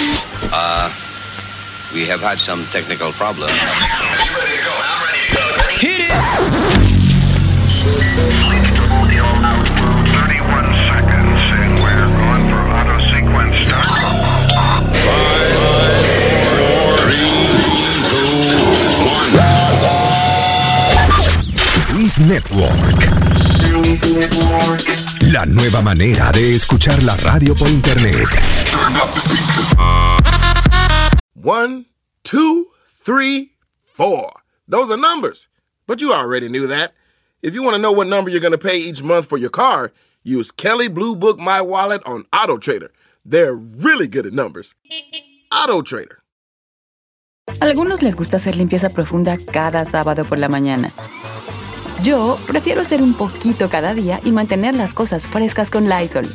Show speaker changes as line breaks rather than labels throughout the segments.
Uh, we have had some technical problems.
Hit it!
Luis Network. La nueva manera de escuchar la radio por internet.
One, two, three, four. Those are numbers. But you already knew that. If you want to know what number you're going to pay each month for your car, use Kelly Blue Book My Wallet on Auto Trader. They're really good at numbers. Auto Trader.
Algunos les gusta hacer limpieza profunda cada sábado por la mañana. Yo prefiero hacer un poquito cada día y mantener las cosas frescas con Lysol.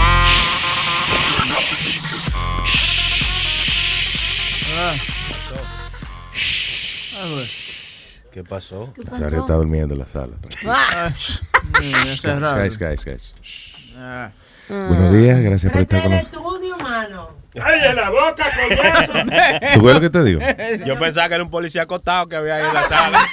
Ah,
¿Qué pasó?
¿Qué
Sara está durmiendo en la sala. tranquila. Guys, guys, guys. Buenos días, gracias por estar con nosotros.
estudio, mano.
¡Ay, la boca, coñazo!
¿Tú ves lo que te digo?
Yo pensaba que era un policía acostado que había ahí en la sala.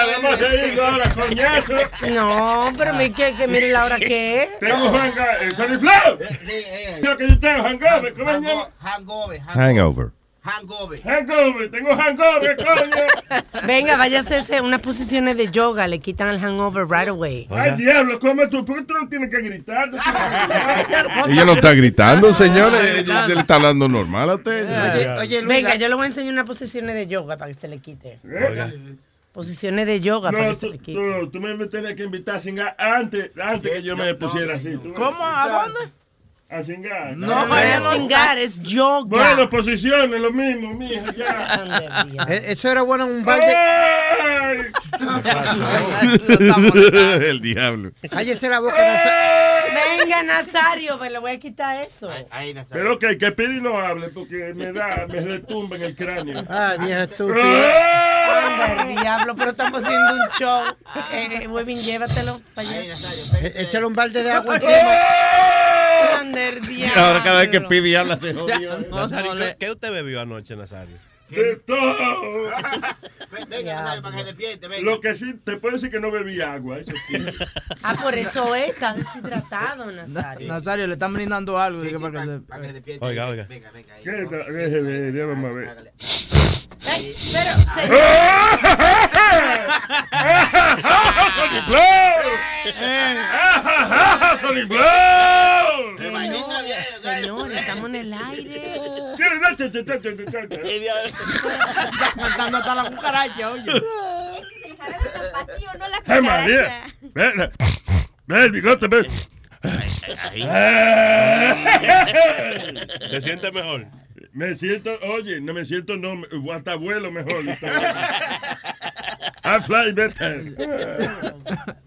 Además, se dijo ahora, coñazo.
No, pero mi- que, que mire la hora que es.
Tengo janga. eh, ¡Sonny Flow!
eh.
Yo que yo tengo
Ah,
hangover, ¿cómo se llama?
Hangover.
Hangover, tengo hangover, coño.
Venga, vaya a hacerse unas posiciones de yoga, le quitan el hangover right away.
Ay, diablo, come tú, ¿por qué tú no tienes que gritar?
Ella no está gritando, señores. Ella ella le está hablando normal a usted.
Oye, oye, Luis,
Venga, yo le voy a enseñar unas posiciones de yoga para que se le quite. Posiciones de yoga para
Eh. No,
que se
tú,
le quite.
tú, tú me tenías que invitar a singar antes, antes que yo me pusiera así. tú ves.
¿Cómo? ¿A dónde?
A singar.
No, no es cingar, es yoga.
Bueno, posiciones, lo mismo, mija, ya.
eh, eso era bueno en un bar de...
¡Ay! ¡Ah!
El diablo.
Cállese la boca, Nazario.
Venga, Nazario, me le voy a quitar eso.
Pero ok, que pide y no hable porque me da, me retumba en el cráneo.
Ah, viejo estúpido.
¡Ah!
Anda, el diablo, pero estamos haciendo un show. Eh, eh, Webin, llévatelo para allá.
Eh, Échale un balde de agua encima.
Anda, el diablo.
Ahora cada vez que pide habla se jodió.
Nazario,
no le-
¿qué-
usted bebió anoche, Nazario?
De todo.
Ya.
Lo que sí, te puedo decir que no bebí agua, eso sí.
Ah, por eso es, está deshidratado, Nazario.
Ah, Nazario, le están brindando algo. dije, para que se-
Oiga, oiga.
¿Qué? Déjeme, déjame ver.
Ey, pero, señor,
¡Ah, Sony Flow! ¡Ah, Sony Flow!
señor, estamos en el aire.
¿Quieres dar cha, cha, cha, cha, cha, cha?
Cantando hasta la cucaracha, oye.
¡Ay, María! Ve, la- ve el bigote, ve. Ah.
¿Te sientes mejor?
Me siento, oye, no me siento, no, me- hasta vuelo mejor. I fly better.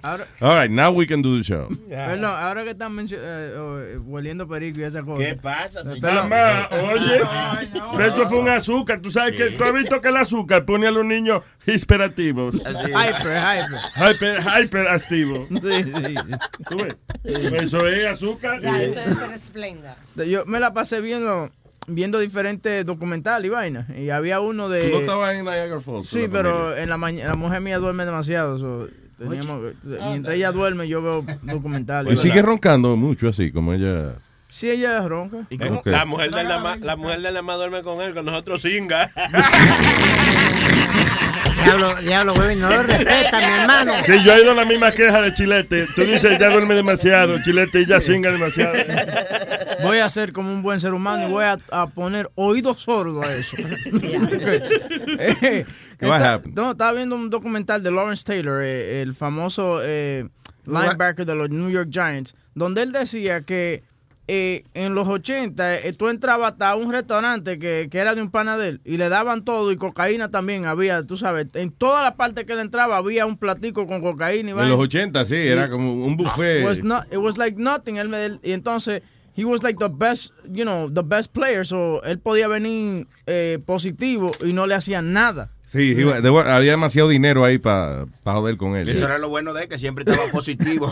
All right, now we can do the show.
Perdón, ahora que están mencio- eh, oh, eh, hueliendo perico y esa cosa.
¿Qué pasa, señor?
Mamá, oye, pero eso fue un azúcar. Tú sabes que tú has visto que el azúcar pone a los niños hisperativos,
Hyper, hyper.
hyper, hyperactivos.
Sí, sí.
¿Tú ves? Eso es azúcar.
Ya, eso es ser esplenda.
Eh, Yo me la pasé viendo, viendo diferentes documentales y vainas. Y había uno de.
Tú no estabas en Niagara Falls.
Sí,
con la
pero
familia.
en la mañana la mujer mía duerme demasiado. so, teníamos- mientras ella duerme, yo veo
Y
documentales.
sigue roncando mucho así, como ella.
Sí, ella ronca.
¿Y
Ok.
La mujer de la, la mujer de la más duerme con él, con nosotros singa.
Diablo, diablo, güey, no lo respeta, mi hermano.
Sí, yo he ido a la misma queja de Chilete. Tú dices, ya duerme demasiado, Chilete, ya singa demasiado.
Voy a ser como un buen ser humano y voy a, a poner oído sordo a eso. ¿Qué
What happened?
No, estaba viendo un documental de Lawrence Taylor, eh, el famoso eh, linebacker de los New York Giants, donde él decía que eh, en los 80 eh, tú entrabas a un restaurante que, que era de un panadero y le daban todo y cocaína también había, tú sabes, en toda la parte que él entraba había un platico con cocaína y
En
vaina.
los 80, sí, era como un buffet.
pues
was not- Ah, it was like nothing. Él me- él- y entonces, he was like the best, you know, the best player. So, él podía venir eh, positivo y no le hacían nada.
Sí, he was- there was- había demasiado dinero ahí para joder con él.
Eso era lo bueno de él, que siempre estaba positivo.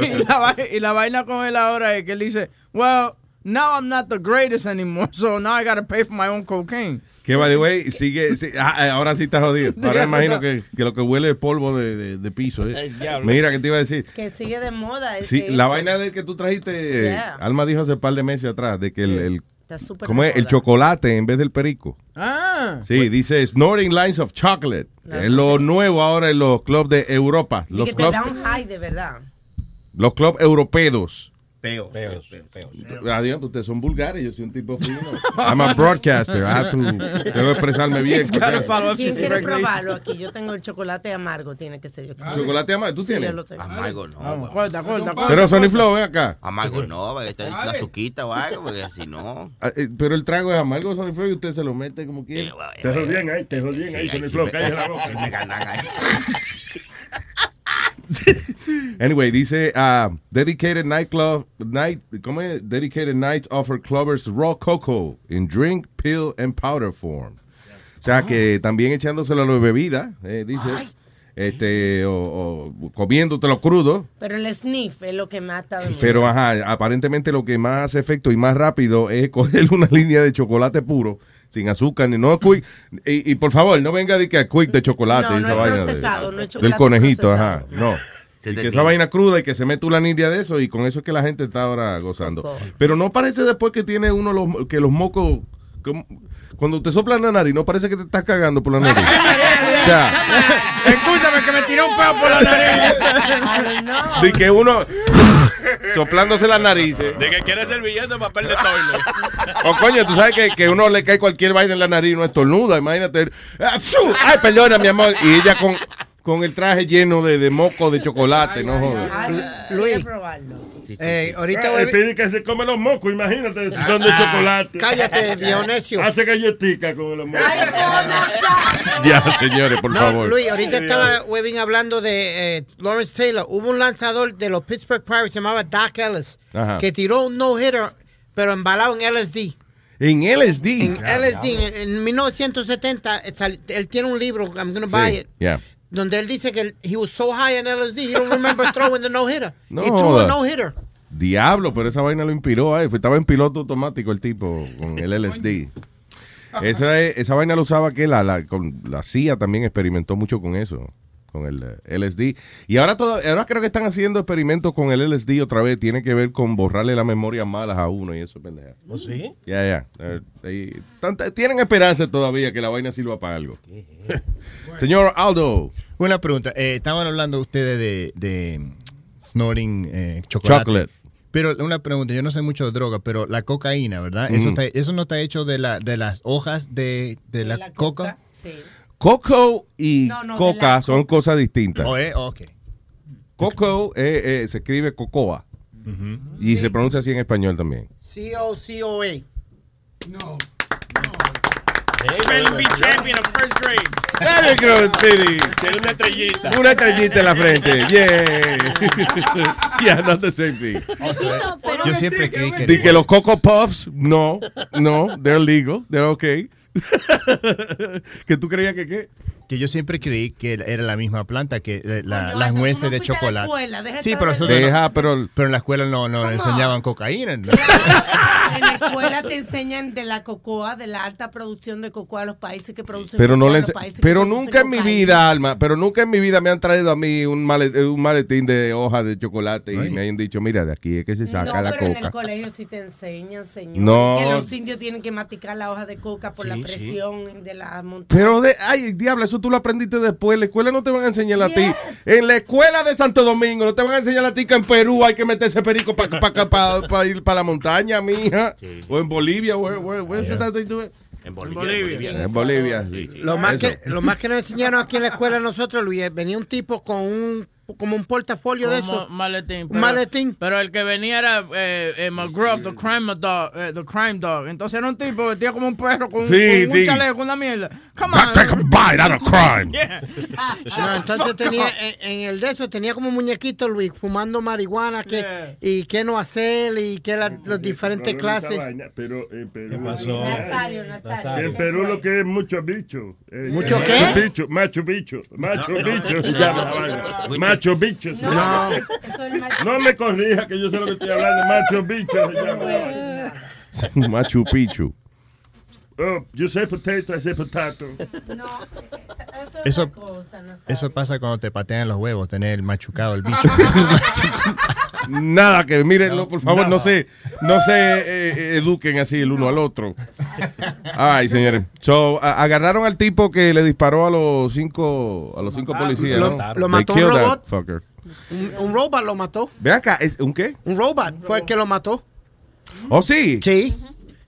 y, la, vai- y la vaina con él ahora es que él dice, well, now I'm not the greatest anymore, so now I gotta pay for my own cocaine.
Que, by the way, sigue, sí, ah, eh, ahora sí está jodido. Ahora imagino que, que lo que huele es polvo de, de- de piso. eh.
El diablo.
Mira, que te iba a decir.
Que sigue de moda. este es
Sí,
que
la
eso
vaina de que tú trajiste, eh,
Yeah.
Alma dijo hace par de meses atrás, de que el, el-
Está súper
¿cómo
de
es? el
moda.
chocolate en vez del perico.
Ah.
Sí,
Pues-
dice Snorting Lines of Chocolate. Es lo nuevo ahora en los clubs de Europa.
Y
Los
que te
clubs,
da un high de verdad.
los clubs europeos.
Peos, peos,
Adiós,
pues,
ustedes son vulgares, yo soy un tipo fino. I'm a broadcaster, I have to, debo expresarme bien.
¿Quién quiere probarlo aquí? Yo tengo el chocolate amargo, tiene que ser yo.
Ah. ¿Chocolate amargo? ¿Tú
Sí,
tienes?
yo lo tengo.
Amargo no.
Corta, corta, corta.
Pero Sony Flow, ven acá.
Amargo no, va a estar una suquita o algo, porque si no.
Ah, eh, Pero el trago es amargo, Sony Flow, y usted se lo mete como quiera.
Te jodían ahí, te jodían ahí con el flow, cállate la boca.
Anyway, dice ah, Dedicated Nightclub Night, ¿cómo es? Dedicated Nights offer clubbers raw cocoa in drink, pill and powder form. O sea que también echándoselo a la bebida, eh, dice, este, o, o comiéndotelo crudo,
Pero el sniff es lo que mata. de
pero ajá, aparentemente lo que más hace efecto y más rápido es coger una línea de chocolate puro, sin azúcar ni no quick. Y, y por favor, no venga de que a quick de chocolate,
No, no
esa
es
vaina de-
procesado, no es
del
chocolate
conejito,
procesado.
ajá, no. Y que esa vaina cruda y que se mete una línea de eso y con eso es que la gente está ahora gozando.
Coco.
Pero no parece después que tiene uno los, que los mocos, como- cuando te soplan la nariz, no parece que te estás cagando por la nariz. o sea,
Escúchame que me tiró un peo por la nariz.
de que uno soplándose eh. las narices.
De que quiere servilleta, papel de toilet.
O coño, tú sabes que, que uno le cae cualquier vaina en la nariz y no estornuda. Imagínate. ¡Ah, ¡fiu! Ay, perdona, mi amor. Y ella con, con el traje lleno de, de moco de chocolate, no jodas.
Luis. Eh, ahorita
Ah,
voy-
le piden que se come los mocos, imagínate, son de
Ah,
chocolate.
cállate, Dionisio.
Hace galletica con los mocos.
Ya, señores, por
No,
favor.
Luis, ahorita estaba Webin hablando de eh, Lawrence Taylor. Hubo un lanzador de los Pittsburgh Pirates llamado Doc Ellis
Ajá.
que tiró un no-hitter, pero embalado en LSD.
En LSD.
En LSD, en, en 1970, eh, sal- él tiene un libro, I'm gonna buy it,
Yeah.
donde él dice que él- he was so high in LSD, he don't remember throwing the no-hitter.
No
he threw
joda.
a no-hitter.
Diablo, pero esa vaina lo inspiró. ay, fue- estaba en piloto automático el tipo con el LSD. Esa, es- esa vaina lo usaba que la, la, con- la CIA también experimentó mucho con eso, con el eh, LSD. Y ahora, todo, ahora creo que están haciendo experimentos con el LSD otra vez. Tiene que ver con borrarle las memorias malas a uno y eso, pendeja.
¿Oh, sí?
Ya, ya. Eh, ahí- tanta- Tienen esperanza todavía que la vaina sirva para algo. Señor Aldo.
Una pregunta. Eh, estaban hablando ustedes de, de snorting eh, chocolate.
Chocolate.
Pero una pregunta, yo no sé mucho de droga, pero la cocaína, ¿verdad?
Ujú.
eso, está- eso no está hecho de, la, de las hojas de, de la, coca.
Sí.
Coco y
No, no, de
coca
la
son cosas distintas.
Oh, eh, ok.
Coco eh, eh, se escribe cocoa. Y se pronuncia así en español también.
C-O-C-O-A. No.
Spelling bee champion of first grade.
Very good, Speedy.
Tiene una estrellita.
Una estrellita en la frente. Yeah. yeah, not the same thing.
yo siempre creí que...
Di que los Coco Puffs, no, no, they're legal, they're okay. ¿Que tú creías que qué?
Que yo siempre creí que era la misma planta que eh, la- las nueces de chocolate.
escuela, deja
sí,
estar
pero, eso
de-
Deja, pero,
pero en la escuela no, no enseñaban cocaína. ¿no?
En la escuela te enseñan de la cocoa, de la alta producción de cocoa a los países que producen
pero no
cocoa,
le
los
ense-
países que
Pero
producen
nunca en mi
cocaína.
vida, Alma, pero nunca en mi vida me han traído a mí un maletín, un maletín de hoja de chocolate y me han dicho, mira, de aquí es que se saca
no,
la
pero en el
coca.
colegio sí te enseñan, señor.
No.
Que los indios tienen que maticar la hoja de coca por la presión de la montaña.
Pero de, ay, diablo, eso tú lo aprendiste después. La escuela no te van a enseñar a ti. En la escuela de Santo Domingo no te van a enseñar a ti que en Perú hay que meterse perico para ir para la montaña, mija. O en Bolivia, where, where, where should I do it?
En
Bolivia.
En Bolivia, sí.
Lo más,
Eso.
que, lo más que nos enseñaron aquí en la escuela nosotros, Luis, venía un tipo con un como un portafolio de
Como
eso.
Maletín.
Un maletín.
Pero el que venía era eh, eh, McGruff, the crime dog, eh, the crime dog. Entonces era un tipo vestido como un perro con, un-
Sí,
con un
sí.
chaleco, una mierda. Come on.
Take a bite out of crime.
Yeah.
No, entonces
Fuck
tenía
off.
en, en el de eso tenía como un muñequito Luis fumando marihuana que, y qué no hacer y qué la- las diferentes
Cabrón, esa
clases.
vaina, pero en Perú.
pasó? Nazario, Nazario.
En Perú lo que es mucho bicho. eh,
¿Mucho
macho
qué?
bicho, macho bicho. Macho
No, no,
bicho.
no.
se llama la vaina.
Mucho-
Macho bicho. se
No.
llama. No me corrija que yo sé lo que estoy hablando. Macho bicho se llama.
Machu Picchu.
Oh, you say potato, I say potato.
Eso, eso pasa cuando te patean los huevos, tener el machucado el bicho.
Nada que, mírenlo, por favor, no
Nada.
se, no se eh, eh, eduquen así el uno al otro. Ay, señores. So, a- agarraron al tipo que le disparó a los cinco, a los cinco policías.
Lo-
¿no?
lo
They
mató un
killed that
robot.
fucker.
Un, un robot lo mató.
Ve acá, ¿es un qué?
Un robot fue el que lo mató.
Oh, sí.
Sí.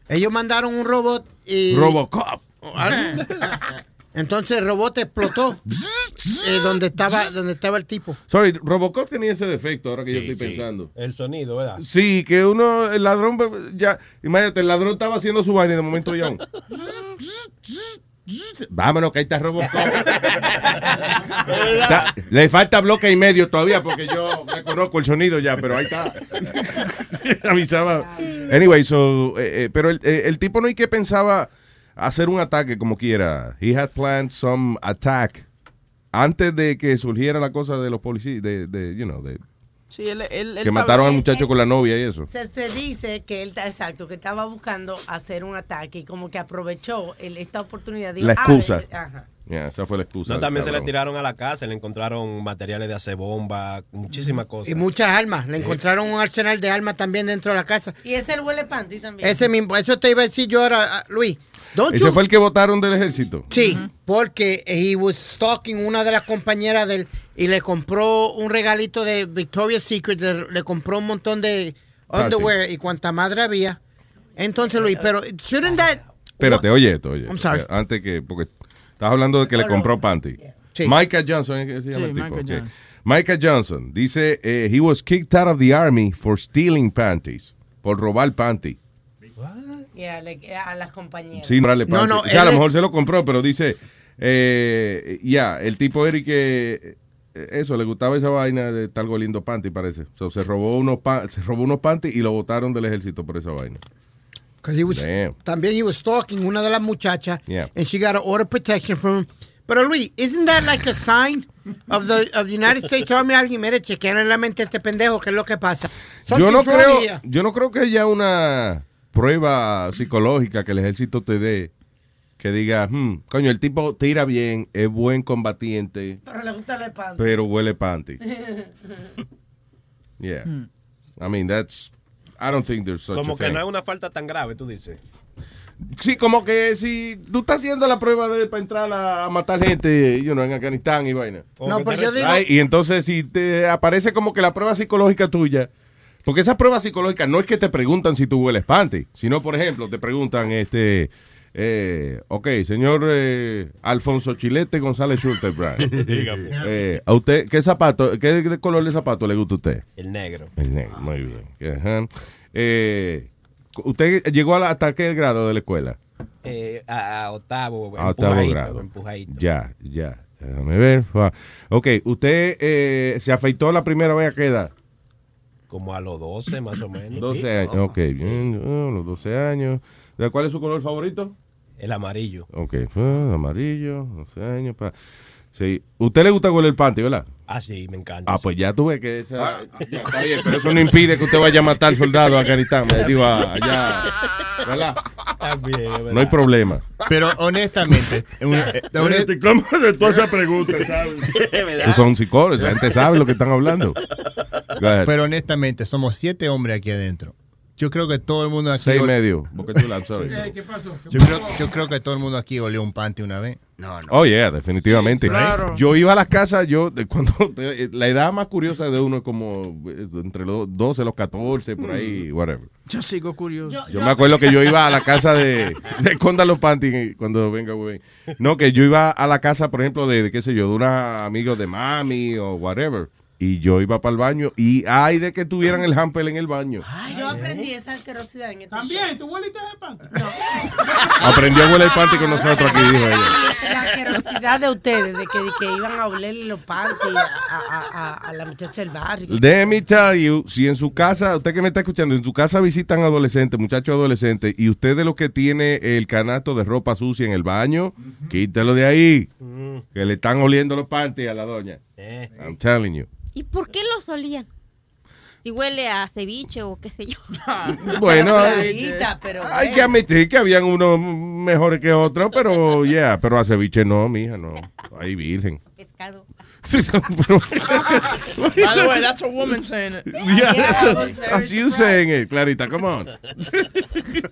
Ellos mandaron un robot y.
Robocop.
Entonces el robot explotó eh, donde estaba donde estaba el tipo.
Sorry, Robocop tenía ese defecto ahora que yo estoy pensando.
El sonido, ¿verdad?
Sí, que uno, el ladrón, ya, imagínate, el ladrón estaba haciendo su vaina y de momento ya un, vámonos que ahí está Robocop. Está- le falta bloque y medio todavía porque yo reconozco el sonido ya, pero ahí está. Avisaba. Anyway, so, eh, eh, pero el, eh, el tipo no hay que pensaba hacer un ataque como quiera. He had planned some attack antes de que surgiera la cosa de los policías, de, de, you know, de,
Sí, él- él- él
que
estaba-
mataron al muchacho con la novia y eso.
Se, se dice que él, exacto, que estaba buscando hacer un ataque y como que aprovechó el- esta oportunidad. dijo,
La
"Ah,
excusa.
eh, ajá.
Yeah, esa fue la excusa.
No,
del
también se le
cabrón.
tiraron a la casa, le encontraron materiales de hacer bomba, muchísimas cosas.
Y muchas armas. Le encontraron un arsenal de armas también dentro de la casa.
Y ese el huele panty también.
Ese mismo, eso te iba a decir yo ahora, ah, Luis. Don't
Ese
you-
fue el que votaron del ejército.
Sí, porque he was stalking una de las compañeras del y le compró un regalito de Victoria's Secret, le, le compró un montón de underwear y cuanta madre había. Entonces, Luis, pero shouldn't that
Espérate, oye esto, oye.
I'm sorry.
Antes que, porque estás hablando de que le compró panty.
Sí.
Micah Johnson, ¿eh? se llama
Sí,
el tipo.
Micah
ok.
Johnson.
Micah Johnson dice, eh, he was kicked out of the army for stealing panties, por robar panty.
Y a, le- a las compañías.
Sin darle
No,
panty.
no,
O sea, a
él
lo
es-
mejor se lo compró, pero dice, eh, ya, el tipo Eric que eh, eso, le gustaba esa vaina de estar goliendo panty, parece. So, se robó unos pa- se robó unos panty y lo votaron del ejército por esa vaina. Damn.
también he was stalking una de las muchachas
Yeah.
and she got an order of protection from him. Pero Luis, isn't that like a sign of the of the United States Army? Alguien, mire, chequean la mente a este pendejo, ¿qué es lo que pasa?
Yo no
Something's wrong
creo,
here.
yo no creo que haya una prueba psicológica que el ejército te dé que diga, "Hmm, coño, el tipo tira bien, es buen combatiente,
Pero le gusta el panty.
pero huele panty. Yeah.
Hmm.
I mean, that's I don't think there's such
Como
a
que
thing.
no es una falta tan grave, tú dices.
Sí, como que si tú estás haciendo la prueba de para entrar a, a matar gente, you know, en Afganistán y vaina.
No, pero yo digo-
Ay, y entonces si te aparece como que la prueba psicológica tuya, porque esa prueba psicológica no es que te preguntan si tú hueles panty, sino por ejemplo te preguntan este eh, ok, señor eh, Alfonso Chilete González Schulterbrand.
Dígame.
Eh, a usted, ¿qué zapato, qué de color de zapato le gusta a usted?
El negro. Ah,
El negro, muy bien. Ajá. Eh, ¿Usted llegó al- hasta qué grado de la escuela?
Eh, a, a octavo,
A octavo
empujadito,
grado.
empujadito.
Ya, ya. Déjame ver. Fa- Ok, usted eh, se afeitó la primera vez a qué edad?
Como a los 12 más o menos.
12 años. Ok, bien, oh, los 12 años. ¿De ¿Cuál es su color favorito?
El amarillo.
Ok, ah, amarillo, 12 años. pa- Sí. ¿Usted le gusta huele el panty, verdad?
Ah, sí, me encanta.
Ah, pues ya tuve que esa. ya, está bien, pero eso no impide que usted vaya a matar soldados a Afganistán. me Digo, a- allá. ¿Verdad?
También, es verdad.
No hay problema. Este,
Pero honestamente, un- eh, honest-
Espérate, ¿Cómo de todas esas preguntas, sabes?
Esos Son psicólogos, la gente sabe lo que están hablando. Go ahead.
pero honestamente, somos siete hombres aquí adentro. Yo creo que todo el mundo aquí.
Seis y
ol-
medio, Boca Chula, I'm sorry.
¿Qué pasó? Yo creo, yo creo que todo el mundo aquí olió un pante una vez. No, no.
Oh, yeah, definitivamente.
Sí, claro.
Yo iba a las casas, yo, de cuando, de- la edad más curiosa de uno es como eh, entre los 12, los 14, por ahí,
Mm.
whatever.
Yo sigo curioso.
Yo me acuerdo que yo iba a la casa de, de esconda los panties cuando venga, güey. No, que yo iba a la casa, por ejemplo, de, de, qué sé yo, de una amigo de mami o whatever. Y yo iba para el baño y ay de que tuvieran el hamper en el baño.
Ah.
Yo aprendí esa asquerosidad en este ¿También? ¿Tú hueliste de pan?
Aprendió a huele el panty con nosotros aquí, dijo ella.
La asquerosidad de ustedes, de que, de que iban a olerle los panties a, a- a- a la muchacha del barrio.
Let me tell you, si en su casa, usted que me está escuchando, en su casa visitan adolescentes, muchachos adolescentes, y usted de los que tiene el canasto de ropa sucia en el baño, quítelo de ahí, que le están oliendo los panties a la doña. I'm telling you.
¿Y por qué los olían? Si huele a ceviche o qué sé yo.
Bueno,
Clarita, pero
Hay que admitir que habían unos mejores que otros, pero ya, pero a ceviche no, mija, no. Ay, virgen.
Pescado.
Sí, son- pero-
By the way, that's a woman saying it.
Yeah, that's- as you saying it, Clarita, come on.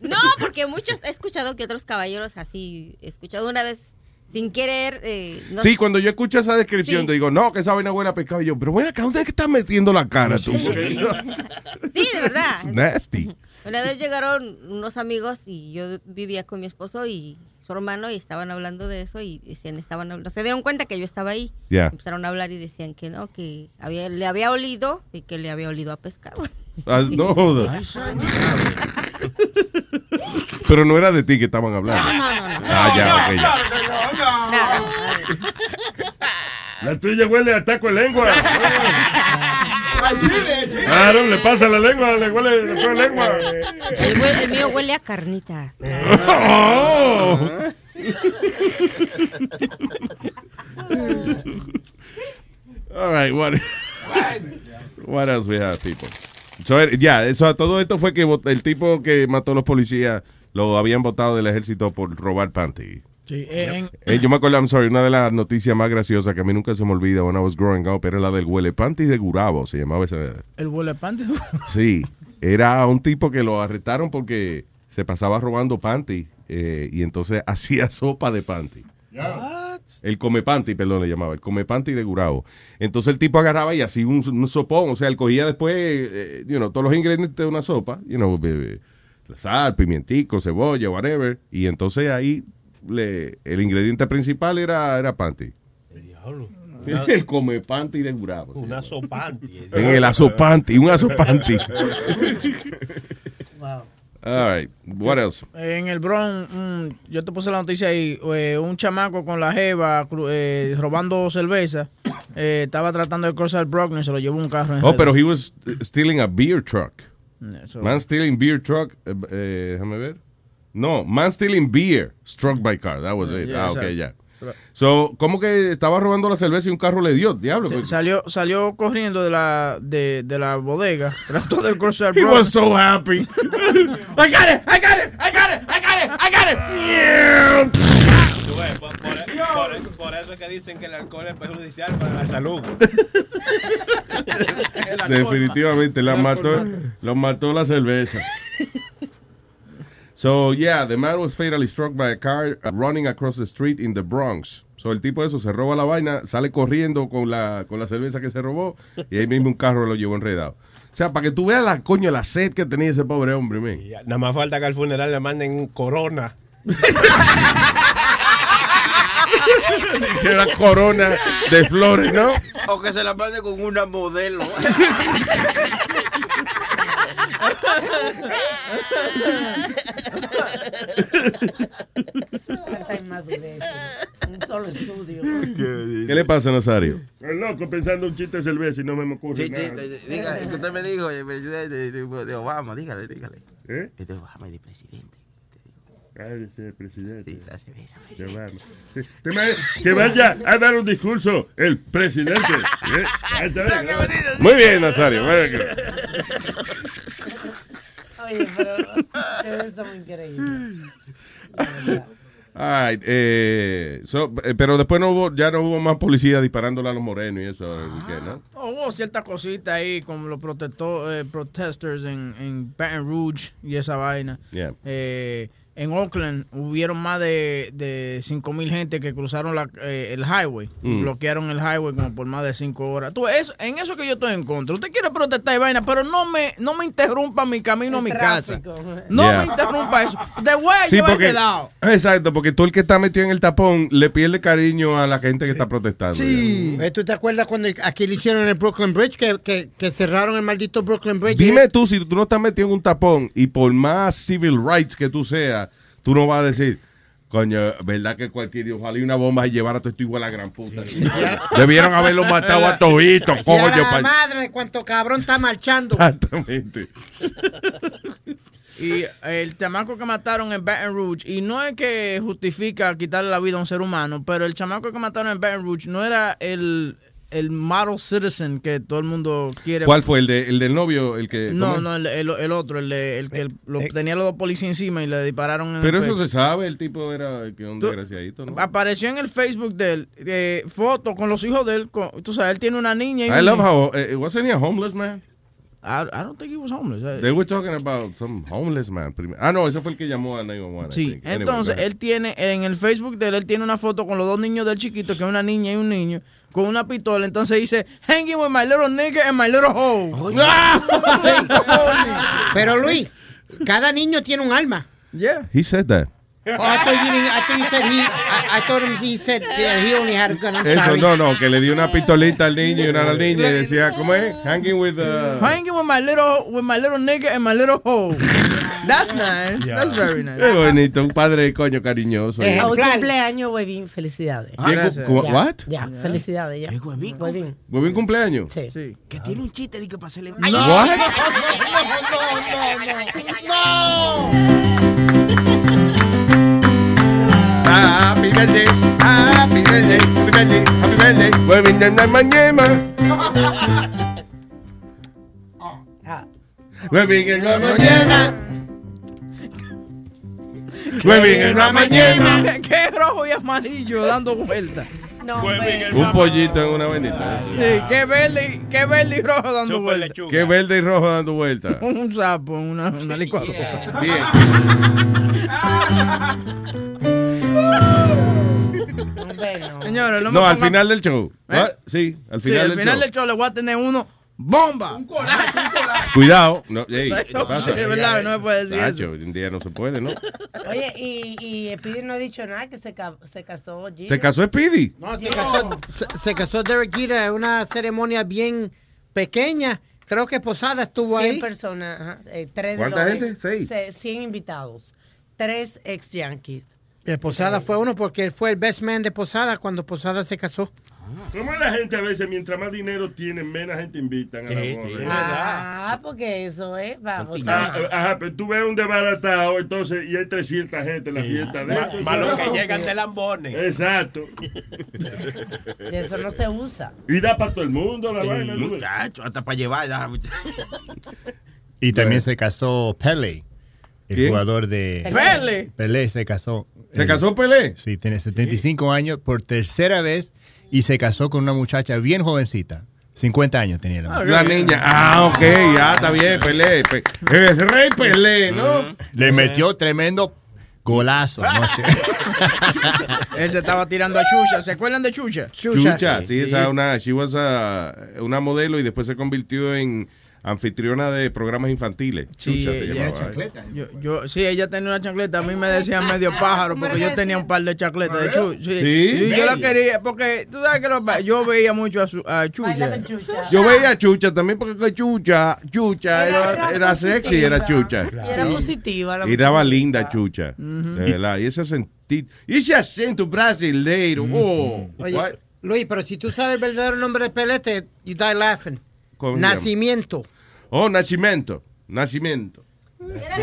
No, porque muchos he escuchado que otros caballeros así, he escuchado una vez sin querer. eh, no-
Sí, cuando yo escucho esa descripción,
Sí.
te digo, no, que esa vaina huele a pescado. Y yo, pero bueno, acá, ¿dónde es que estás metiendo la cara tú?
Sí, de verdad.
It's nasty.
Una vez llegaron unos amigos y yo vivía con mi esposo y su hermano y estaban hablando de eso y decían, estaban hablando- se dieron cuenta que yo estaba ahí.
Ya.
Empezaron a hablar y decían que no, que había, le había olido y que le había olido a pescado.
Ah, no jodas. Pero no era de ti que estaban hablando.
No, no, no, no.
Ah, ya, ok, ya.
La tuya huele a taco de lengua. Claro, le pasa la lengua, le huele le huele lengua.
Eh, El, hue- el mío huele a carnitas.
Oh.
All right, what, what else we have, people? So, eh, ya, eso, a todo esto fue que vot- el tipo que mató a los policías lo habían votado del ejército por robar panty.
Sí, en-
Eh, yo me acuerdo, I'm sorry, una de las noticias más graciosas que a mí nunca se me olvida when I was growing up era la del huele panty de Gurabo, se llamaba esa.
el huele panty.
Sí, era un tipo que lo arrestaron porque se pasaba robando panty eh, y entonces hacía sopa de panty. El come panty, perdón, le llamaba, el come panty de Gurabo. Entonces el tipo agarraba y hacía un, un sopón, o sea, él cogía después, eh, you know, todos los ingredientes de una sopa, you know, eh, la sal, pimientico, cebolla, whatever, y entonces ahí le- el ingrediente principal era, era panty. El come panty de Gurabo.
Un azopanti.
En el azopanti, un azopanti.
Wow.
All right, what else?
En el Bronx, mm, yo te puse la noticia ahí, eh, un chamaco con la jeva cru- eh, robando cerveza, eh, estaba tratando de cruzar el Bronx y se lo llevó un carro. en
Oh,
red.
pero he was stealing a beer truck.
Mm, Eso.
Man stealing beer truck. eh, eh, déjame ver. No, man stealing beer struck by car. That was it.
Yeah,
ah, ok,
exacto.
ya. So, ¿cómo que estaba robando la cerveza y un carro le dio? Diablo.
Se-
pues.
salió, salió corriendo de la, de, de la bodega, trató de cruzar el
He
Bronx.
was so happy. I got it, I got it, I got it, I got it, I got it. Yeah.
Tú ves, por, por- por- por eso es que dicen que el alcohol es perjudicial para la salud.
Definitivamente, la mató, lo mató la cerveza. So, yeah, the man was fatally struck by a car uh, running across the street in the Bronx. So, el tipo de eso se roba la vaina, sale corriendo con la, con la cerveza que se robó y ahí mismo un carro lo llevó enredado. O sea, para que tú veas la coño, la sed que tenía ese pobre hombre, man.
Nada más falta que al funeral le manden corona.
Que era corona de flores, ¿no?
O que se la mande con una modelo.
Tanta inmadurez. Un solo estudio.
¿Qué le pasa, Nazario?
Estoy loco pensando un chiste de cerveza y no me ocurre
Sí, sí,
nada.
d- d- diga, es que usted me dijo, el presidente de, de- de Obama, dígale, dígale.
¿Eh?
Es de Obama, es de presidente.
Cállese, presidente. Sí,
la cerveza,
presidente. Que vaya a dar un discurso el presidente. ¿eh? Ahí está, ¿eh?
Muy bien, Nazario. bueno, que-
Oye, pero ustedes son increíbles.
Mm.
All right, eh, so, eh, pero después no hubo, ya no hubo más policía disparándole a los morenos y eso. ¿qué, no?
Oh, Hubo ciertas cositas ahí como los protesto- eh, protesters en, en Baton Rouge y esa vaina.
Yeah.
Eh, en Oakland hubieron más de, de 5 mil gente que cruzaron la- eh, el highway.
Mm.
Bloquearon el highway como por más de 5 horas. Tú, eso, en eso que yo estoy en contra. Usted quiere protestar y vaina, pero no me, no me interrumpa mi camino a mi casa. No
Yeah.
me interrumpa eso. De huevo
Sí,
yo he
porque,
quedado.
exacto, porque tú el que está metido en el tapón le pierde cariño a la gente que está protestando.
Eh, ¿Tú te acuerdas cuando aquí le hicieron el Brooklyn Bridge? Que, que, que cerraron el maldito Brooklyn Bridge.
Dime tú, si tú no estás metido en un tapón y por más civil rights que tú seas, tú no vas a decir, coño, ¿verdad que cualquier, ojalá y una bomba y llevar a todo esto igual a la gran puta? Debieron haberlo matado a todito,
Y a
coño.
la
pa-
madre, cuánto cabrón está marchando.
Exactamente.
Y el chamaco que mataron en Baton Rouge, y no es que justifica quitarle la vida a un ser humano, pero el chamaco que mataron en Baton Rouge no era el, el model citizen que todo el mundo quiere.
¿Cuál fue? ¿El, de, el del novio? el que
No,
¿cómo es?
no, el, el- el otro, el, de- el que lo- tenía los dos policías encima y le dispararon en el
Pero eso
pecho.
se sabe, el tipo era que un
pues. Tú-
desgraciadito, ¿no?
Apareció en el Facebook de él, eh, foto con los hijos de él. con- tú sabes, él tiene una niña. Y
I
un
love
niño.
how, eh, wasn't he a homeless man?
I, I don't think he was homeless. Eh,
They were talking about some homeless man. prim- Ah, no, ese fue el que llamó a 911. I
Sí,
think. Anyway,
entonces
go ahead.
él tiene, en el Facebook de él, él tiene una foto con los dos niños del chiquito, que es una niña y un niño, con una pistola. Entonces dice, hanging with my little nigga and my little hoe.
Pero Luis, cada niño tiene un alma.
Yeah.
He said that.
Oh, I thought you, didn't- I thought you said he, I, I thought he said that he only had a
Ah,
gun. I'm
Eso
sorry.
no, no, que le dio una pistolita al niño y una a la niña y decía, ¿cómo es? Hanging with the...
Hanging with my little, with my little nigga and my little hoe. That's nice. That's very nice. Eh,
Qué bonito, un padre coño cariñoso.
Eh, Hoy
Huevín,
cumpleaños, Huevín. Felicidades.
Ah, gracias. cu-
Ya,
what?
Ya, felicidades. Ya.
Huevín?
Huevín.
cumpleaños.
Sí.
Que tiene un chiste de que para celebrar.
No.
No,
What?
no, no, no, no.
Happy birthday, happy birthday, happy birthday, happy birthday. Huevín, na, na, mañana. Huevín en la mañana. Huevín en la mañana.
Qué rojo y amarillo dando vueltas.
Un pollito en una vainita.
Sí, qué verde, y- qué verde y rojo dando vueltas.
Qué verde y rojo dando vuelta.
Un sapo, en una, una licuadora. Señores, no, me
No, al
pongan-
final del show.
¿Eh?
What? Sí, al
Sí,
final
al
del
final
show.
del show le voy a tener uno bomba. Un
Cuidado. No, ey,
No,
¿qué pasa?
sí, es verdad, no me puede decir
Nacho, hoy en día no se puede, ¿no?
Oye, y, y Speedy no ha dicho nada, que se, ca- se casó. Gina.
¿Se casó Speedy?
No, se casó, se, se casó Derek Jeter en una ceremonia bien pequeña. Creo que Posada estuvo
100
ahí.
personas, ajá, eh, tres de
¿Cuánta
los
gente?
ex-
Seis.
se- 100 invitados, tres ex Yankees.
Eh, Posada fue uno porque él fue el best man de Posada cuando Posada se casó.
¿Cómo la gente a veces, mientras más dinero tienen, menos gente invitan a la boda?
Ah, porque eso es, vamos.
Ah, eh, ajá, pero tú ves un desbaratado, entonces, y hay 300 gente en la fiesta de
Ma-
ellos.
más los que llegan de lambones.
Exacto.
Y eso no se usa.
Y da para todo el mundo
Eh,
la
Sí,
vaina. ¿no?
Muchacho, hasta para llevar. da-
Y también se casó Pele, el
¿Quién?
jugador de...
Pele.
Pelé se casó.
¿Se
Eh,
casó Pelé?
Sí, tiene 75 años por tercera vez y se casó con una muchacha bien jovencita. 50 años tenía la muchacha.
La niña. Ah, ok, ya está bien, Pelé. Pe- El rey Pelé, ¿no?
Le metió tremendo golazo anoche.
Él se estaba tirando a Chucha. ¿Se acuerdan de Chucha?
Chucha, sí, esa una, she was a- una modelo y después se convirtió en anfitriona de programas infantiles.
Sí,
Chucha se
ella-
llamaba. ¿eh?
Yo, yo- sí, ella tenía una chancleta. A mí me decían medio pájaro porque yo tenía un par de chancletas de Chucha. Sí.
¿Sí?
Y yo la quería porque tú sabes que los pa- yo veía mucho a, su- a Chucha.
Yo veía a Chucha también porque Chucha, Chucha era, era,
era
sexy, era Chucha.
Y era positiva. La
Y daba
muchacha.
linda Chucha.
Ujú.
De verdad. Y ese sentido, y ese acento brasileiro. Oh,
Oye,
what?
Luis, pero si tú sabes el verdadero nombre de Pelé, te- you die laughing.
¿Cómo se llama?
Nacimiento.
Oh, nacimiento. Nacimiento.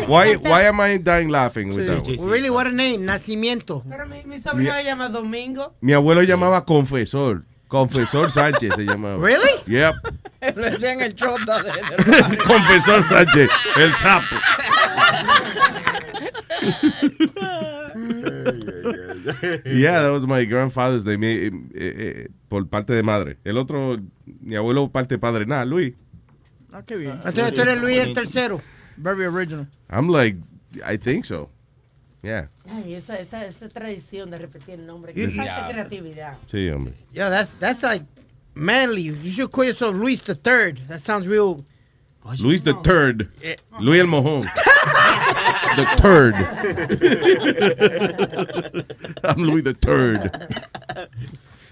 Why, why am I dying laughing with that one?
Really, what a name, Nacimiento.
Pero mi, mi sobrino se llama Domingo.
Mi abuelo llamaba confesor. Confesor Sánchez se llamaba.
Really?
Yep.
Lo decían el chota de- de-
confesor Sánchez, el sapo. Yeah, that was my grandfather's name. eh, eh, eh, por parte de madre. El otro, mi abuelo parte de padre. Nah, Luis.
Ah, qué bien.
Entonces tú eres Luis el tercero.
Very original.
I'm like, I think so. Yeah.
Ay, esa, esa, esa tradición de repetir el nombre.
Y-
Qué
y-
falta de creatividad.
Sí, hombre.
Yeah, that's that's like manly. You should call yourself Luis the Third. That sounds real.
Luis the Third.
Eh.
Luis el Mojón. the Third. I'm Luis the Third.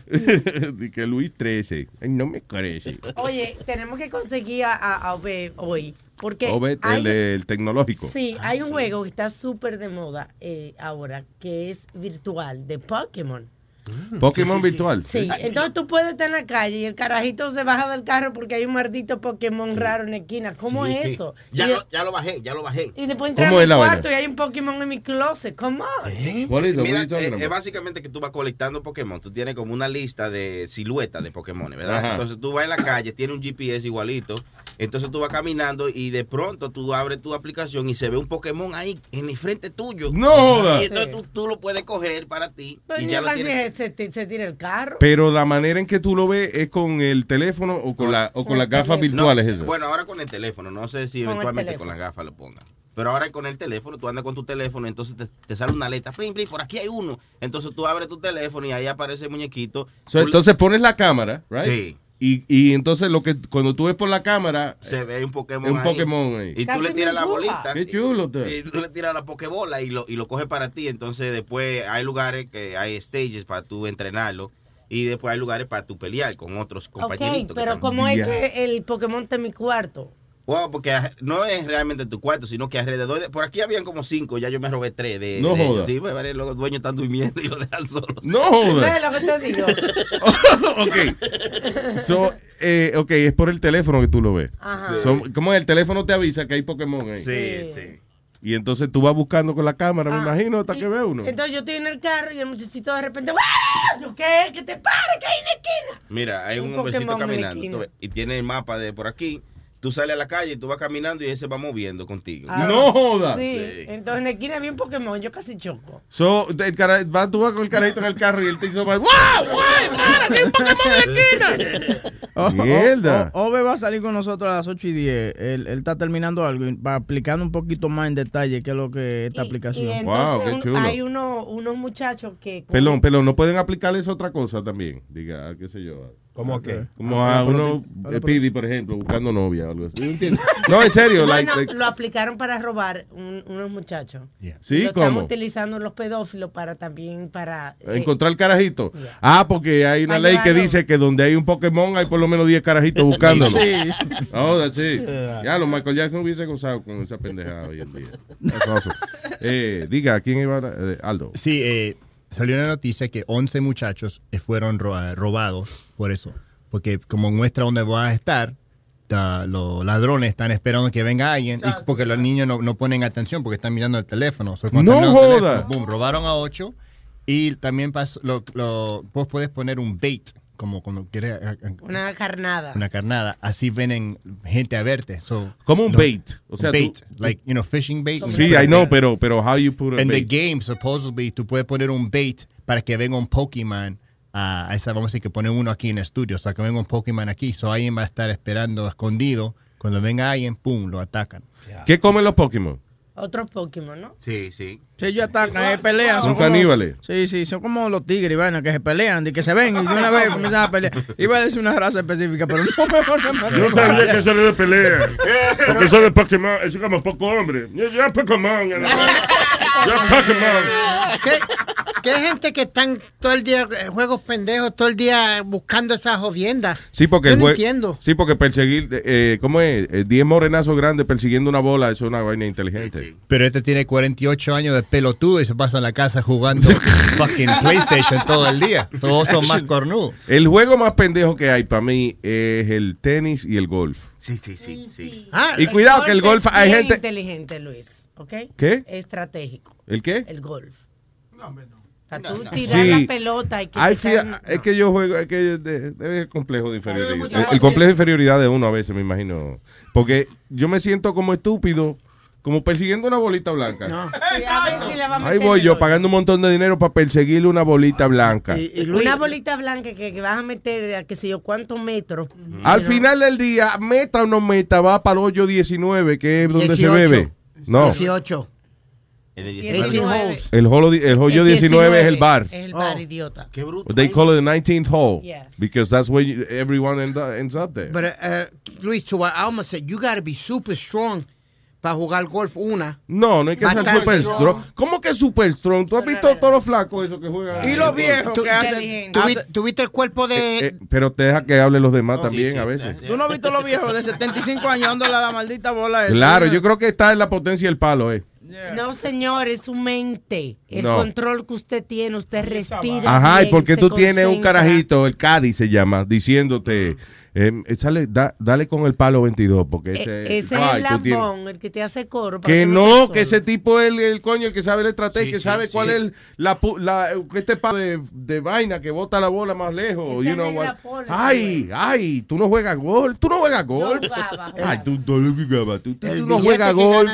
Di que Luis 13. Ay, no me parece.
Oye, tenemos que conseguir a, a, a Obed hoy. Porque
Obed,
Eh, hay-
el, el tecnológico.
Sí,
Ah,
hay un juego que está súper de moda eh, ahora, que es virtual, de Pokémon.
Ah.
Pokémon virtual.
Sí, entonces tú puedes estar en la calle y el carajito se baja del carro porque hay un maldito Pokémon raro en la esquina. ¿Cómo
Sí,
es
sí.
eso?
Ya,
y,
lo, ya lo bajé, ya lo bajé.
y después entrar
¿Cómo es
en mi
la vaina?
cuarto y hay un Pokémon en mi closet. ¿Cómo?
What is it? What
¿Eh? Mira,
are you talking
eh,
about?
es básicamente que tú vas colectando Pokémon. Tú tienes como una lista de siluetas de Pokémon, ¿verdad?
Ajá.
Entonces tú vas en la calle, tiene un GPS igualito. Entonces tú vas caminando y de pronto tú abres tu aplicación y se ve un Pokémon ahí en el frente tuyo.
No joda.
Y entonces tú, tú lo puedes coger para ti.
Pero
y
yo
ya lo
casi
tienes.
se, se- se tira el carro.
Pero la manera en que tú lo ves es con el teléfono o con, la, o con las gafas virtuales.
No,
esas.
Bueno, ahora con el teléfono. No sé si
Con el
eventualmente
teléfono.
con las gafas lo pongan. Pero ahora con el teléfono, tú andas con tu teléfono, entonces te, te sale una aleta. Plin, plin, por aquí hay uno. Entonces tú abres tu teléfono y ahí aparece el muñequito.
So,
Tú-
entonces pones la cámara, right?
Sí.
Y, y entonces lo que cuando tú ves por la cámara
se ve un Pokémon
un
ahí.
Pokémon ahí.
Y tú
Casi
le
me
tiras la
empuja.
bolita.
Qué chulo está.
Sí, tú le tiras la pokebola y lo, y lo coges para ti. Entonces después hay lugares que hay stages para tú entrenarlo. Y después hay lugares para tú pelear con otros
Ok,
compañeritos. que
pero
están-
¿cómo es que el Pokémon está en mi cuarto?
Wow, porque aj- no es realmente tu cuarto, sino que alrededor de... Por aquí habían como cinco, ya yo me robé tres de,
No
de
joda.
ellos. Sí, pues, varios- los dueños están durmiendo y lo dejan solo.
No joda.
¿Ves lo que te digo?
ok. So, eh, ok, es por el teléfono que tú lo ves.
Ajá.
So, como el teléfono te avisa que hay Pokémon ahí.
Sí, sí.
Y entonces tú vas buscando con la cámara, me
Ah.
imagino, hasta que ve uno.
Entonces yo estoy en el carro y el muchachito de repente, ¡Ah! Yo, ¿Qué? ¿Qué te para? ¿Qué hay en la esquina?
Mira, hay un,
Un
hombrecito
Pokémon en la
caminando
esquina.
tú ves, y tiene el mapa de por aquí. Tú sales a la calle, tú vas caminando y él se va moviendo contigo.
Ah, Sí. Entonces en la esquina había un Pokémon, yo casi choco.
So, el cara, vas tú vas con el carajito en el carro y él te hizo más. ¡Wow!
O- o-
Mierda.
o- Ove oh, va a salir con nosotros a las 8 y 10. Él, él está terminando algo y va explicando un poquito más en detalle qué es lo que es esta aplicación.
Y entonces
Wow, qué
un-
chulo.
hay uno- unos muchachos que... con-
Pelón, pelón, no pueden aplicarles otra cosa también. Diga, ah, qué sé yo.
¿Cómo qué?
Como a
Ah, pero-
uno, eh, Pidi, por ejemplo, buscando novia o algo así. ¿No entiendes? No, en serio.
No,
like,
no,
like-
lo aplicaron para robar un- unos muchachos.
Sí,
lo
¿cómo?
están utilizando los pedófilos para también para... eh,
Encontrar el carajito. Ah, porque hay una
Pa'
ley que
llevarlo.
dice que donde hay un Pokémon hay por lo menos 10 carajitos buscándolo.
Sí.
Oh, that's it. Ya, lo Michael Jackson hubiese gozado con esa pendejada Ah, hoy en día. That's awesome. Eh, diga, ¿quién iba a eh, Aldo?
Sí, eh, salió una noticia que 11 muchachos eh, fueron ro- eh, robados por eso. Porque como muestra dónde vas a estar, ta- los ladrones están esperando que venga alguien y porque los niños no, no ponen atención porque están mirando el teléfono. So, cuando
¡No
están mirando el
joda!
teléfono, boom, robaron a 8 y también pasó, lo, lo- vos podés poner un bait, como cuando quieres eh, eh,
Una carnada.
una carnada. Así vienen gente a verte. So,
Como un
lo-
bait. O sea,
bait,
tú-
like, you know, fishing bait.
Sí, I know, pero, pero how you put a
En the
bait.
game, supposedly, tú puedes poner un bait para que venga un Pokémon. A a esa, vamos a decir que ponen uno aquí en el estudio, o sea, que venga un Pokémon aquí. So alguien va a estar esperando escondido. Cuando venga alguien, pum, lo atacan.
¿Qué comen los Pokémon?
Otros Pokémon, ¿no?
Sí, sí.
Sí, ellos atacan, eh, pelean.
Son
como-
caníbales.
Sí, sí, son como los tigres, bueno, que se pelean, de que se ven y de una vez comienzan a pelear. Iba a decir una raza específica, pero no me van a matar.
Yo no sabía que eso era de pelea. Porque eso de Pokémon, eso es como poco hombre. Yo, yo Pokémon. Yo yo Pokémon.
¿Qué, qué gente que están todo el día eh, juegos pendejos, todo el día buscando esas jodiendas.
Sí, porque
Yo
el
no
jue-
entiendo.
Sí, porque perseguir, eh, ¿cómo es? Eh, 10 morenazos grandes persiguiendo una bola, eso es una vaina inteligente.
Pero este tiene 48 años de pelotudo y se pasa en la casa jugando fucking PlayStation todo el día. Todos son más cornudos.
El juego más pendejo que hay para mí es el tenis y el golf.
Sí, sí, sí. sí.
Ah,
y cuidado que el golf
es
hay
bien
gente.
inteligente, Luis, ¿ok?
¿Qué?
Estratégico.
¿El qué?
El golf. No, hombre, no. tú tirar
Sí.
la pelota y que
I
te
feel-
caen-
es que yo juego, es que de- de- es el complejo de inferioridad.
muchas
El, el
gracias.
complejo de inferioridad de uno a veces, me imagino. Porque yo me siento como estúpido, como persiguiendo una bolita blanca.
Y a ver si le va a
Ahí
meter
voy
el
yo
gol.
pagando un montón de dinero para perseguirle una bolita blanca.
Una bolita blanca que, que vas a meter a qué sé yo cuántos metros.
Al
Pero-
final del día, meta o no meta, va para el hoyo 19, que es donde se
18.
bebe. No.
18.
19.
El, holo- el hoyo 19 es el bar.
Es el
Oh.
bar, idiota.
Qué bruto.
They call it the 19th hole.
Yeah.
Because that's where you- everyone end up, ends up there.
But uh, Luis, to what Alma said, you gotta be super strong para jugar golf una.
no, no hay que ser
Bastante.
super strong. ¿Cómo que super strong? ¿Tú has visto todos los flacos esos que
Eh,
juegan?
Y los viejos
que hacen-
Tuviste el cuerpo de.
Eh, pero te deja que hable los demás también a veces.
¿Tú no has visto los viejos de 75 años dándole a la maldita bola? esa?
Claro, yo creo que está en la potencia del palo, eh.
No, señor, es su mente. El
No.
control que usted tiene, usted respira.
Ajá, y
bien,
porque
se
tú tienes un
concentra.
carajito, el Cádiz se llama, diciéndote, em, échale, da- dale con el palo 22, porque ese,
E- Ese es
guay,
el
tú tienes-
lambón, el que te hace coro. para
Que
tú
no,
veas
que
solo.
ese tipo es el, el coño, el que sabe la estrategia,
Sí,
que
sí,
sabe
sí.
cuál es el- la, pu- la- este palo de, de vaina que bota la bola más lejos. Oh, you know what. Ay, ay, tú no juegas gol, tú no juegas gol. Ay, tú, tú no jugabas, tú- tú- tú no juegas gol.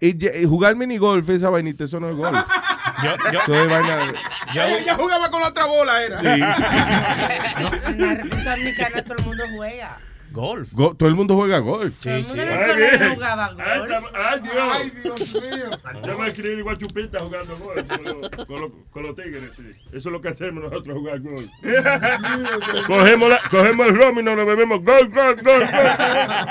Y, ya- y jugar minigolf, esa vainita, eso no es golf. Eso es vaina de-
Ella ella jugaba con la otra bola, era.
En la República Dominicana todo el mundo juega.
Golf. Go- todo el mundo juega golf.
Todo el mundo en el colegio jugaba
Ay,
golf.
tam- Ah, ay, Dios. Ay, Dios mío. Yo me crié igual chupita jugando gol con, los- con los- con los tigres. sí. Eso es lo que hacemos nosotros, jugar gol. cogemos, la- cogemos el rom y nos lo bebemos gol, gol, gol,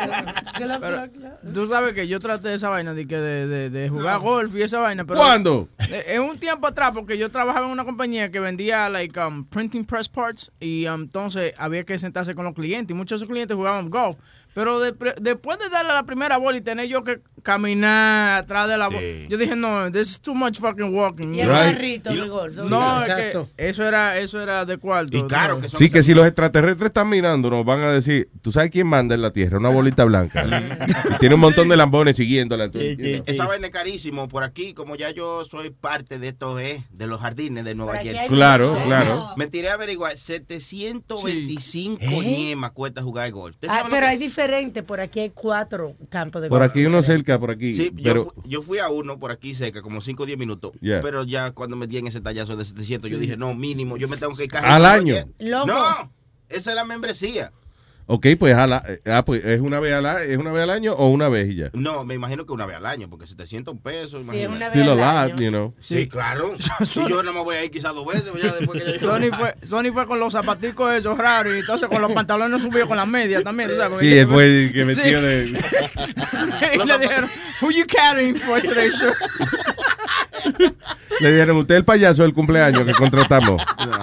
gol.
Pero, tú sabes que yo traté esa vaina de, que de, de- de jugar golf y esa vaina. Pero
¿Cuándo?
Eh, En un tiempo atrás, porque yo trabajaba en una compañía que vendía like um, printing press parts y um, entonces había que sentarse con los clientes y muchos de esos clientes jugaban golf. Pero de- pre- después de darle la primera bola y tener yo que caminar atrás de la bola,
Sí.
yo dije, no, this is too much fucking walking.
Y el Right. carrito de golf, ¿dónde
No,
está?
es que eso era, eso era de cuarto. Y
claro
que
Sí, que si los extraterrestres están mirando, nos van a decir, ¿tú sabes quién manda en la Tierra? Una bolita blanca. Y tiene un montón de lambones siguiéndola. ¿tú entiendes?
Esa vaina es carísimo. Por aquí, como ya yo soy parte de estos, eh, de los jardines de Nueva
aquí
York.
hay Claro, mucho. claro.
Me tiré a averiguar. 725
Sí.
¿Eh?
yemas cuesta jugar golf. ¿Ustedes
Ah,
saben lo
pero
que-
hay diferente, por aquí hay cuatro campos de
Por
golf.
aquí uno cerca, por aquí.
Sí,
pero
yo, fu- yo fui a uno por aquí cerca, como 5 o 10 minutos.
Yeah.
Pero ya cuando me di en ese tallazo de 700, yo
Sí.
dije, no, mínimo, yo me tengo que ir
¿Al año?
No, esa es la membresía.
Ok, pues, a la- eh, ah, pues es una vez al a- es una vez al año o una vez y ya.
No, me imagino que una vez al año, porque 700 pesos,
Sí,
imagínate.
una vez
Still alive, you know.
Sí, claro. y yo no me voy a ir quizás dos veces, ya después que yo...
Sony fue, Sony fue con los zapaticos esos raros y entonces con los pantalones subidos con las medias también. ¿tú sabes?
Sí, él fue el que
Sí.
metió de...
y le dijeron, who you carrying for today, sir?
Le dijeron, usted es el payaso del cumpleaños que contratamos.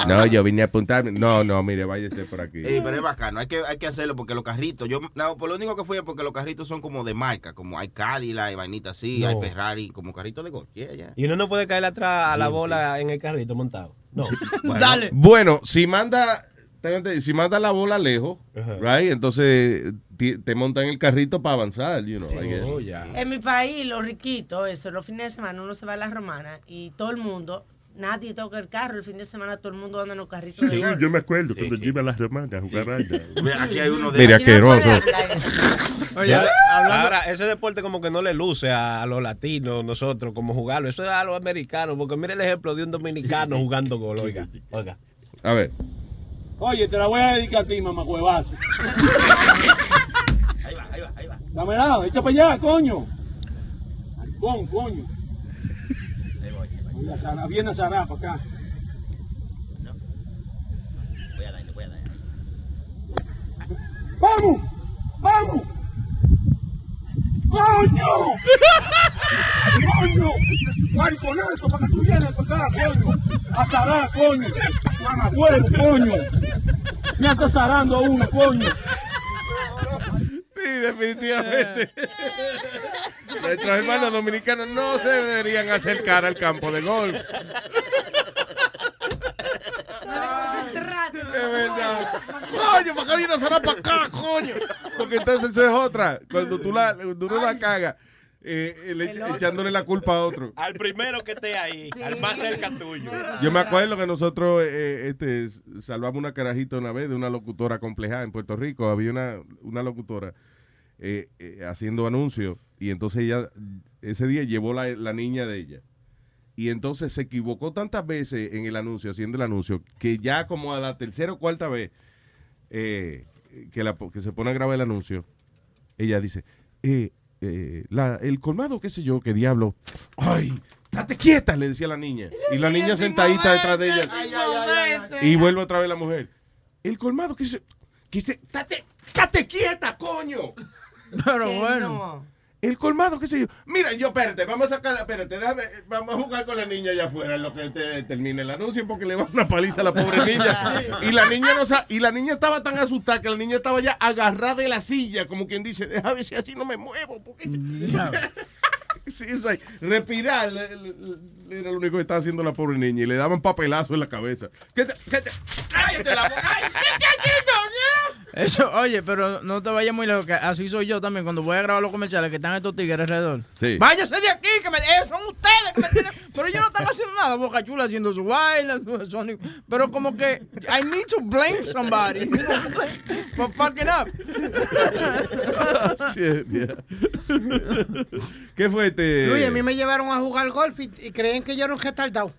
No, yo vine a apuntarme. No, no, mire, váyase por aquí.
Ey, eh, pero es bacano, hay que, hay que hacerlo porque los carritos, yo, no, por lo único que fui es porque los carritos son como de marca, como hay Cadillac, hay vainita así,
No.
hay Ferrari, como carritos de golf. Yeah, yeah.
Y uno no puede caer atrás a la bola en el carrito montado. No.
Dale. Bueno, si manda, si manda la bola lejos, right, entonces ti- te montan el carrito para avanzar, you know. I guess.
En mi país, los riquitos, eso, los fines de semana uno se va a las romanas y todo el mundo, nadie toca el carro, el fin de semana todo el mundo anda en los carritos de
Sí,
golf.
yo me acuerdo cuando yo iba a las romanas a jugar allá.
Mira, aquí hay uno de-
Mira,
Aquí no puede
asqueroso.
Oye, ahora, ahora, ese deporte como que no le luce a, a los latinos, nosotros, como jugarlo. Eso es a los americanos, porque mira el ejemplo de un dominicano jugando gol, oiga. oiga.
A ver.
Oye, te la voy a dedicar a ti, mamacuevazo. ahí va, ahí va, ahí va. Dame nada, echa para allá, coño. Arcón, coño. Oiga, Sara, viene Sara para acá.
Voy a darle, voy a darle.
¡Vamos! ¡Vamos! ¡Coño! ¡Coño! ¡Mariconazo, para que tú vienes para acá, coño! ¡A zarar, coño! ¡Mamahuevo, coño! ¡Me está zarando a uno, coño!
Sí, definitivamente. Nuestros hermanos dominicanos no se deberían acercar al campo de golf.
De
verdad. Coño, para acá viene a cerrar para acá, coño. Porque entonces eso es otra. Cuando tú la, cuando uno la caga, eh, eh, le echa- echándole la culpa a otro.
Al primero que esté ahí, al más cerca tuyo.
Yo me acuerdo que nosotros eh, este, s- salvamos una carajita una vez de una locutora complejada en Puerto Rico. Había una, una locutora eh, eh, haciendo anuncios y entonces ella ese día llevó la, la niña de ella. Y entonces se equivocó tantas veces en el anuncio, haciendo el anuncio, que ya como a la tercera o cuarta vez eh, que, la, po- que se pone a grabar el anuncio, ella dice, eh, eh, la- el colmado, qué sé yo, qué diablo, ay, Estate quieta, le decía la niña. Y la niña sentadita detrás de ella. Y vuelve otra vez la mujer. El colmado que se. Que se ¡Estate, estate quieta, coño!
Pero bueno.
El colmado, qué sé yo. Mira, yo, espérate, vamos a sacar, espérate, déjame, vamos a jugar con la niña allá afuera en lo que te- termine el anuncio porque le va una paliza a la pobre niña. Y la niña no sa- y la niña estaba tan asustada que la niña estaba ya agarrada de la silla, como quien dice, déjame ver si así no me muevo. Porque... Sí, o sea, respirar le- le- le- era lo único que estaba haciendo la pobre niña y le daban papelazo en la cabeza. ¿Qué te- qué te- cállate la boca! ¡Ay, qué- qué- qué-
Eso, oye, pero no te vayas muy lejos, que así soy yo también cuando voy a grabar los comerciales que están estos tigres alrededor.
Sí.
Váyase de aquí, que me, eh, son ustedes que me tienen. Pero ellos no están haciendo nada, Boca Chula haciendo su vaina, su sonido. Pero como que, I need to blame somebody for fucking up.
Shit, yeah. ¿Qué fue este?
Luis, a mí me llevaron a jugar golf y, y creían que yo era un retardado.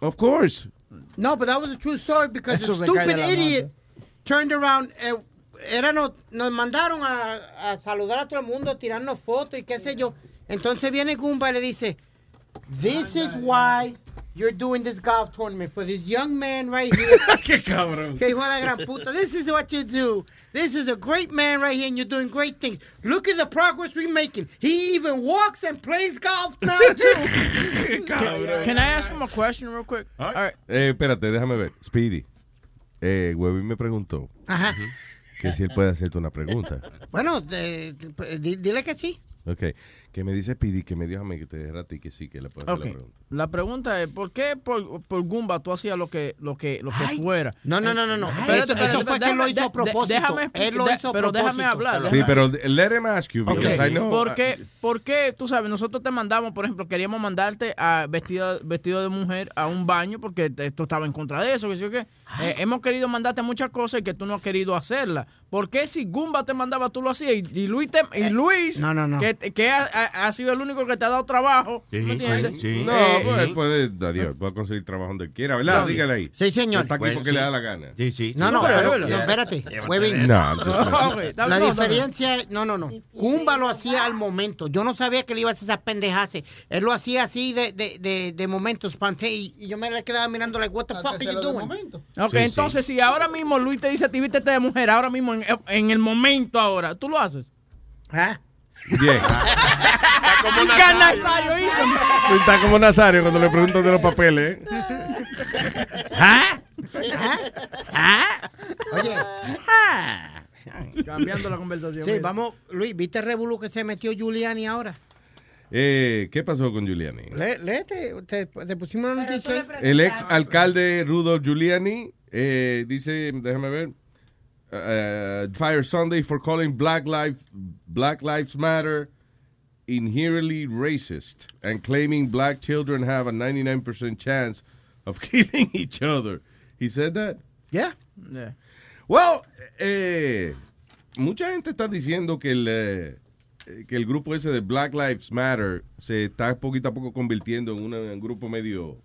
Of course.
No, but that was a true story because
Eso
a
se cae
stupid
de la
idiot turned around. eh, era no- nos mandaron a, a saludar a todo el mundo, a tirarnos fotos y qué sé yo. Entonces viene Goomba y le dice, This is why you're doing this golf tournament for this young man right here.
¡Qué cabrón!
Que hijo de la gran puta. This is what you do. This is a great man right here, and you're doing great things. Look at the progress we're making. He even walks and plays golf now, too.
Can, can I ask him a question real quick? All right.
Eh, espérate, déjame ver. Speedy. Eh, Webby me preguntó
Ajá.
que si él puede hacerte una pregunta.
Bueno, eh, di- dile que sí.
Ok. Que me dice Speedy que me dijo a mí que te dijera a ti que sí, que le puedo hacer
Ok.
la pregunta.
La pregunta es, ¿por qué por, por Gumba tú hacías lo que, lo que, lo que fuera?
No, no, no, no, no. Esto-
Espérate, espérate,
esto fue que él lo hizo a
de- de-
propósito.
déjame explicar-
Él lo
de-
hizo a
Pero déjame
propósito.
hablar.
Sí,
Ah, déjame-
pero let him ask you. Because I know, ah,
¿Por qué, por qué, tú sabes, nosotros te mandamos, por ejemplo, queríamos mandarte a vestido, vestido de mujer a un baño porque te- tú estabas en contra de eso, que sí o qué. Eh, hemos querido mandarte muchas cosas y que tú no has querido hacerlas. ¿Por qué si Gumba te mandaba, tú lo hacías? Y, y Luis, te-
Eh,
y Luis que, que ha, ha- ha sido el único que te ha dado trabajo,
Sí,
¿me entiendes?
sí.
Eh,
No, pues él puede, adiós, puede conseguir trabajo donde quiera, ¿verdad?
No.
Dígale ahí.
Sí, señor.
Está aquí
Bueno,
porque
sí.
le da la gana.
Sí, sí.
No, no, pero- no, espérate. Huevín.
No, I'm
Oh,
just-
La diferencia es, no, no, no. Kumba lo hacía al momento. Yo no sabía que le iba a hacer esas pendejadas. Él lo hacía así de, de, de, de momento espanté y y yo me le quedaba mirando, like, what the fuck are you doing?
Ok,
Sí, sí.
entonces si ahora mismo Luis te dice, te vístete Este de mujer, ahora mismo, en, en el momento ahora, ¿tú lo haces?
¿Ah?
Bien.
He's got nice aneurysm.
Tú estás como Nazario cuando le preguntan de los papeles. ¿eh? ¿Ah?
¿Ah? Oye. ah.
Cambiando la conversación.
Sí,
mira.
vamos, Luis, ¿viste el revolú que se metió Giuliani ahora?
Eh, ¿Qué pasó con Giuliani?
Le- Léete, te, te pusimos una noticia. ahí.
El ex alcalde Rudolf Giuliani eh, dice, déjame ver, eh, Fire Sunday for calling Black Lives, Black Lives Matter inherently racist and claiming black children have a 99% chance of killing each other. He said that?
Yeah.
Yeah.
Well, eh, mucha gente está diciendo que el, eh, que el grupo ese de Black Lives Matter se está poquito a poco convirtiendo en, una- en un grupo medio,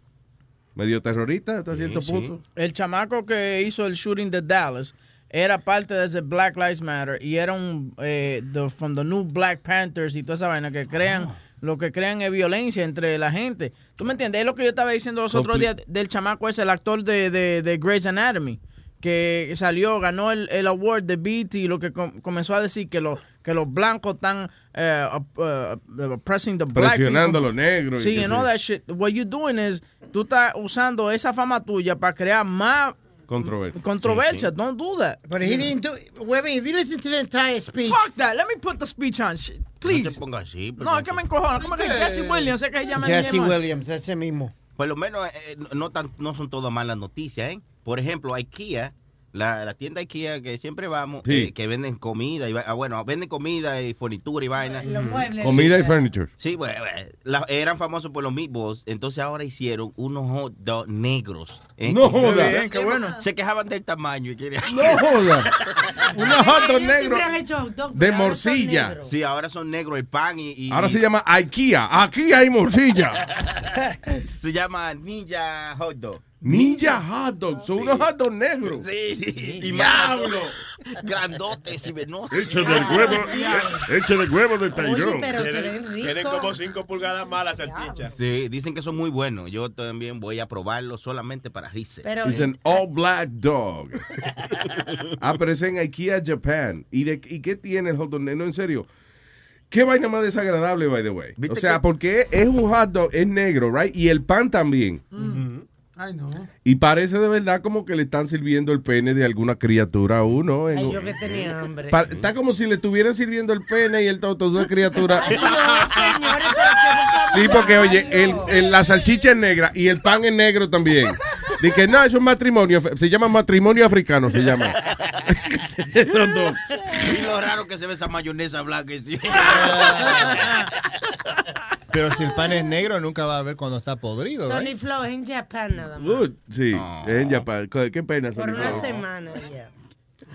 medio terrorista hasta cierto punto.
El chamaco que hizo el shooting de Dallas era parte de ese Black Lives Matter y era un eh, the- from the new Black Panthers y toda esa vaina que crean lo que crean es violencia entre la gente. ¿Tú me entiendes? Es lo que yo estaba diciendo los otros
Compli-
días del chamaco ese, el actor de, de, de Grey's Anatomy que salió, ganó el, el award de BET y lo que com- comenzó a decir que los que los blancos están eh, op- eh, oppressing the black
Presionando a
people.
los negros y
Sí,
que
and all
sí.
that shit. What you're doing is, tú estás usando esa fama tuya para crear más
Controversia.
Mm, controversia. Don't do that.
But he didn't do Webby, if you listen to the entire speech.
Fuck that. Let me put the speech on. Shit, Please. No,
así.
es que me encojona. ¿Cómo que Jesse Williams? Es que se llama
Jesse Williams, ese mismo.
Por lo menos eh, no- no, tan- no son todas malas noticias, ¿eh? Por ejemplo, IKEA, la, la tienda IKEA que siempre vamos,
Sí.
eh, que venden comida, y, va- ah, bueno, venden comida y fornitura y vaina.
muebles. Comida y furniture.
Sí, bueno, eh, la- eran famosos por los meatballs, entonces ahora hicieron unos hot dog negros. ¿eh?
No
Qué
joda.
bien,
Qué bueno.
Se quejaban del tamaño y querían...
No joda. Unos hot dog
Ellos siempre
negros
han hecho hot dog,
de
pero ahora son
morcilla.
negros.
Sí, ahora son negros el pan y... y-
Ahora se llama IKEA. Aquí hay morcilla.
Se llama Ninja Hot Dog.
Ninja hot dog. Son unos hot dogs negros.
Sí.
Diablo.
Grandotes y venosos.
Hecho del huevo, hecho del huevo de Tairón.
Tienen como 5 pulgadas más las salchichas.
Sí, dicen que son muy buenos. Yo también voy a probarlo solamente para risa.
Pero-
It's an all black dog. Aparece en IKEA Japan. ¿Y, de, ¿Y qué tiene el hot dog? No, en serio. Qué vaina más desagradable, by the way. O sea, porque es un hot dog, es negro, right? Y el pan también.
Mm.
Ay, no.
Y parece de verdad como que le están sirviendo el pene de alguna criatura a uno. en-
Ay, yo que tenía hambre.
Pa- está como si le estuvieran sirviendo el pene y el toto de criatura.
Señores, pero que no estamos
Sí, porque oye, el, el- la salchicha es negra y el pan es negro también. Dice que no, es un matrimonio. Se llama matrimonio africano, se llama. Son dos.
Y lo raro que se ve esa mayonesa blanca. y sí.
Pero si el pan es negro, nunca va a ver cuando está podrido. ¿eh?
Sony
¿eh?
right?
Flow es en Japón nada más.
Good. Sí, es en Japón. Co- Qué pena.
Por
Sony
una
Flow.
semana ya.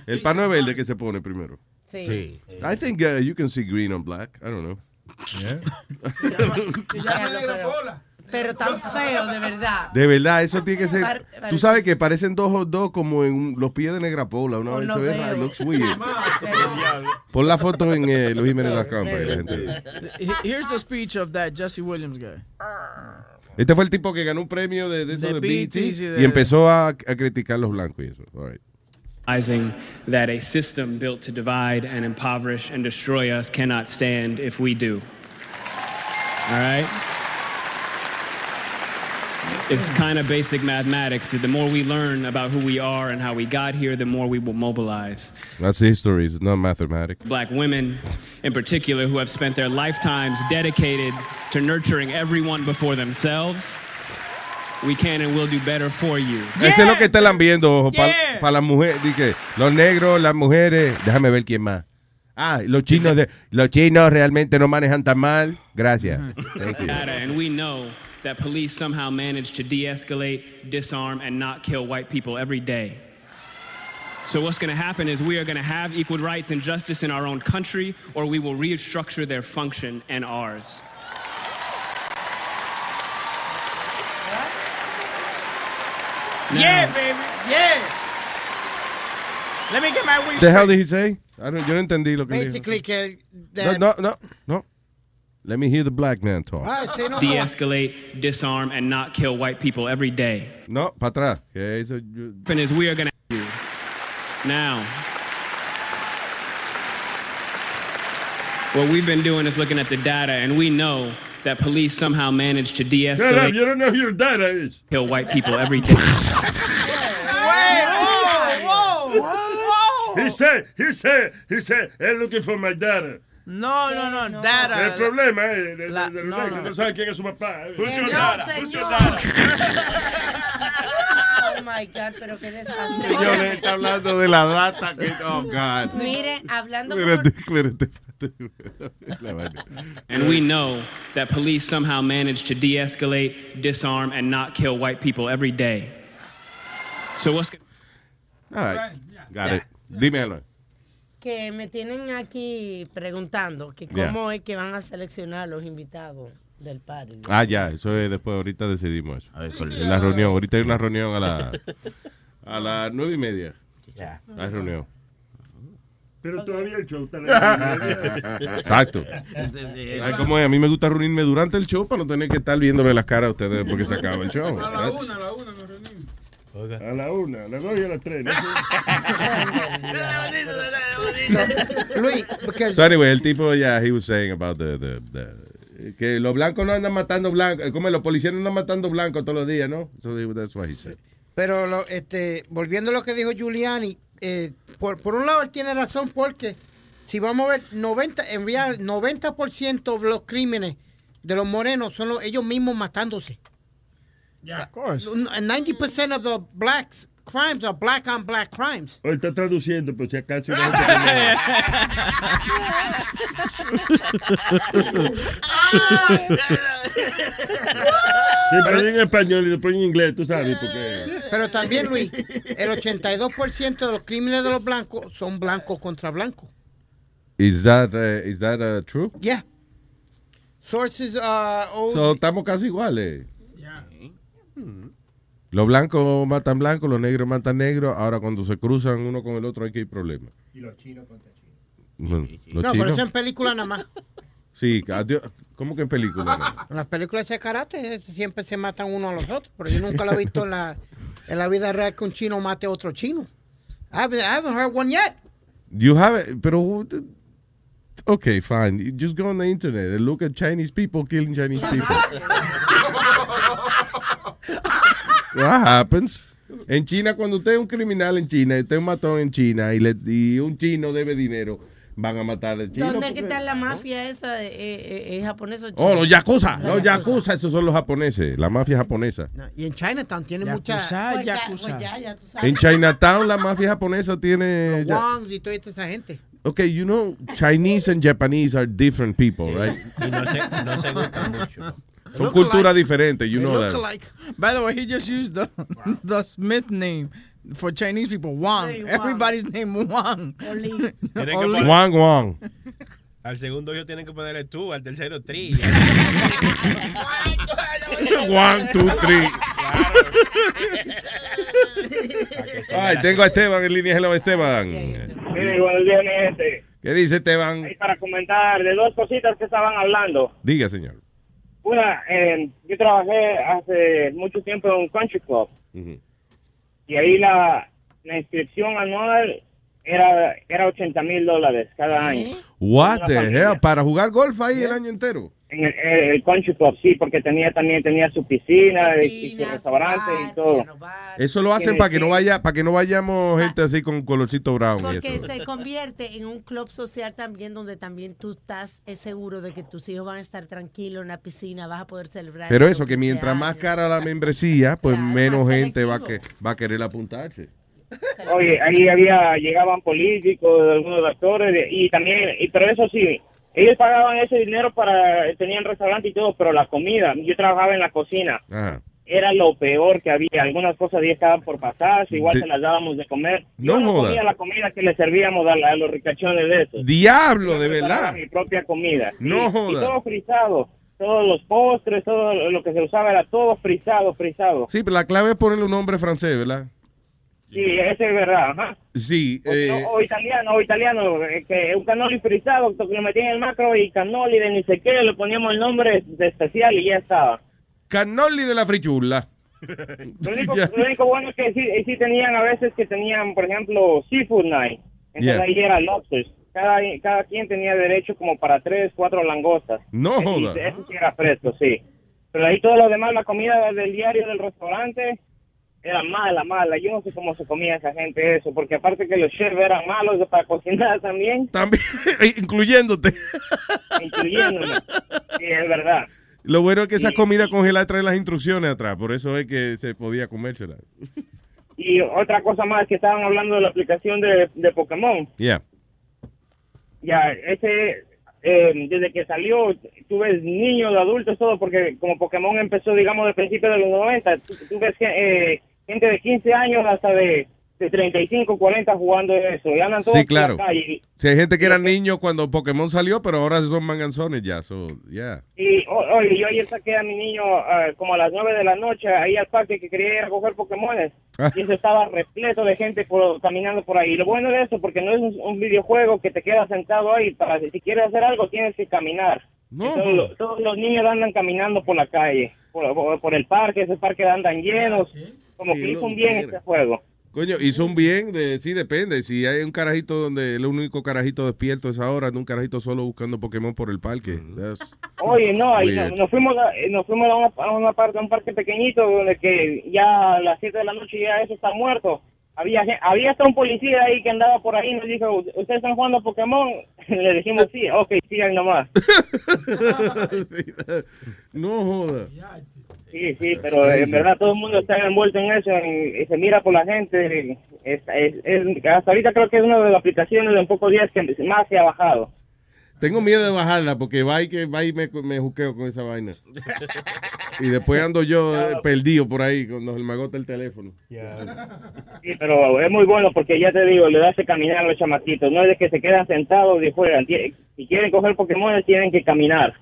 El pan no es verde que se pone primero.
Sí. Sí.
I think uh, you can see green on black. I don't know.
Diablo, pero, pero tan feo, de verdad.
De verdad, eso tiene que ser.
Par- parece-
Tú sabes que parecen dos hot dogs como en un- los pies de Negra Pola. Una vez
los
se ve
dedos.
raro, looks weird.
Diablo.
Pon la foto en eh, luisjimenez.com para que la gente vea.
He- Here's the speech of that Jesse Williams guy.
Este fue el tipo que ganó un premio de, de, eso
De
de BET
BET, sí, de-
y empezó a, a criticar los blancos y eso. All right.
realizing that a system built to divide and impoverish and destroy us cannot stand if we do. All right? It's kind of basic mathematics. The more we learn about who we are and how we got here, the more we will mobilize.
That's history, it's not mathematic.
Black women, in particular, who have spent their lifetimes dedicated to nurturing everyone before themselves, we can and will do better for you.
Ese es lo que está lambiendo, ojo,
Yeah.
para las mujeres. Dije, los negros, las mujeres. Déjame ver quién más. Ah, los chinos, de, los chinos realmente no manejan tan mal. Gracias. Thank you.
Nevada, and we know that police somehow manage to de escalate, disarm, and not kill white people every day. So, what's going to happen is we are going to have equal rights and justice in our own country, or we will restructure their function and ours.
Yeah, baby. Yeah. Let me get my
What
wish.
the hell did he say? I don't- yo no entendí lo que dijo.
Basically, que.
No, no, no, no. Let me hear the black man talk.
Ah. De escalate, disarm, and not kill white people every day.
No, para atrás. Que eso yo-
happen is we are going to you now. What we've been doing is looking at the data, and we know that police somehow manage to
Shut up, you
de-escalate,
don't know who your data is.
kill white people every day.
whoa, whoa,
He said, he said, he said, I'm looking for my data.
No, no, no, uh, data.
El problema es de,
La-
de- de-
no,
de- que
no.
no sabe quién es su papá. eh.
Señor, señor. Oh my God, pero qué desastre.
Señores, está hablando de la data que. Oh, God.
Miren, hablando
Espérate,
por...
espérate, espérate. La vaina.
and we know that police somehow manage to de-escalate, disarm, and not kill white people every day. So what's
All right. Got it. Dímelo.
que me tienen aquí preguntando que
Yeah.
cómo es que van a seleccionar los invitados del party.
Ah, ya, eso es después. Ahorita decidimos eso. en la reunión. Ahorita hay una reunión a la a las nueve y media.
Ya.
Hay reunión.
Pero todavía el show está
Exacto. Ay, ¿cómo es? A mí me gusta reunirme durante el show para no tener que estar viéndole las caras a ustedes porque se acaba el show.
A la una, a la una nos reunimos. A la una, a las dos y a las tres. ¿no?
Luis, porque.
So anyway, el tipo ya, he was saying about the, the- the- que los blancos no andan matando blancos, como los policías no andan matando blancos todos los días, ¿no? So he- that's what he said.
Pero lo- este, volviendo a lo que dijo Giuliani, eh, por, por un lado él tiene razón porque si vamos a ver 90 en real 90% de los crímenes de los morenos son los- ellos mismos matándose.
Yeah, of course.
N- 90% of the blacks crimes are black on black crimes.
Hoy está traduciendo, por si acaso. Ah, Siempre en español y después en inglés, tú sabes, porque...
Pero también Luis, el 82% de los crímenes de los blancos son blancos contra blancos.
Is that, uh, is that uh, true?
Yeah. Sources uh, oh,
Hmm.
So estamos casi iguales. Los blancos matan blancos, los negros matan negros. Ahora, cuando se cruzan uno con el otro, hay que hay problemas.
Y los chinos contra chinos.
Bueno, los
no, pero
chinos.
eso en películas nada más.
Sí, adiós. ¿cómo que en película? no?
En las películas de karate eh, siempre se matan uno a los otros, pero yo nunca lo he visto en la, en la vida real que un chino mate a otro chino. I haven't, I haven't heard one yet.
You have it, pero. Okay, fine. You just go on the internet and look at Chinese people killing Chinese people. That happens. En China, cuando usted es un criminal en China, usted es un matón en China y, le- y un chino debe dinero, van a matar al chino.
¿Dónde es que está la mafia esa de- eh, eh, eh, japonesa? o
Oh,
china?
los yakuza, los yakuza, esos son los japoneses, la mafia japonesa.
Y en Chinatown tiene muchas.
Pues ya, pues ya, ya tú sabes.
En Chinatown, la mafia japonesa tiene. ya-
Wongs y toda esta gente.
Okay, you know, Chinese and Japanese are different people, right?
Y no se, no se gustan mucho.
Son culturas diferentes, you know that.
By the way, he just used the, the Smith name for Chinese people, Wang.
Hey, Wang.
Everybody's name Wang.
Tiene que
Oli.
poner-
Wang Wang.
Al segundo yo tienen que ponerle tú, al tercero tri.
One, two, three. Ay, tengo a Esteban en línea. Hello, Esteban.
Miren, buenos días, mi gente.
¿Qué dice Esteban?
Ahí este, para comentar de dos cositas que estaban hablando.
Diga, señor.
Una, eh, yo trabajé hace mucho tiempo en un country club y ahí la, la inscripción anual era, era 80 mil dólares cada año.
What
Una
the
familia.
hell? Para jugar golf ahí el año entero.
En el, el- el country club, sí, porque tenía también tenía su piscina, y- y, su restaurante y todo.
Eso lo hacen para que no vaya, para que no vayamos gente así con colorcito brown y
Porque
esto.
se convierte en un club social también donde también tú estás eh, seguro de que tus hijos van a estar tranquilos en la piscina, vas a poder celebrar.
Pero
lo
eso que
sea.
mientras más cara la membresía, pues menos gente va a que va a querer apuntarse.
Oye, ahí había, llegaban políticos, algunos actores, de- y también, y, pero eso sí, ellos pagaban ese dinero para, tenían restaurante y todo, pero la comida, yo trabajaba en la cocina,
Ajá.
era lo peor que había, algunas cosas ya estaban por pasar, igual
De-
se las dábamos de comer.
No
yo no
joda.
comía la comida que le servíamos a, la- a los ricachones de esos.
Diablo, de
Preparaba
verdad.
Mi propia comida.
No
Y- Y
joda.
todo frisado, todos los postres, todo lo que se usaba era todo frisado, frisado.
Sí, pero la clave es ponerle un nombre francés, ¿verdad?
Sí, eso es verdad, ajá.
Sí. eh,
No, oh. o italiano, o italiano, eh, que un cannoli frisado, que lo metían en el macro y cannoli de ni sé qué, le poníamos el nombre de especial y ya estaba.
Cannoli de la frichula.
Lo único, lo único bueno es que sí, eh, sí tenían a veces que tenían, por ejemplo, seafood night. Entonces
Yeah.
ahí era lobsters. Cada, cada quien tenía derecho como para tres, cuatro langostas.
No
Eh, y
joda.
Eso sí era fresco, sí. Pero ahí todo lo demás, la comida del diario del restaurante, era mala, mala. Yo no sé cómo se comía esa gente eso, porque aparte que los chefs eran malos para cocinar también.
También, E incluyéndote.
Incluyéndome. Sí, es verdad.
Lo bueno es que esa
Sí.
comida congelada trae las instrucciones atrás, por eso es que se podía comérsela.
Y otra cosa más, que estaban hablando de la aplicación de, de Pokémon.
Yeah.
Ya, ese, eh, desde que salió, tú ves niños, adultos, todo, porque como Pokémon empezó, digamos, de principios de los 90, tú, tú ves que, eh, gente de 15 años hasta de, de 35, 40 jugando eso. Y andan todos
Sí,
por la
claro.
calle.
Si hay gente que eran niños cuando Pokémon salió, pero ahora son manganzones ya, so, yeah.
Y o- oye, yo ayer saqué a mi niño ah, como a las 9 de la noche ahí al parque que quería ir a coger Pokémones. Y eso estaba repleto de gente por- caminando por ahí. Lo bueno de eso, porque no es un, un videojuego que te quedas sentado ahí. Para si quieres hacer algo, tienes que caminar. Entonces, lo- todos los niños andan caminando por la calle, por, por- por el parque. Ese parque andan llenos. Como
Qué
que hizo un bien
loquera.
este juego.
Coño, hizo un bien, de, sí, depende. Si hay un carajito donde el único carajito despierto es ahora, de un carajito solo buscando Pokémon por el parque. That's-
Oye, no, ahí no-
Weird.
nos fuimos, a, eh, nos fuimos a, una, a una parte, a un parque pequeñito donde que ya a las 7 de la noche ya eso está muerto. Había gen- había hasta un policía ahí que andaba por ahí y nos dijo, "U- ¿ustedes están jugando a Pokémon? Le dijimos, sí, ok, sigan nomás.
no joda.
Sí, sí, pero en verdad todo el mundo está envuelto en eso en- y se mira por la gente. Es- es- es- hasta ahorita creo que es una de las aplicaciones de un poco días que más se ha bajado.
Tengo miedo de bajarla porque va y, que, va y me, me juqueo con esa vaina. Y después ando yo eh, perdido por ahí cuando el magota el teléfono.
Sí, pero es muy bueno porque ya te digo, le das de caminar a los chamaquitos. No es de que se quedan sentados y juegan. Tie- Si quieren coger Pokémon, tienen que caminar.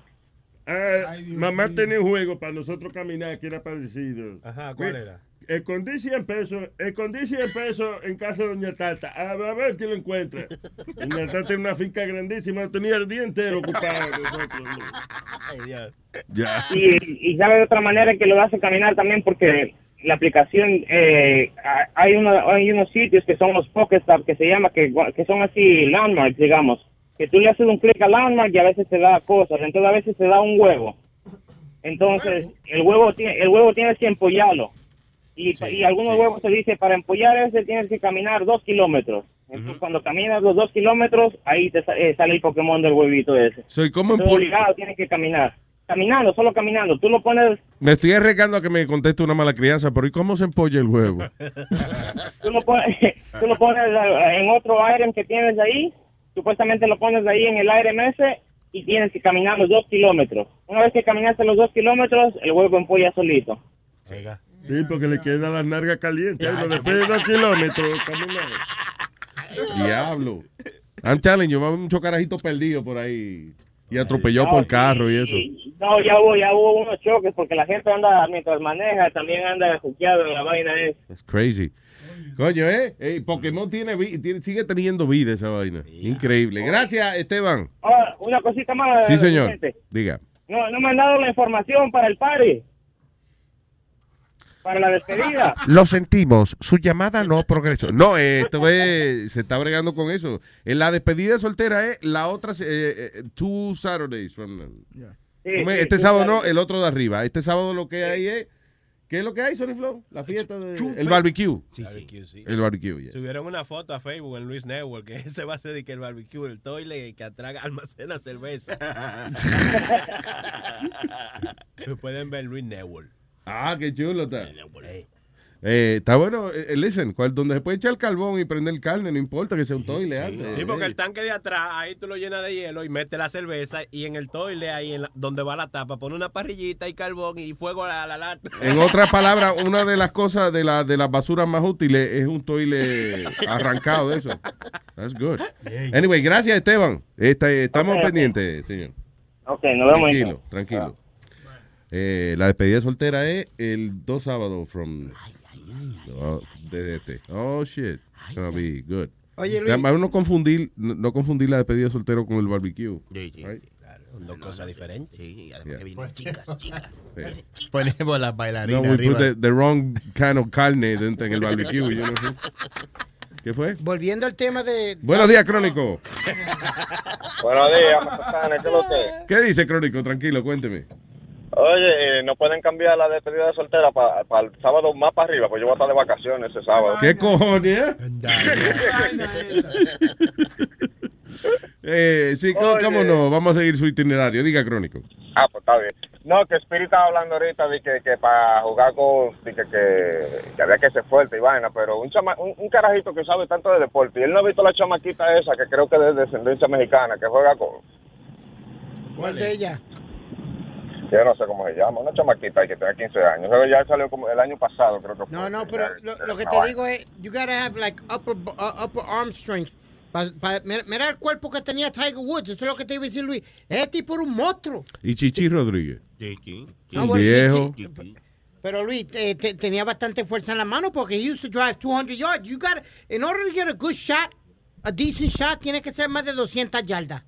Ah,
Dios
mamá
mío.
tenía un juego para nosotros caminar que era parecido.
Ajá, ¿cuál
Mira,
era?
Escondí 100 pesos, escondí 100 pesos en casa de Doña Tata. A ver, a ver quién lo encuentra. Doña Tata era una finca grandísima, tenía el día entero ocupado. con nosotros.
Y, y sabe de otra manera que lo hace caminar también porque la aplicación, eh, ha- hay, uno- hay unos sitios que son los Pokéstop que se llama, que, que son así landmarks, digamos. Que tú le haces un clic al landmark y a veces te da cosas, entonces a veces te da un huevo. Entonces, el huevo tiene, el huevo tienes que empollarlo. Y, pa- y algunos huevos se dice, para empollar ese tienes que caminar dos kilómetros. Entonces, cuando caminas los dos kilómetros, ahí te sa- eh, sale el Pokémon del huevito ese.
Soy como
Entonces, obligado, tienes que caminar. Caminando, solo caminando. Tú lo pones
Me estoy arriesgando a que me conteste una mala crianza, pero ¿y cómo se empolla el huevo?
tú lo pones, tú lo pones en otro item que tienes ahí, supuestamente lo pones ahí en el item ese y tienes que caminar los dos kilómetros. Una vez que caminaste los dos kilómetros, el huevo empolla solito.
Sí, porque le queda las nargas calientes. Ay, no, después de dos kilómetros, camina.
Diablo. I'm telling you, va a haber mucho carajito perdido por ahí. Y atropelló por carro y eso.
No, ya hubo, ya hubo unos choques porque la gente anda, mientras maneja, también anda juqueado en la vaina esa.
It's crazy. Coño, ¿eh? Ey, Pokémon tiene, vi- tiene- sigue teniendo vida esa vaina. Increíble. Gracias, Esteban.
Ahora, una cosita más.
Sí, señor.
presidente.
Diga.
No, no me han dado la información para el party. Para la despedida.
Lo sentimos, su llamada no progresó. No, eh, esto es- se está bregando con eso. En la despedida soltera es la otra, se- eh, eh, two Saturdays from now.
Sí,
¿Cómo es?
sí,
Este
sí,
sábado
claro.
no, el otro de arriba. Este sábado lo que hay es, ¿qué es lo que hay, Sony Flow? La fiesta de- el barbecue.
Barbecue, sí.
El barbecue, yeah.
Subieron una foto a Facebook en Luis Network que ese va a ser de que el barbecue, el toile y que atraga, almacena cerveza. Lo pueden ver en Luis Network.
Ah, qué chulo está. Eh, está bueno, eh, eh, listen, cual- donde se puede echar carbón y prender carne, no importa que sea un toile antes.
Sí, porque
Eh,
el tanque de atrás, ahí tú lo llenas de hielo y metes la cerveza y en el toile, ahí en la- donde va la tapa, pone una parrillita y carbón y fuego a la, a la lata.
En otras palabras, una de las cosas de, la, de las basuras más útiles es un toile arrancado de eso. That's good. Anyway, gracias Esteban. Este, estamos
Ok, ok.
pendientes, señor.
Ok, nos vemos. Ah.
Tranquilo, tranquilo. Eh, la despedida soltera es el dos sábados from Oh, desde este. Oh shit, it's gonna be good.
Oye, Luis.
Además, no confundir, no, no confundir la despedida soltera con el barbecue. Right?
Dos cosas diferentes.
Sí,
además que
vienen chicas, chicas.
Sí.
Ponemos las bailarinas
No, we
arriba.
put the, the wrong kind of carne dentro en el barbecue. yo no sé. ¿Qué fue?
Volviendo al tema de...
Buenos días, Crónico.
Buenos días, Matatán, ¿qué es lo que?
¿Qué dice Crónico? Tranquilo, cuénteme.
Oye, eh, ¿no pueden cambiar la despedida de soltera para el sábado más para arriba? Pues yo voy a estar de vacaciones ese sábado.
¿Qué cojones? eh? Eh, sí, có-
Oye.
cómo no. Vamos a seguir su itinerario. Diga, Crónico.
Ah, pues está bien. No, que Spirit estaba hablando ahorita de que, que para jugar con, de que, que, que había que ser fuerte y vaina, pero un, chama, un, un carajito que sabe tanto de deporte, y él no ha visto la chamaquita esa, que creo que es de descendencia mexicana, que juega con,
¿Cuál de ella?
yo no sé cómo se llama, una chamaquita que tenía 15 años, pero ya salió como el año pasado, creo que fue.
No, no, pero lo, lo que
Una
te
vaina.
digo es, you gotta have like upper, bo- uh, upper arm strength. Pa- pa- mira, mira el cuerpo que tenía Tiger Woods, eso es lo que te iba a decir Luis. Este tipo era un monstruo.
Y Chichi Rodríguez.
No,
Un
Ah, bueno,
viejo.
Chichi- Pero Luis eh, te- tenía bastante fuerza en la mano porque he used to drive 200 yards. You got, in order to get a good shot, a decent shot, tiene que ser más de 200 yardas.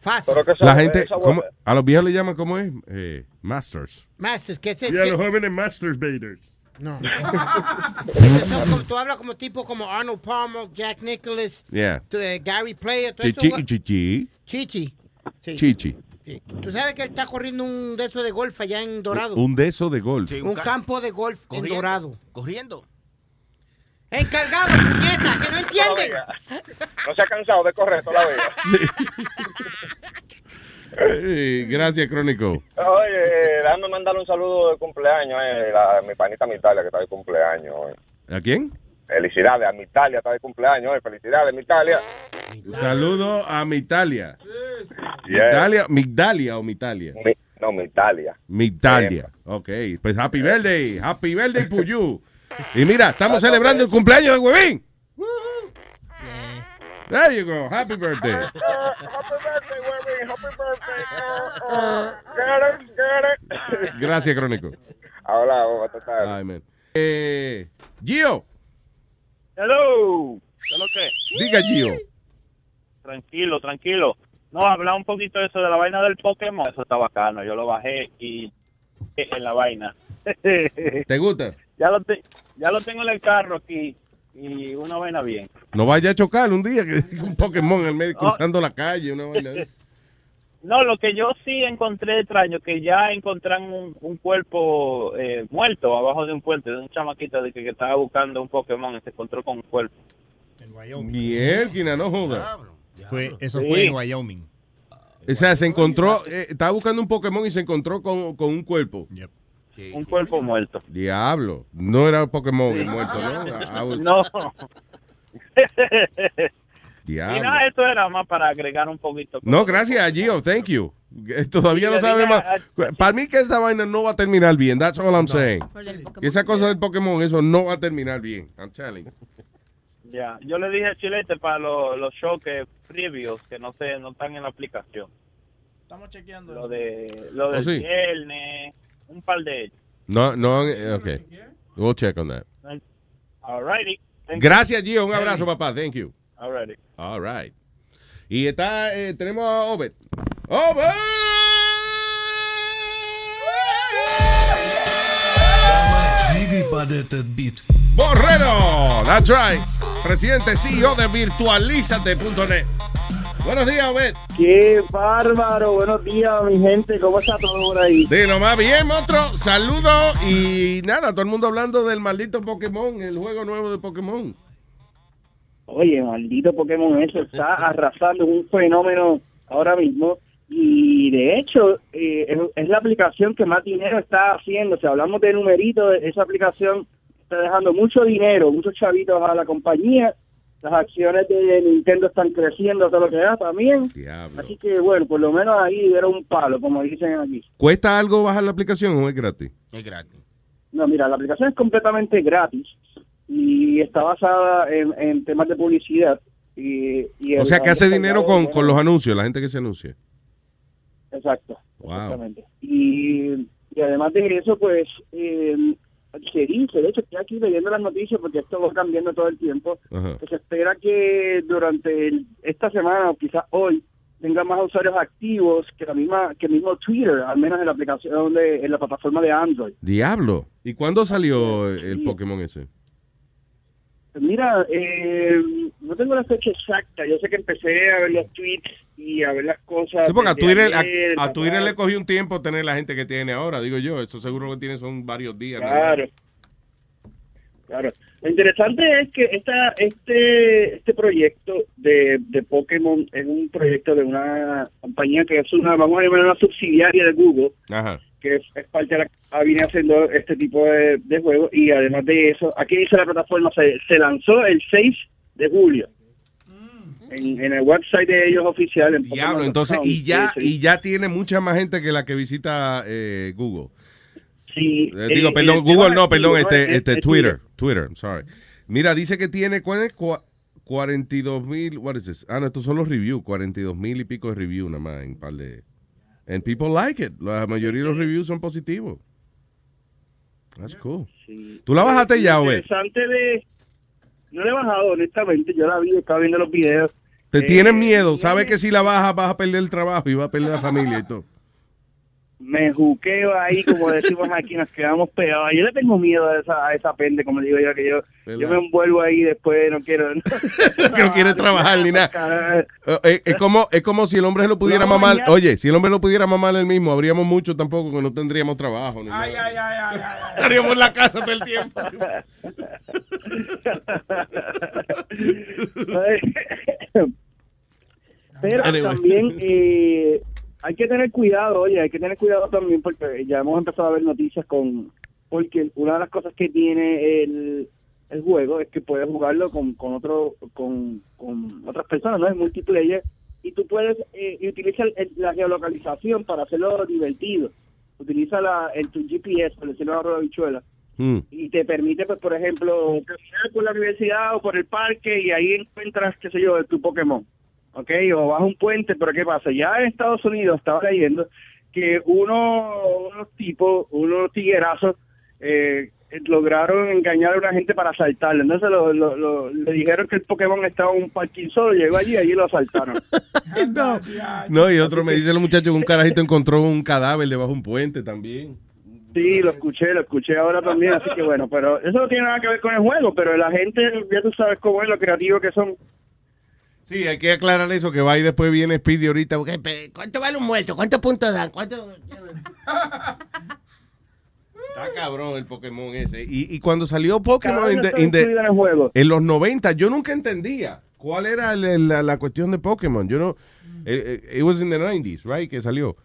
Fácil.
La gente, ¿cómo- a los viejos le llaman, ¿cómo es? Eh, masters.
Masters, ¿qué es
Y a los jóvenes masturbators.
No. Esos son como- tú hablas como tipo como Arnold Palmer, Jack Nicholas,
Yeah.
tú, eh, Gary Player, todo
Chichi
eso.
y Chichi.
Chichi. Sí.
Chichi.
Sí. Tú sabes que él está corriendo un de esos de golf allá en Dorado.
Un de esos de golf.
un, campo de golf en Dorado.
Corriendo.
Encargado, puñeta, que no entienden.
No se ha cansado de correr toda la vida.
Eh, gracias, Crónico.
Oye, eh, déjame mandarle un saludo de cumpleaños eh, a mi panita Mitalia, que está de cumpleaños hoy.
¿A quién?
Felicidades a Mitalia, está de cumpleaños hoy. Felicidades, Mitalia.
Saludo a Mitalia.
Yeah.
Migdalia, Migdalia o Mitalia.
No, Mitalia.
Migdalia. Ok, pues happy birthday, happy birthday Puyú. Y mira, estamos celebrando el cumpleaños de Huevín. There you go. Happy birthday.
Get it, get it.
Gracias, Crónico.
Ahora, vamos a tratar.
Ay, man. Eh, Gio.
Hello. ¿Qué es lo que?
Diga, Gio.
Tranquilo, tranquilo. No, habla un poquito de eso de la vaina del Pokémon. Eso está bacano. Yo lo bajé y eh, en la vaina.
¿Te gusta?
Ya lo, te- ya lo tengo en el carro aquí y una vaina bien.
No vaya a chocar un día que un Pokémon en el medio cruzando la calle, una vaina de-
No, lo que yo sí encontré extraño, que ya encontraron un, un cuerpo eh, muerto abajo de un puente, de un chamaquito de que, que estaba buscando un Pokémon y se encontró con un cuerpo.
Mierda, no joda.
Fue, eso
Sí.
fue en Wyoming.
O sea, se encontró, eh, estaba buscando un Pokémon y se encontró con, con un cuerpo.
Un cuerpo muerto.
Diablo, no era Pokémon el muerto, ¿no? Ah, I was-
No. Y
Diablo.
nada, esto era más para agregar un poquito.
No, gracias, Gio, thank you. Eh, Todavía no
ah, Sí, le
sabe
dije
más. Para mí que esta vaina no va a terminar bien, that's all I'm saying. Esa cosa del Pokémon, eso no va a terminar bien, I'm telling you.
Ya, yo le dije a Chilete para los, los shows que previos que no sé, no están en la aplicación.
Estamos chequeando.
Lo de lo
Oh,
del
sí.
viernes, un par de ellos.
No, no, eh, ok. We'll check on that.
Alrighty. Thank you.
Gracias, Gio, un abrazo, papá, thank you.
Alrighty.
All right. Y está, eh, tenemos a Obed. ¡Obed! Borrero, that's right. Presidente CEO de virtualizate.net. Buenos días, Obed.
Qué bárbaro, buenos días mi gente, ¿cómo está todo por ahí?
De nomás bien, otro saludo y nada, todo el mundo hablando del maldito Pokémon, el juego nuevo de Pokémon.
Oye, maldito Pokémon, eso está arrasando, es un fenómeno ahora mismo. Y de hecho, eh, es, es la aplicación que más dinero está haciendo. Si hablamos de numeritos, esa aplicación está dejando mucho dinero, muchos chavitos a la compañía. Las acciones de Nintendo están creciendo, todo lo que da también.
Diablo.
Así que bueno, por lo menos ahí era un palo, como dicen aquí.
¿Cuesta algo bajar la aplicación o es gratis?
Es gratis. No, mira, la aplicación es completamente gratis y está basada en, en temas de publicidad. Y, y
O
el-
sea que hace dinero con,
bueno,
con los anuncios, la gente que se anuncia.
Exacto.
Wow.
exactamente. Y, y además de eso, pues eh, se dice, de hecho estoy aquí leyendo las noticias porque esto va cambiando todo el tiempo,
Ajá.
que se espera que durante el- esta semana o quizás hoy tenga más usuarios activos que la misma que mismo Twitter, al menos en la aplicación de en la plataforma de Android.
Diablo. ¿Y cuándo salió el Pokémon ese?
Mira, eh, no tengo la fecha exacta. Yo sé que empecé a ver los tweets y a ver las cosas.
Sí, porque a
desde
Twitter, a,
ayer,
a Twitter
papá.
le cogió un tiempo tener la gente que tiene ahora, digo yo. Eso seguro que tiene son varios días. ¿no?
Claro. Claro. Lo interesante es que esta, este, este proyecto de, de Pokémon es un proyecto de una compañía que es una, vamos a llamar una subsidiaria de Google,
Ajá.
que es, es parte de la que viene haciendo este tipo de, de juegos. Y además de eso, aquí dice la plataforma, se, se lanzó el 6 de julio. En, en el website de ellos oficial. En
Mm. Diablo,
Pokémon.com.
entonces, y ya,
Sí, sí.
y ya tiene mucha más gente que la que visita eh, Google.
Sí.
Eh, digo,
eh,
perdón,
eh,
Google no,
activo,
perdón,
eh,
este,
eh,
este
eh,
Twitter, Twitter, I'm sorry. Mira, dice que tiene, ¿cuál es? Cua- 42 mil, what is this? Ah, no, estos son los reviews, 42 mil y pico de reviews nada más, en par de... And people like it, la mayoría de los reviews son positivos. That's cool. Tú la bajaste ya,
Lo
güey.
interesante de... No le he bajado, honestamente. Yo la vi, estaba viendo los videos.
Te
Eh,
tienes miedo, sabes que si la bajas vas a perder el trabajo y vas a perder la familia y todo.
Me juqueo ahí, como decimos aquí, nos quedamos pegados. Yo le tengo miedo a esa, a esa pende, como digo yo, que yo, yo me envuelvo ahí después, no quiero...
que no quiere trabajar ni nada. Eh, eh, Es como, es como si el hombre lo pudiera mamar. Oye, si el hombre lo pudiera mamar el mismo, habríamos mucho tampoco, que no tendríamos trabajo. Ni nada. Estaríamos en la casa todo el tiempo.
Pero
Anyway.
también eh, hay que tener cuidado, oye, hay que tener cuidado también porque ya hemos empezado a ver noticias con... Porque una de las cosas que tiene el, el juego es que puedes jugarlo con, con, otro, con, con otras personas, ¿no? Es multiplayer y tú puedes eh, y utiliza el- el- la geolocalización para hacerlo divertido. Utiliza la, el, tu GPS, por decirlo a la bichuela,
Hmm.
y te permite, pues, por ejemplo, caminar por la universidad o por el parque y ahí encuentras, qué sé yo, tu Pokémon. ¿Ok? O vas a un puente, pero ¿qué pasa? Ya en Estados Unidos estaba leyendo que uno, unos tipos, unos tiguerazos, eh, lograron engañar a una gente para asaltarle. Entonces lo- lo- lo- le dijeron que el Pokémon estaba en un parking solo, llegó allí y allí lo asaltaron.
no. No, y otro me dice los muchachos que un carajito encontró un cadáver debajo de un puente también.
Sí, lo escuché, lo escuché ahora también, así que bueno, pero eso no tiene nada que ver con el juego, pero la gente, ya tú sabes cómo es, lo creativo que son.
Sí, hay que aclararle eso, que va y después viene Speedy ahorita. porque, pe-
¿Cuánto vale un muerto? ¿Cuántos puntos dan? ¿Cuánto?
Está cabrón el Pokémon ese. Y, y cuando salió Pokémon
Cada
in the-
uno está
in the-
incluido en el juego.
en los 90, yo nunca entendía cuál era la, la- la cuestión de Pokémon. Yo no. eh, eh, It was in the 90s, right? Que salió.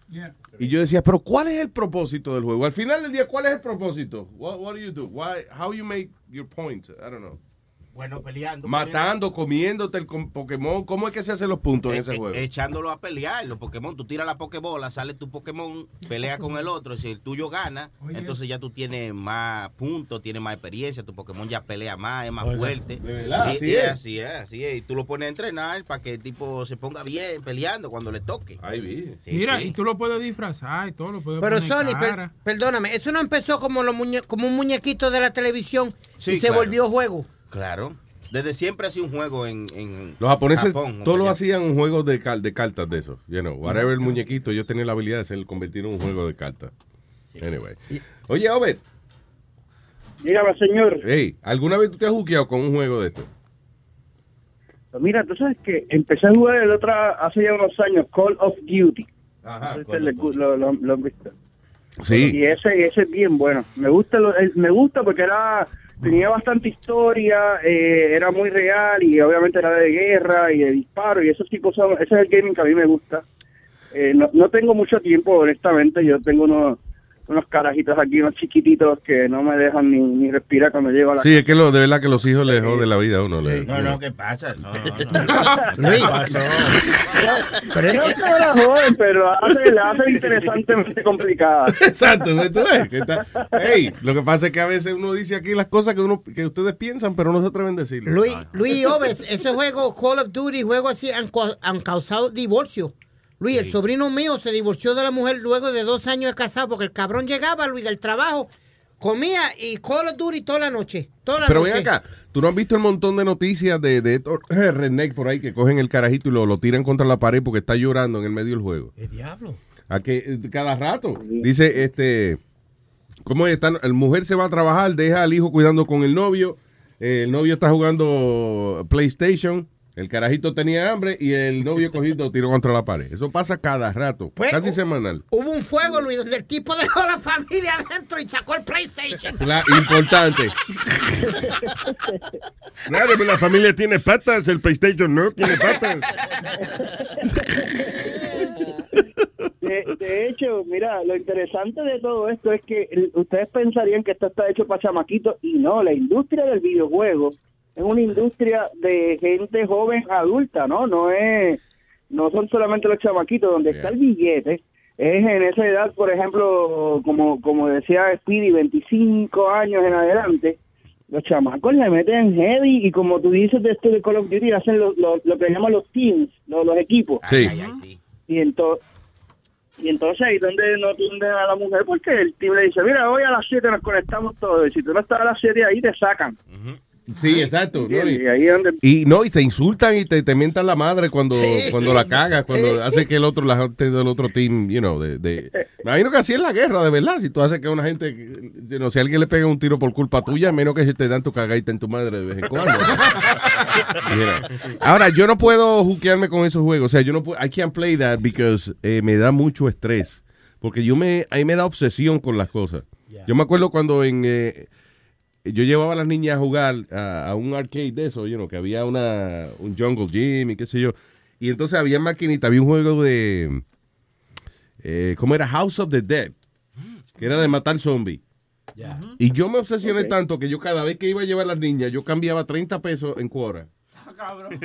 Y yo decía, pero ¿cuál es el propósito del juego? Al final del día, ¿cuál es el propósito? What, what do you do? Why, how you make your point? I don't know.
Bueno, peleando.
Matando, comiéndote el com- Pokémon. ¿Cómo es que se hacen los puntos en ese juego?
Eh, echándolo a pelear. Los Pokémon, tú tiras la Pokébola, sale tu Pokémon, pelea con el otro. Si el tuyo gana, entonces ya tú tienes más puntos, tienes más experiencia. Tu Pokémon ya pelea más, es más
Oiga,
fuerte.
de verdad,
Y-
así
y
es.
Así es, así es. Y tú lo pones a entrenar para que el tipo se ponga bien peleando cuando le toque.
Ahí vi.
Mira, y tú lo puedes disfrazar y todo, lo puedes
Pero
poner
Sony, per-
cara.
perdóname, eso no empezó como, los muñe- como un muñequito de la televisión y se
claro.
volvió juego.
Claro. Desde siempre ha sido un juego en, en
Los japoneses
Japón,
todos
hombre,
lo
ya.
hacían un juego de, cal- de cartas de eso. You know, whatever el muñequito, yo tenía la habilidad de hacer, convertirlo en un juego de cartas. Anyway. Oye, Obed.
Dígame, señor.
Hey, ¿alguna vez tú te has juqueado con un juego de esto?
Pues mira, tú sabes que empecé a jugar el otro hace ya unos años, Call of Duty.
Ajá,
lo, lo- lo han visto.
Sí.
Y ese, ese es bien bueno. Me gusta, lo- el- me gusta porque era tenía bastante historia, eh, era muy real y obviamente era de guerra y de disparo y esos tipos son, ese es el gaming que a mí me gusta. Eh, no, no tengo mucho tiempo, honestamente, yo tengo unos, unos carajitos aquí, unos chiquititos que no me dejan ni, ni respirar cuando llego a la
Sí, es que lo, de verdad que los hijos le joden la vida a uno. le-
No, no, ¿qué pasa? No, no,
Luis.
Pero no te la joden, pero la hacen- la hacen interesantemente complicada.
Exacto, pues, tú ves que está- Ey, lo que pasa es que a veces uno dice aquí las cosas que uno que ustedes piensan, pero no se atreven a Ah. decirlo.
Luis, Luis Oves, ese juego Call of Duty, juego así, han, co- han causado divorcio. Luis, el sobrino mío se divorció de la mujer luego de dos años de casado porque el cabrón llegaba, Luis, del trabajo, comía y Call of Duty toda la noche. Toda la
Pero
noche.
ven acá, ¿tú no has visto el montón de noticias de, de estos redneck por ahí que cogen el carajito y lo, lo tiran contra la pared porque está llorando en el medio del juego?
Eh.
¿Qué diablo?
A que eh, cada rato. Dice, este, ¿cómo están? La mujer se va a trabajar, deja al hijo cuidando con el novio, eh, el novio está jugando PlayStation, el carajito tenía hambre y el novio cogido lo tiró contra la pared. Eso pasa cada rato,
Pues,
casi
u-
semanal.
Hubo un fuego, Luis, donde el tipo dejó a la familia adentro y sacó el PlayStation.
La importante.
Claro, pero la familia tiene patas, el PlayStation no tiene patas.
De, de hecho, mira, lo interesante de todo esto es que el- ustedes pensarían que esto está hecho para chamaquitos y no, la industria del videojuego es una industria de gente joven adulta, ¿no? No es no son solamente los chamaquitos donde está el billete. Es en esa edad, por ejemplo, como como decía Speedy, 25 años en adelante, los chamacos le meten heavy y como tú dices de esto de Call of Duty hacen lo, lo- lo que llaman los teams, lo- los equipos.
Sí.
Y entonces, y entonces ahí es donde no tienden a la mujer, porque el tipo le dice, mira, hoy a las 7 nos conectamos todos, y si tú no estás a las 7 ahí te sacan.
Sí, exacto. ¿no?
Entiende,
Y,
y ahí es donde-
y no, y te insultan y te, te mientan la madre cuando, cuando la cagas, cuando hace que el otro, la gente del otro team, you know, de, de- Me imagino que así es la guerra, de verdad. Si tú haces que una gente, you know, si alguien le pega un tiro por culpa tuya, menos que se te dan tu cagadita en tu madre de vez en cuando. Mira. Ahora, yo no puedo juquearme con esos juegos. O sea, yo no puedo, I can't play that because eh, me da mucho estrés. Porque yo me, ahí me da obsesión con las cosas. Yo me acuerdo cuando en... eh, yo llevaba a las niñas a jugar a, a un arcade de eso, you know, que había una, un jungle gym y qué sé yo. Y entonces había maquinita, había un juego de... eh, ¿Cómo era? House of the Dead. Que era de matar zombies. Y yo me obsesioné tanto que yo cada vez que iba a llevar a las niñas, yo cambiaba 30 pesos en cuora.
cabrón.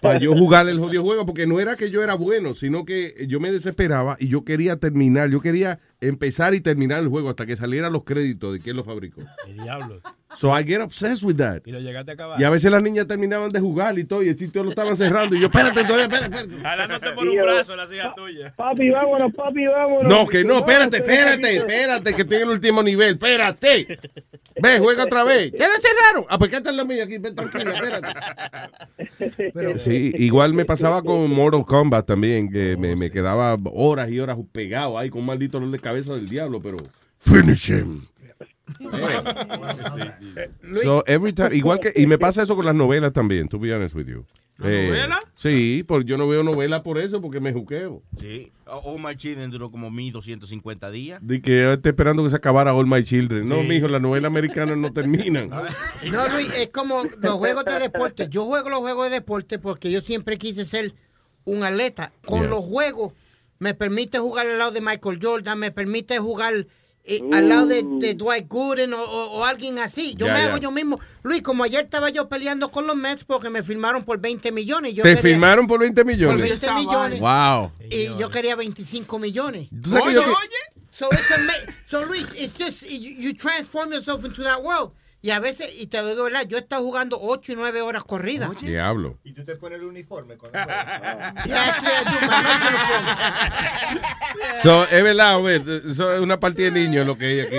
para yo jugar el jodido juego, porque no era que yo era bueno, sino que yo me desesperaba y yo quería terminar, yo quería empezar y terminar el juego hasta que salieran los créditos de quién lo fabricó.
El diablo.
So I get obsessed with that.
Y lo llegaste a acabar.
Y a veces las niñas terminaban de jugar y todo, y el sitio lo estaban cerrando. Y yo, espérate, todavía, espérate, espérate.
Jalándote por un
Tío.
brazo la silla tuya.
Papi, vámonos, papi, vámonos.
No, que no, espérate, espérate, espérate, que estoy en el último nivel, espérate. Ve, juega otra vez. ¿Qué le cerraron? Ah, pues qué tal la mía aquí, ven tranquila, espérate. Sí, igual me pasaba con Mortal Kombat también, que me, me quedaba horas y horas pegado ahí con un maldito dolor de cabeza del diablo, pero finish him.
Eh,
So, every time- igual que, y me pasa eso con las novelas también, to be honest with you. Eh,
novela?
Sí, porque yo no veo novela por eso, porque me juqueo.
Sí. Oh, my children duró como 1250 días.
De que yo estoy esperando que se acabara All My Children. No,
Sí.
mijo, las novelas americanas no terminan.
No, Luis, es como los juegos de deporte. Yo juego los juegos de deporte porque yo siempre quise ser un atleta. Con
Yeah.
los juegos me permite jugar al lado de Michael Jordan, me permite jugar eh, al lado de, de Dwight Gooden o, o- o alguien así. Yo
Mm. Ya,
me
ya.
hago yo mismo. Luis, como ayer estaba yo peleando con los Mets porque me firmaron por 20 millones. Yo
Te
quería-
firmaron por 20
Por
millones.
20 millones.
Wow.
Y yo quería 25 millones.
¿Tú sabes que yo Oye, que-
So, it's ama- so Luis, it's just, you, you transform yourself into that world. Y a veces, y te lo digo, ¿verdad? Yo he estado jugando 8 y 9 horas corridas.
Diablo.
Y tú te pones el uniforme con
So, es verdad, hombre, so, es una partida de niños lo que hay aquí.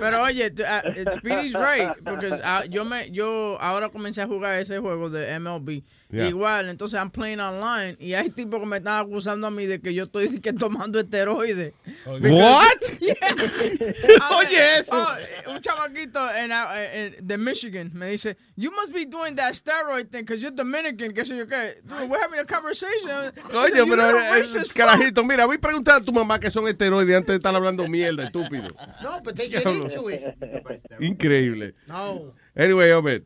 Pero oye, t- ah, Speedy's right, porque ah, yo me yo ahora comencé a jugar ese juego de MLB.
Yeah.
Igual, entonces I'm playing online y hay tipos que me están acusando a mí de que yo estoy que tomando esteroides.
Oh, What?
oye, eso. oh, un chamaquito en, ah, eh, eh, de Michigan me dice, "You must be doing that steroid thing because you're Dominican, que sé yo qué." Dude, we're having a conversation.
Oye,
You're
pero
a
eh,
racist
carajito, mira, voy a preguntar a tu mamá que son esteroides antes de estar hablando mierda, estúpido.
No, but they
get into
it.
Increíble.
No.
Anyway, hombre,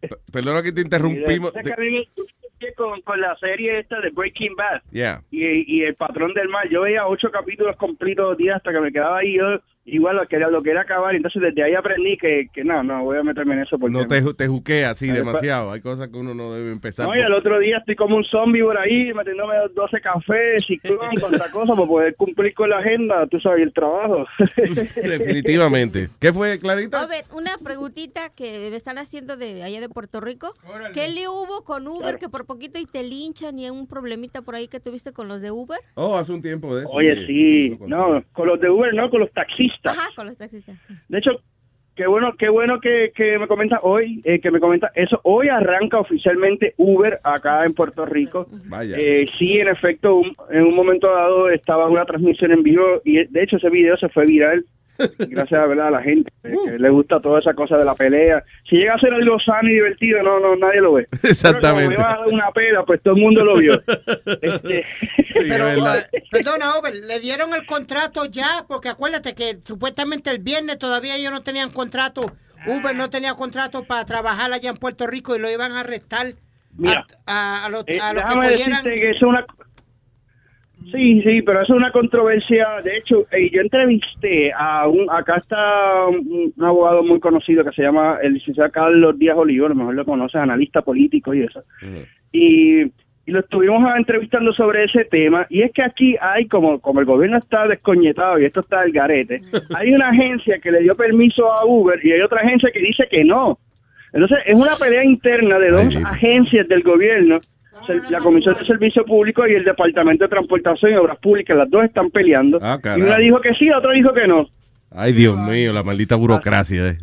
p- perdona que te interrumpimos.
Mira, sé que a mí me identifiqué con, con la serie esta de Breaking Bad
Yeah.
y, y El Patrón del Mal. Yo veía ocho capítulos completos días hasta que me quedaba ahí. Yo igual lo quería, lo quería acabar. Entonces desde ahí aprendí que, que no, no, voy a meterme en eso porque...
No te, ju- te juqueas así
Ay, pa-
demasiado. Hay cosas que uno no debe empezar.
No, y al otro día estoy como un zombie por ahí, metiéndome 12 cafés, ciclón, tanta cosa, para poder cumplir con la agenda, tú sabes, y el trabajo.
Definitivamente. ¿Qué fue, Clarita?
Obed, una preguntita que me están haciendo de allá de Puerto Rico. ¿Qué le hubo con Uber que por poquito y te linchan y hay un problemita por ahí que tuviste con los de Uber?
Oh, hace un tiempo de eso.
Oye, sí, no, con los de Uber, no, con los taxistas.
Ajá, Ah, con los taxistas.
De hecho, qué bueno, qué bueno que, que me comenta hoy, eh, que me comenta eso. Hoy arranca oficialmente Uber acá en Puerto Rico.
Vaya.
Eh, sí, en efecto, un- en un momento dado estaba una transmisión en vivo y eh, de hecho ese video se fue viral. Gracias ¿verdad? a la gente eh,
Uh.
que le gusta toda esa cosa de la pelea. Si llega a ser algo sano y divertido, no, no, nadie lo ve.
Exactamente.
Pero como me va a dar una pela, pues todo el mundo lo vio. Este,
ah, Perdona, Over, le dieron el contrato ya, porque acuérdate que supuestamente el viernes todavía ellos no tenían contrato. Uber no tenía contrato para trabajar allá en Puerto Rico y lo iban a arrestar
Mira,
a, a los,
Eh,
a los que
déjame
cogieran.
decirte que es una... Sí, sí, pero es una controversia. De hecho, eh, yo entrevisté a un... Acá está un, un abogado muy conocido que se llama el licenciado Carlos Díaz Olivo, a lo mejor lo conoces, analista político y eso. Y, y lo estuvimos entrevistando sobre ese tema. Y es que aquí hay, como, como el gobierno está descoñetado y esto está al garete, hay una agencia que le dio permiso a Uber y hay otra agencia que dice que no. Entonces, es una pelea interna de dos agencias del gobierno, se- la Comisión de Servicio Público y el Departamento de Transportación y Obras Públicas. Las dos están peleando.
Ah,
y una
carajo.
dijo que sí, la otra dijo que no.
Ay, Dios mío, la maldita burocracia. eh.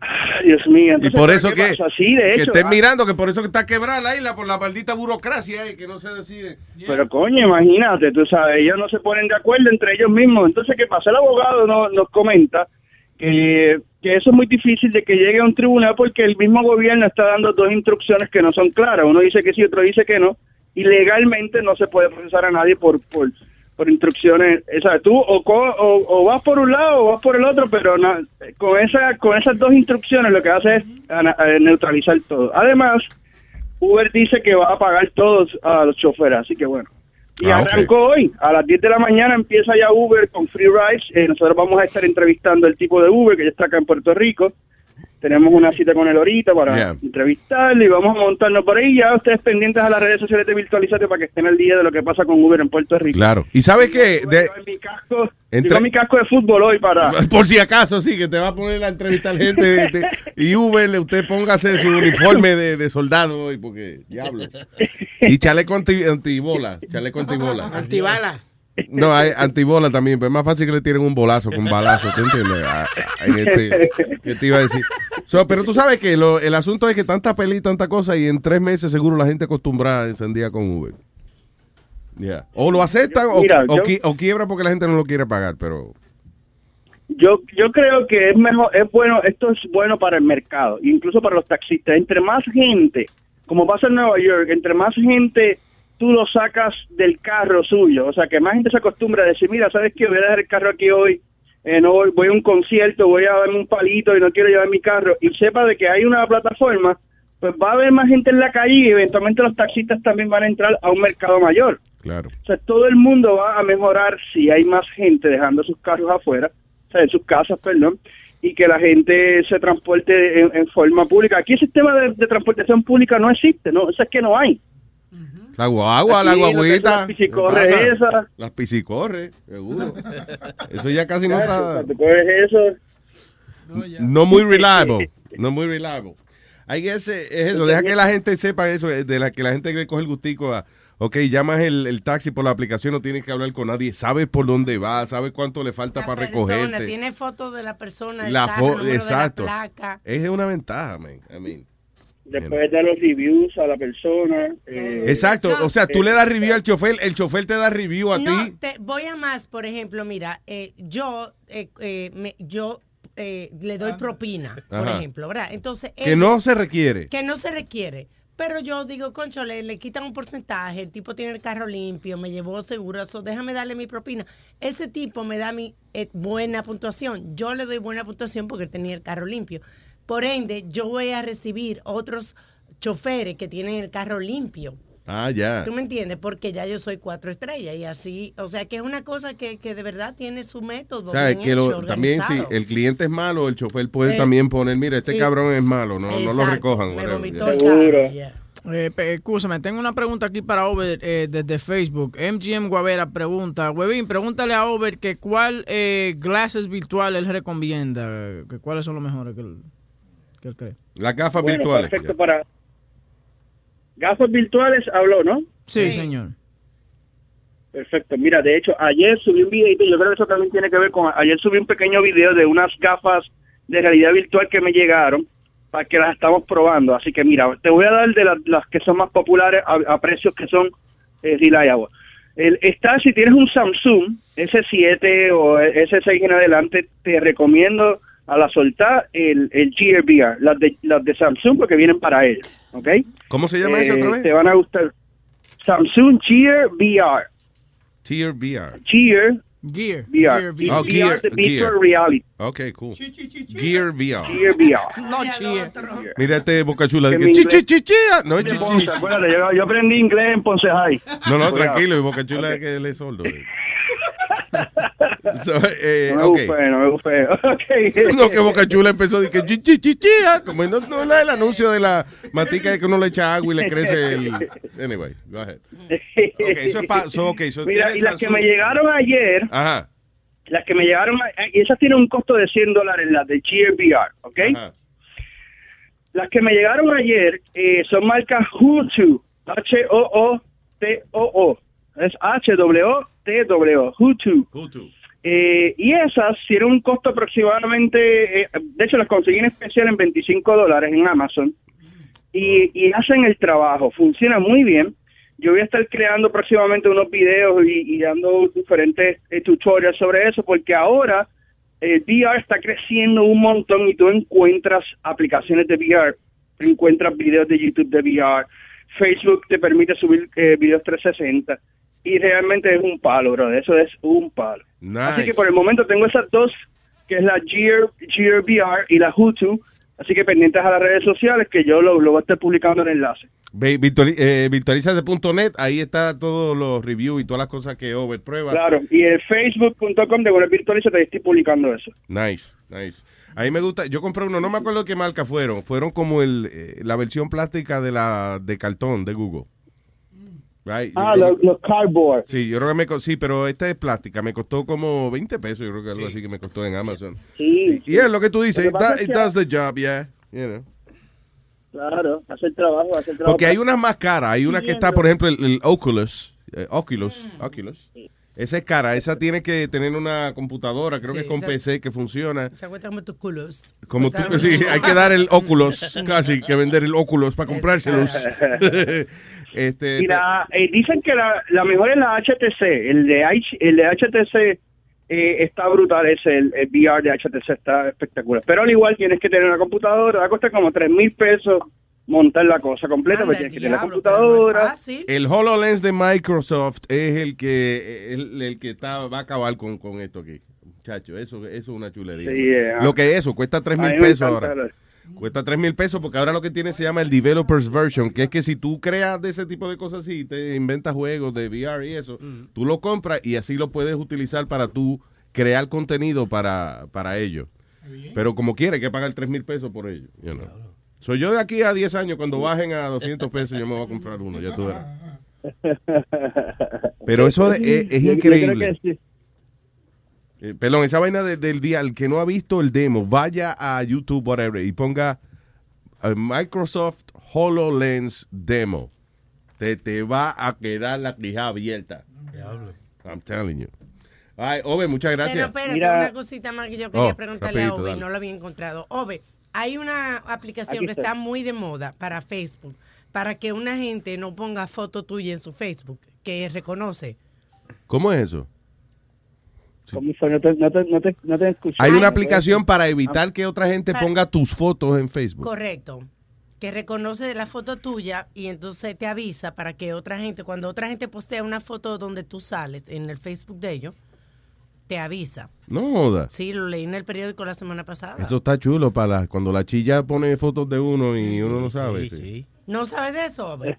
Ay, Dios mío.
Y
Entonces,
por
¿pero
eso
qué
que,
pasa? Sí, de
que
hecho,
estén
ah,
mirando, que por eso que está quebrada la isla, por la maldita burocracia eh, que no se decide.
Pero coño, imagínate, tú sabes, ellos no se ponen de acuerdo entre ellos mismos. Entonces, ¿qué pasa? El abogado no- nos comenta que, que eso es muy difícil de que llegue a un tribunal porque el mismo gobierno está dando dos instrucciones que no son claras. Uno dice que sí, otro dice que no. Y legalmente no se puede procesar a nadie por, por, por instrucciones. O sea, tú o, co- o, o vas por un lado o vas por el otro, pero na- con, esa, con esas dos instrucciones lo que hace es ana- eh, neutralizar todo. Además, Uber dice que va a pagar todos a los choferes, así que bueno. Y
Ah, ok.
arrancó hoy, a las 10 de la mañana empieza ya Uber con Free Rides. Eh, nosotros vamos a estar entrevistando al tipo de Uber que ya está acá en Puerto Rico. tenemos una cita con él ahorita para
Yeah.
entrevistarlo y vamos a montarnos por ahí. Ya ustedes pendientes a las redes sociales de Virtualizate para que estén al día de lo que pasa con Uber en Puerto Rico.
Claro. ¿Y sabes qué? De-
Yo-
entre-
Llegó mi casco de fútbol hoy para...
por si acaso, sí, que te va a poner a entrevistar gente. de- de- y Uber, usted póngase su uniforme de, de soldado hoy, porque diablo. Y chaleco anti- antibola. Chaleco antibola.
Antibala.
No, hay antibola también, pero es más fácil que le tiren un bolazo con balazo, ¿te entiendes? A- a- en este- que te iba a decir. So, pero tú sabes que lo- el asunto es que tanta peli, tanta cosa, y en tres meses seguro la gente acostumbrada a encendida con Uber. Yeah. O lo aceptan o,
Mira,
o
yo-
qui- o quiebra porque la gente no lo quiere pagar, pero...
Yo, yo creo que es mejor, es bueno, esto es bueno para el mercado, incluso para los taxistas. Entre más gente, como pasa en Nueva York, entre más gente tú lo sacas del carro suyo, o sea, que más gente se acostumbra a decir, mira, ¿sabes qué? Voy a dejar el carro aquí hoy, eh, no voy, voy a un concierto, voy a darme un palito y no quiero llevar mi carro, y sepa de que hay una plataforma, pues va a haber más gente en la calle y eventualmente los taxistas también van a entrar a un mercado mayor.
Claro.
O sea, todo el mundo va a mejorar si hay más gente dejando sus carros afuera, o sea, en sus casas, perdón, y que la gente se transporte en, en forma pública. Aquí el sistema de, de transportación pública no existe, no, eso es que no hay.
La guagua, la
Aquí lo que son
guaguita.
las piscicorres
¿Qué pasa?
esas.
Las piscicorres, seguro. Eso ya casi no
Claro,
está...
cuando coges eso,
No muy reliable. No muy reliable. Hay que ese, es eso. Deja que la gente sepa eso. eh, De la que la gente que coge el gustico a. Ok, llamas el, el taxi por la aplicación, no tienes que hablar con nadie. Sabes por dónde va, sabes cuánto le falta para
Persona,
recogerte.
tiene fotos de la persona, el
La
carro,
fo-
el número
exacto.
de la placa.
Es una ventaja, man. I mean.
después da los reviews a la persona. eh,
Exacto. O sea, tú
eh,
le das review al chofer, el chofer te da review a
No,
ti.
te- voy a más, por ejemplo, mira, eh, yo, eh, eh, me- yo eh, le doy propina, por
Ajá.
ejemplo, ¿verdad? Entonces,
Que
ellos-
no se requiere.
Que no se requiere. Pero yo digo, concho, le, le quitan un porcentaje, el tipo tiene el carro limpio, me llevó seguro, so, déjame darle mi propina. Ese tipo me da mi eh, buena puntuación. Yo le doy buena puntuación porque él tenía el carro limpio. Por ende, yo voy a recibir otros choferes que tienen el carro limpio.
Ah, ya.
¿Tú me entiendes? Porque ya yo soy cuatro estrellas y así, o sea, que es una cosa que, que de verdad tiene su método.
O sea,
bien
que lo-
hecho,
también eh, si
organizado.
el cliente es malo, el chofer puede
Eh,
también poner, mira, este
sí.
cabrón es malo, no, no lo
Exacto,
recojan.
me
whatever.
vomitó el carro, Seguro. yeah.
Eh, pe- Escúchame, tengo una pregunta aquí para Over eh, desde Facebook. MGM Guavera pregunta, Webin, pregúntale a Over que cuál eh, glasses virtual él recomienda, eh, que cuáles son los mejores que él, que él cree.
Las gafas
bueno,
virtuales. pues
Perfecto para... Gafas virtuales habló, ¿no?
Sí, señor.
Perfecto. Mira, de hecho, ayer subí un videito, yo creo que eso también tiene que ver con... Ayer subí un pequeño video de unas gafas de realidad virtual que me llegaron para que las estamos probando. Así que mira, te voy a dar de las, las que son más populares a, a precios que son eh, reliable. El, está, si tienes un Samsung S7 o S6 en adelante, te recomiendo a la soltar el, el Gear VR, las de, las de Samsung porque vienen para ellos, ¿ok?
¿Cómo se llama ese
Eh,
otra vez?
Te van a gustar. Samsung Gear VR.
Tier VR.
Gear
Gear.
VR.
Oh,
VR de
Gear.
Virtual Reality.
Ok, cool. Gear VR.
Gear VR.
No, chía.
Mira este boca chula.
Que
que
mi
chi,
inglés-
chi, chi, chi, ah, No es
De
chi,
Ponce,
chi.
acuérdate, yo, yo aprendí inglés en Ponce High.
No, no,
Cuidado.
tranquilo. Y boca chula es que él es sordo. eh. So, eh,
No me
ok.
bufé, no me bufé. Ok.
No, que Boca Chula empezó a decir que chi, chi, chi, chi, ah, como no, no era el anuncio de la matica de que uno le echa agua y le crece el... Anyway, go ahead. Ok, eso es pa- so, ok, so
Mira,
tiene
y las que
Samsung.
me llegaron ayer,
Ajá.
las que me llegaron, a- y esas tienen un costo de 100 dólares, las de Cheer VR, ¿ok? Las que me llegaron ayer eh, son marcas Hutu, H-O-O-T-O-O, es H-W-T-W, Hutu. Eh, y esas tienen un costo aproximadamente, eh, de hecho las conseguí en especial en 25 dólares en Amazon. Y, y hacen el trabajo, funciona muy bien. Yo voy a estar creando próximamente unos videos y, y dando diferentes eh, tutorials sobre eso, porque ahora eh, VR está creciendo un montón y tú encuentras aplicaciones de VR, encuentras videos de YouTube de VR, Facebook te permite subir eh, videos 360 y realmente es un palo, bro, eso es un palo. Así que por el momento tengo esas dos, que es la Gear, Gear VR y la Hutu, así que pendientes a las redes sociales que yo lo, lo voy a estar publicando el enlace.
Ve- virtuali- eh, virtualizate.net, ahí está todos los reviews y todas las cosas que Over prueba.
Claro, y el facebook.com de Web Virtualiza te estoy publicando eso.
Nice, nice. A mí me gusta, yo compré uno, no me acuerdo qué marca fueron, fueron como el, eh, la versión plástica de la de cartón de Google. Right?
Ah,
Yo-
los cardboard.
Sí, yo creo que me co- sí, pero esta es plástica, me costó como 20 pesos, yo creo que algo así que me costó en Amazon.
Sí.
Y es lo que tú dices,
Lo
it,
que pasa
do-
es
it
que-
does the job, yeah. you know.
Claro, hace el trabajo, hace el trabajo.
Porque hay unas más caras. Hay una que está, por ejemplo, el, el Oculus. eh, Oculus.
Mm.
Oculus. Esa es cara. Esa tiene que tener una computadora, creo
Sí,
que es con
esa-
PC, que funciona.
Se acuesta como tus culos.
Como tú, sí, hay que dar el Oculus, casi, que vender el Oculus para comprárselos. este,
Mira, eh, dicen que la, la mejor es la HTC. El de, H- el de HTC eh, está brutal, ese, el, el VR de HTC está espectacular. Pero al igual tienes que tener una computadora, va a costar como 3 mil pesos montar la cosa completa, pero tienes que tener la computadora.
El HoloLens de Microsoft es el que el, el que está, va a acabar con, con esto aquí. Muchacho, eso, eso es una chulería.
Sí, eh,
Lo que es eso, cuesta 3
A
mil
mí me
pesos
encanta
ahora. Cuesta 3 mil pesos porque ahora lo que tiene se llama el Developers Version, que es que si tú creas de ese tipo de cosas así, te inventas juegos de VR y eso, tú lo compras y así lo puedes utilizar para tú crear contenido para, para ello. Pero como quiere, hay que pagar 3 mil pesos por ello. you know. So, yo de aquí a 10 años, cuando bajen a 200 pesos, yo me voy a comprar uno, ya tú verás. Pero eso de- es- es
Yo- yo creo que
increíble.
sí.
Eh, perdón, esa vaina de- del día, el que no ha visto el demo, vaya a YouTube, whatever, y ponga eh, Microsoft HoloLens Demo. Te, te va a quedar la quijada abierta. I'm telling you. Ay, Ove, muchas
Pero
gracias.
espérate, una cosita más que yo quería
Oh,
preguntarle a
rapidito,
Ove,
dale.
no lo había encontrado. Ove, hay una aplicación
Aquí
que
estoy.
está muy de moda para Facebook, para que una gente no ponga foto tuya en su Facebook, que reconoce.
¿Cómo es eso?
Comiso, no te, no te, no te, no te escuché.
Hay una aplicación para evitar que otra gente ponga tus fotos en Facebook.
Correcto. Que reconoce la foto tuya y entonces te avisa para que otra gente, cuando otra gente postea una foto donde tú sales en el Facebook de ellos, te avisa.
No joda.
Sí, lo leí en el periódico la semana pasada.
Eso está chulo para la- cuando la chilla pone fotos de uno y uno no sabe. sí.
¿No sabes de eso, Ove?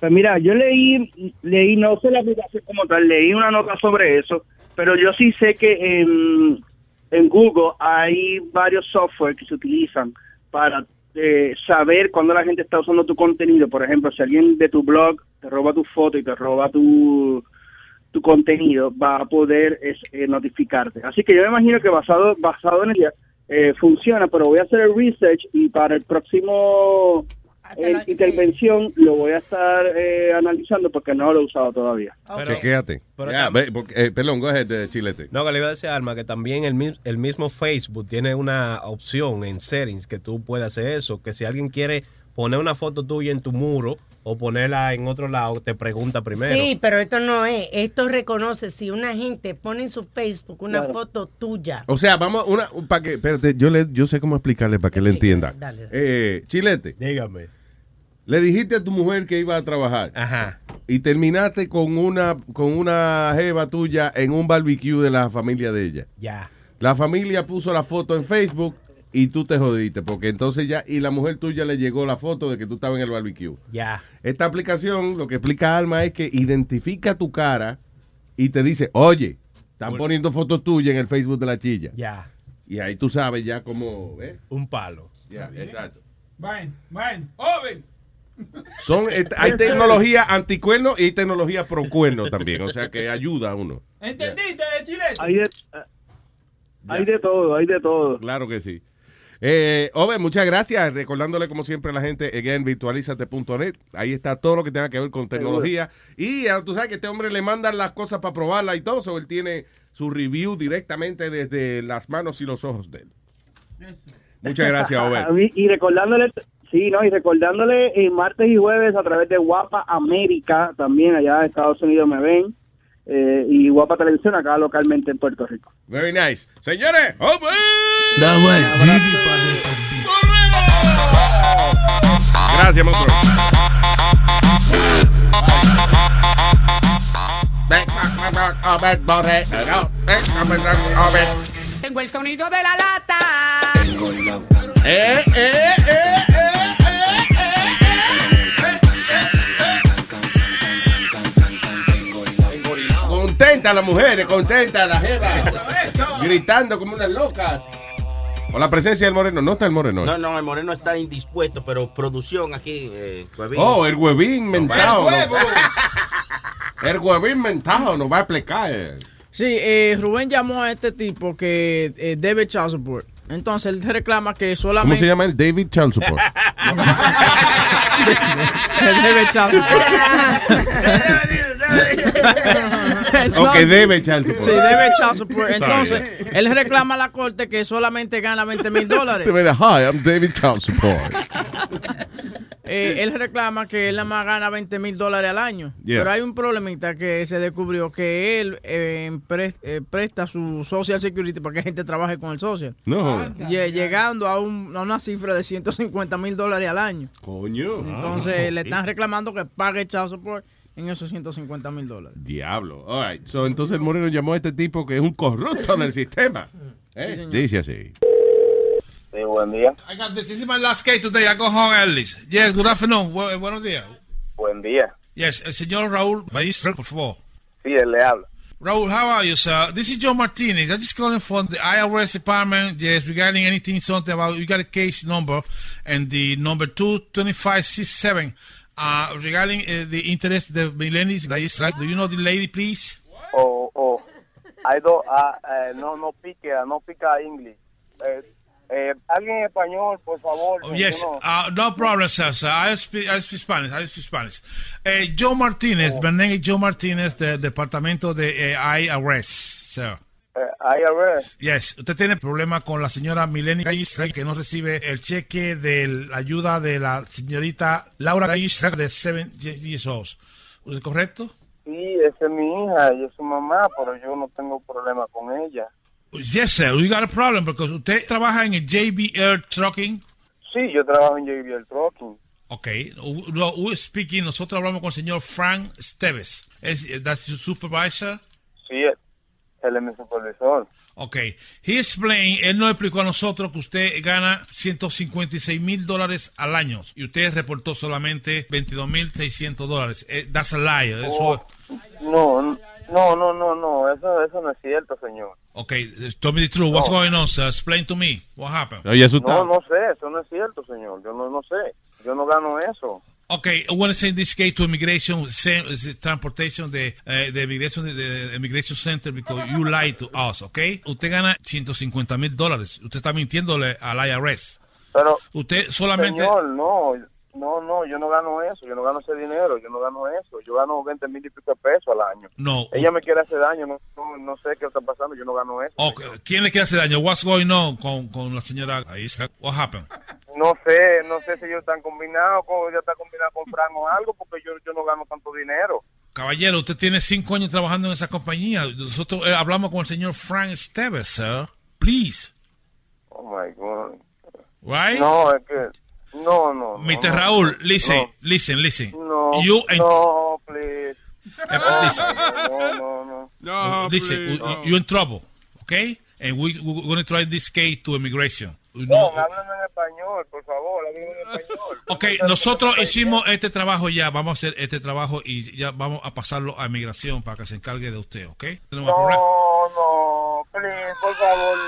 Pues mira, yo leí, leí, no sé la aplicación como tal, leí una nota sobre eso, pero yo sí sé que en, en Google hay varios software que se utilizan para eh, saber cuando la gente está usando tu contenido. Por ejemplo, si alguien de tu blog te roba tu foto y te roba tu, tu contenido, va a poder es, eh, notificarte. Así que yo me imagino que basado, basado en ella eh, funciona, pero voy a hacer el research y para el próximo eh, intervención lo voy a estar eh, analizando porque no lo he usado todavía.
Chequéate. Ya, ve, porque- eh, perdón, go ahead, eh, Chilete.
No, que le iba a decir a Alma que también el, mi- el mismo Facebook tiene una opción en settings que tú puedes hacer eso, que si alguien quiere poner una foto tuya en tu muro o ponerla en otro lado, te pregunta primero.
Sí, pero esto no es. Esto reconoce si una gente pone en su Facebook una
Claro.
foto tuya.
O sea, vamos, una, para que, espérate, yo, le, yo sé cómo explicarle para que le entienda.
Dale, dale.
Eh, Chilete.
Dígame.
Le dijiste a tu mujer que iba a trabajar.
Ajá.
Y terminaste con una, con una jeva tuya en un barbecue de la familia de ella.
Ya.
La familia puso la foto en Facebook y tú te jodiste, porque entonces ya, y la mujer tuya le llegó la foto de que tú estabas en el barbecue.
Ya.
Esta aplicación, lo que explica Alma es que identifica tu cara y te dice, oye, están poniendo fotos tuyas en el Facebook de la chilla.
Ya.
Y ahí tú sabes ya cómo... ¿eh?
Un palo.
Ya, exacto.
Vain, vain, Ove.
Son, eh, hay tecnología anticuerno y hay tecnología procuerno también, o sea que ayuda a uno.
¿Entendiste, Chile?
Hay de, hay de todo, hay de todo.
Claro que sí. Eh, Ove, muchas gracias. Recordándole como siempre a la gente, again, virtualizate.net. Ahí está todo lo que tenga que ver con tecnología. Y ah, tú sabes que este hombre le mandan las cosas para probarla y todo. So, él tiene su review directamente desde las manos y los ojos de él. Muchas gracias, Ove.
A mí- y recordándole, sí, no, y recordándole eh, martes y jueves a través de Guapa América, también allá en Estados Unidos me ven, eh, y Guapa Televisión acá localmente en Puerto Rico.
Very nice. Señores, Ove. Gracias, monstruo.
Tengo el sonido de la lata.
Eh, eh, eh, eh, eh, Contenta las mujeres, contenta las jevas. Gritando como unas locas. O la presencia del moreno. No eh. está el moreno.
No, no, el moreno está indispuesto, pero producción aquí. eh, huevín.
Oh, el huevín mentado.
¡El huevo!
no- El huevín mentado nos va a explicar.
Sí, eh, Rubén llamó a este tipo que eh, debe child support. Entonces él reclama que
¿Cómo
solamente
se llama el David Child Support?
debe child support.
O que debe child support.
Sí, debe child support.
Sorry.
Entonces él reclama a la corte que solamente gana 20 mil dólares.
Te verás, hi, I'm David Child Support.
Eh, él reclama que él nada más gana 20 mil dólares al año.
Yeah.
Pero hay un problemita que se descubrió que él eh, pre- eh, presta su Social Security para que la gente trabaje con el Social.
No.
Lle- Llegando a, un- a una cifra de 150 mil dólares al año.
Coño.
Entonces
Ah.
le están reclamando que pague child support en esos 150 mil dólares.
Ah, Diablo. All right. So, entonces el moreno llamó a este tipo que es un corrupto del sistema. ¿Eh? Dice así.
Sí, buen día.
I got this. This is my last case today. I go home early. Yes, good afternoon. Bu- eh, buenos días.
Buen día.
Yes, el señor Raúl Maestro, por favor.
Sí, él le habla.
Raúl, how are you, sir? This is Joe Martinez. I just calling from the IRS department. Yes, regarding anything, something about you got a case number and the number two twenty five six seven. Uh, regarding uh, the interest the millennials that is right. Do you know the lady, please?
O, o, I do, ah, eh, no, no pique, ah, no pica inglés. Eh, eh, alguien en español, por favor.
Oh, yes,
porque uno-
uh, no problem, sir. sir. I, speak, I speak Spanish. I speak Spanish. Eh, Joe Martinez, Bernay Joe Martinez, del Departamento de eh, IRS, sir.
eh, IRS.
Yes, usted tiene problema con la señora Mileni Gallistre que no recibe el cheque de la ayuda de la señorita Laura Gallistre de 7 years old. ¿Es correcto?
Sí, esa es mi hija y es su mamá, pero yo no tengo problema con ella.
Yes, sir, we got a problem because usted trabaja en el JBL Trucking.
Sí, yo trabajo en JBL Trucking.
Ok, u- no, we speaking, nosotros hablamos con el señor Frank Steves. Es, eh, that's your supervisor.
Sí, él, él es mi supervisor.
Ok, he explained, él nos explicó a nosotros que usted gana 156 mil dólares al año y usted reportó solamente 22 mil 600 dólares. Eh, that's a lie. Eso,
Oh, No, n- no, no, no, no, eso, eso no es cierto, señor.
Ok, tell me the truth. What's going on, sir? Explain to me. What happened?
Oye, asustado.
Oh. No, no sé, eso no es cierto, señor. Yo no, no sé. Yo no gano eso.
Okay, I want to send this case to immigration, sen- is it transportation, the, uh, the immigration, the, the immigration center because you lied to us, okay? Usted gana 150 mil dólares. Usted está mintiéndole al IRS.
Pero,
Usted solamente...
Señor, no, no, no, yo no gano eso, yo no gano ese dinero, yo no gano eso, yo gano 20 mil y pico de pesos al año.
No.
Ella me quiere hacer daño, no, no, no sé qué está pasando, yo no gano eso.
Okay, ¿Quién le quiere hacer daño? What's going on con, con la señora Aisha? What happened?
No sé, no sé si ellos están combinados, o ella está combinada con Fran o algo, porque yo, yo no gano tanto dinero.
Caballero, usted tiene cinco años trabajando en esa compañía. Nosotros eh, hablamos con el señor Frank Steves, sir. Please.
Oh my God.
Right?
No, es que. No, no. no,
Mr.
no.
Raúl, listen, listen, listen.
No,
you and-
no, please. Ah,
Eh, listen.
No, no, no.
Listen, you- you- you're in trouble, okay? And we, we're going to try this case to immigration.
No, háblame en español, por favor, háblame en español.
Ok, nosotros hicimos este trabajo ya, vamos a hacer este trabajo y ya vamos a pasarlo a migración para que se encargue de usted, ¿ok? No, hay problema.
No, no, please, por favor,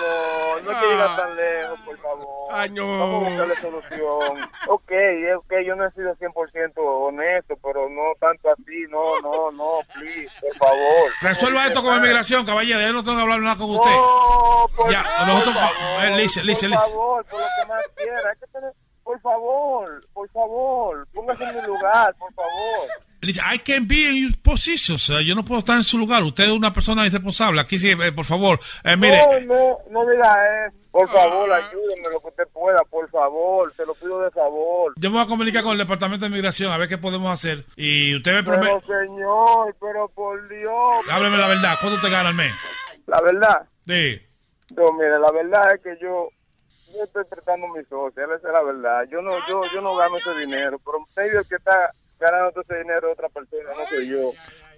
no, no te llegas tan lejos, por favor. Vamos a buscarle solución. Ok, eh, ok, yo no he sido 100% honesto, pero no tanto así, no, no, no, please, por favor. Este,
Resuelva esto con inmigración, caballero, yo no tengo que hablar nada con usted.
No, Oh, por,
Ya,
por
nosotros-
favor,
eh, listen, listen,
por
listen.
favor, por lo que más quiera, hay que tener- por favor, por favor, póngase en mi lugar, por favor.
Dice, I can be in your position, sir. Yo no puedo estar en su lugar. Usted es una persona irresponsable. Aquí sí, eh, por favor. Eh, mire,
No, no, no diga eso. Por favor, ayúdenme lo que usted pueda, por favor, se lo pido de favor.
yo me voy a comunicar con el Departamento de Migración a ver qué podemos hacer. Y usted me promete...
Pero señor, pero por Dios.
Hábleme la verdad. ¿Cuánto te gana al mes?
La verdad.
Sí.
No, mire, la verdad es que yo, yo estoy tratando a mis socios, esa es la verdad. Yo no, yo, yo no gano ese dinero, pero medio el que está ganando todo ese dinero es otra persona, no soy yo.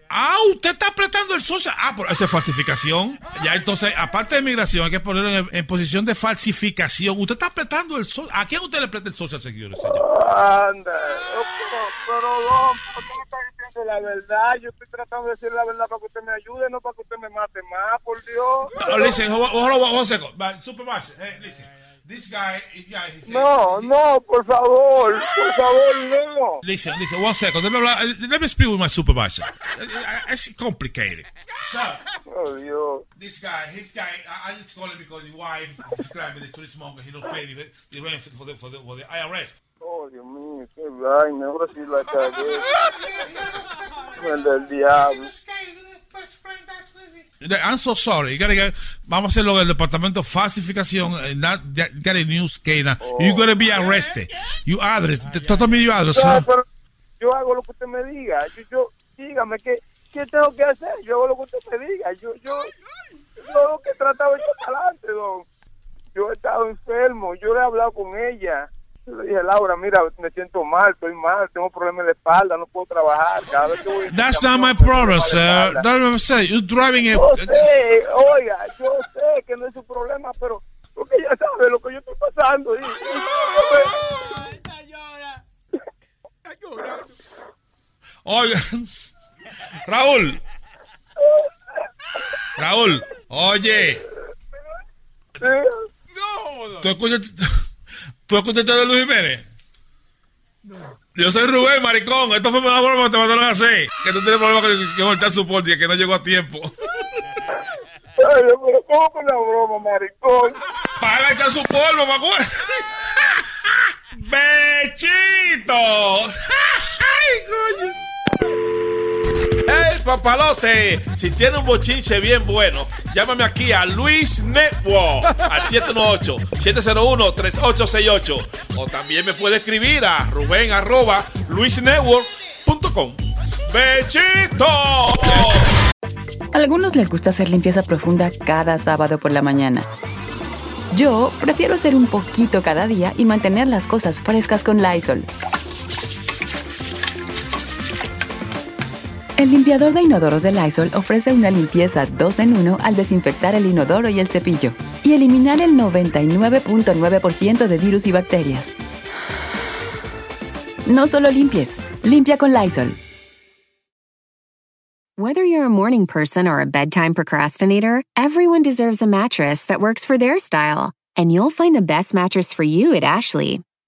Ah, usted está apretando el socio. Ah, pero eso es falsificación. Ya entonces, aparte de migración, hay que ponerlo en, en posición de falsificación. Usted está apretando el socio. ¿A quién usted le aprieta el social security, señor?
Anda, yo- pero, pero no, ¿por qué me está diciendo la verdad? Yo estoy tratando de decir la verdad para que usted me ayude, no para que usted me mate más, por Dios.
No, listen, hold on, hold on one second. But, Supervisor, hey, listen. This guy, yeah, he said-
No, no, por favor, por favor, no.
Listen, listen, one second. Let me, let me speak with my supervisor. It's complicated. Sir.
Oh, Dios.
This guy, his guy, I, I just call him because his wife described the tourist monger. He don't pay the, the rent for the, for, the, for the IRS.
Oh, Dios mío, qué vaina, ahora sí la cagué. El del diablo.
I'm so sorry. You gotta get, vamos a hacerlo en el departamento de falsificación. eh, Not that, got a news cana. You're gonna be arrested. You address. Total me your address.
No,
huh?
pero yo hago lo que usted me diga. Yo, yo dígame qué, qué tengo que hacer. Yo hago lo que usted me diga. Yo, yo, yo lo que he tratado es echar para adelante, don. Yo he estado enfermo. Yo le he hablado con ella. Yo le dije, Laura, mira, me siento mal, estoy mal, tengo problemas en la espalda, no puedo trabajar. Cada vez que voy
That's not my problem, sir. That's what I'm saying. You're driving a.
Yo sé, oiga, yo sé que no es su problema, pero porque ya sabe lo que yo estoy pasando. Y,
Oye, Raúl. Raúl, oye. ¿Tú escuchaste, ¿Tú escuchaste de Luis Jiménez? Yo soy Rubén, maricón. Esto fue una broma que te mandaron a hacer. Que tú tienes problemas con que cortar su porte que no llegó a tiempo.
Ay, pero ¿cómo con la broma, maricón?
Paga echar su polvo, me acuerdo. ¡Bechito!
¡Hey, papalote! Si tiene un bochinche bien bueno, llámame aquí a Luis Network al 718-701-3868. O también me puede escribir a ruben arroba luisnetwork.com. ¡Bechito!
Algunos les gusta hacer limpieza profunda cada sábado por la mañana. Yo prefiero hacer un poquito cada día y mantener las cosas frescas con Lysol. El limpiador de inodoros de Lysol ofrece una limpieza 2 en 1 al desinfectar el inodoro y el cepillo y eliminar el 99.9% de virus y bacterias. No solo limpies, limpia con Lysol.
Whether you're a morning person or a bedtime procrastinator, everyone deserves a mattress that works for their style. And you'll find the best mattress for you at Ashley.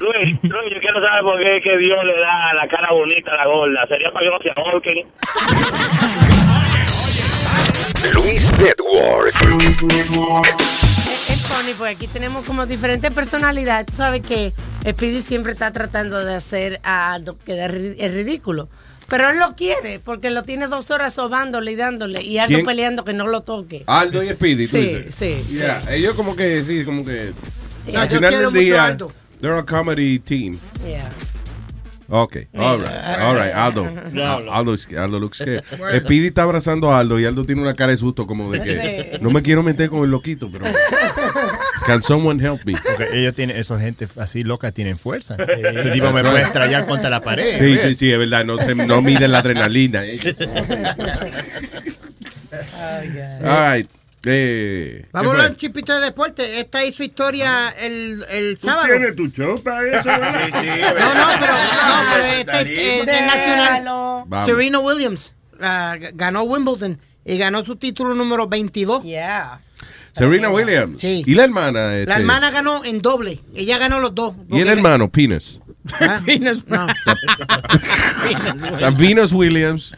Luis, Luis, yo quiero saber por qué es que Dios le da la cara bonita a la gorda. Sería para que no se ahorquen.
Luis Network.
Es funny, porque aquí tenemos como diferentes personalidades. Tú sabes que Speedy siempre está tratando de hacer a do- quedar ri- el ridículo. Pero él lo quiere, porque lo tiene dos horas sobándole y dándole, y Aldo
¿Quién?
peleando que no lo toque.
Aldo y Speedy, tú
Sí,
dices.
sí.
Yeah, ellos como que, sí, como que.
Yeah.
Al
Yo
final
quiero
del
mucho
día,
a Aldo.
they're a comedy team.
Yeah.
Ok, all right, all right, Aldo.
Diablo.
Aldo, is- Aldo looks scared.
Bueno.
Speedy está abrazando a Aldo y Aldo tiene una cara de susto como de que
Sí.
no me quiero meter con el loquito, pero can someone help me?
Porque ellos tienen, esos gente así loca tienen fuerza.
Sí.
El tipo me puede estrellar contra la pared.
Sí, sí, sí, es verdad, no, se- no miden la adrenalina. eh. All right. eh, ¿qué
Vamos a
fue?
hablar un chipito de deporte. Esta es su historia el, el
¿Tú
sábado.
tienes tu show para eso? ¿verdad?
No, no, pero, no, pero este es
Déjalo.
nacional.
Vamos.
Serena Williams ah, g- ganó Wimbledon y ganó su título número 22.
Serena Williams.
Sí.
Y la hermana.
La
este,
hermana ganó en doble. Ella ganó los dos.
Y el hermano, Penis.
Ah, no.
La Venus Williams.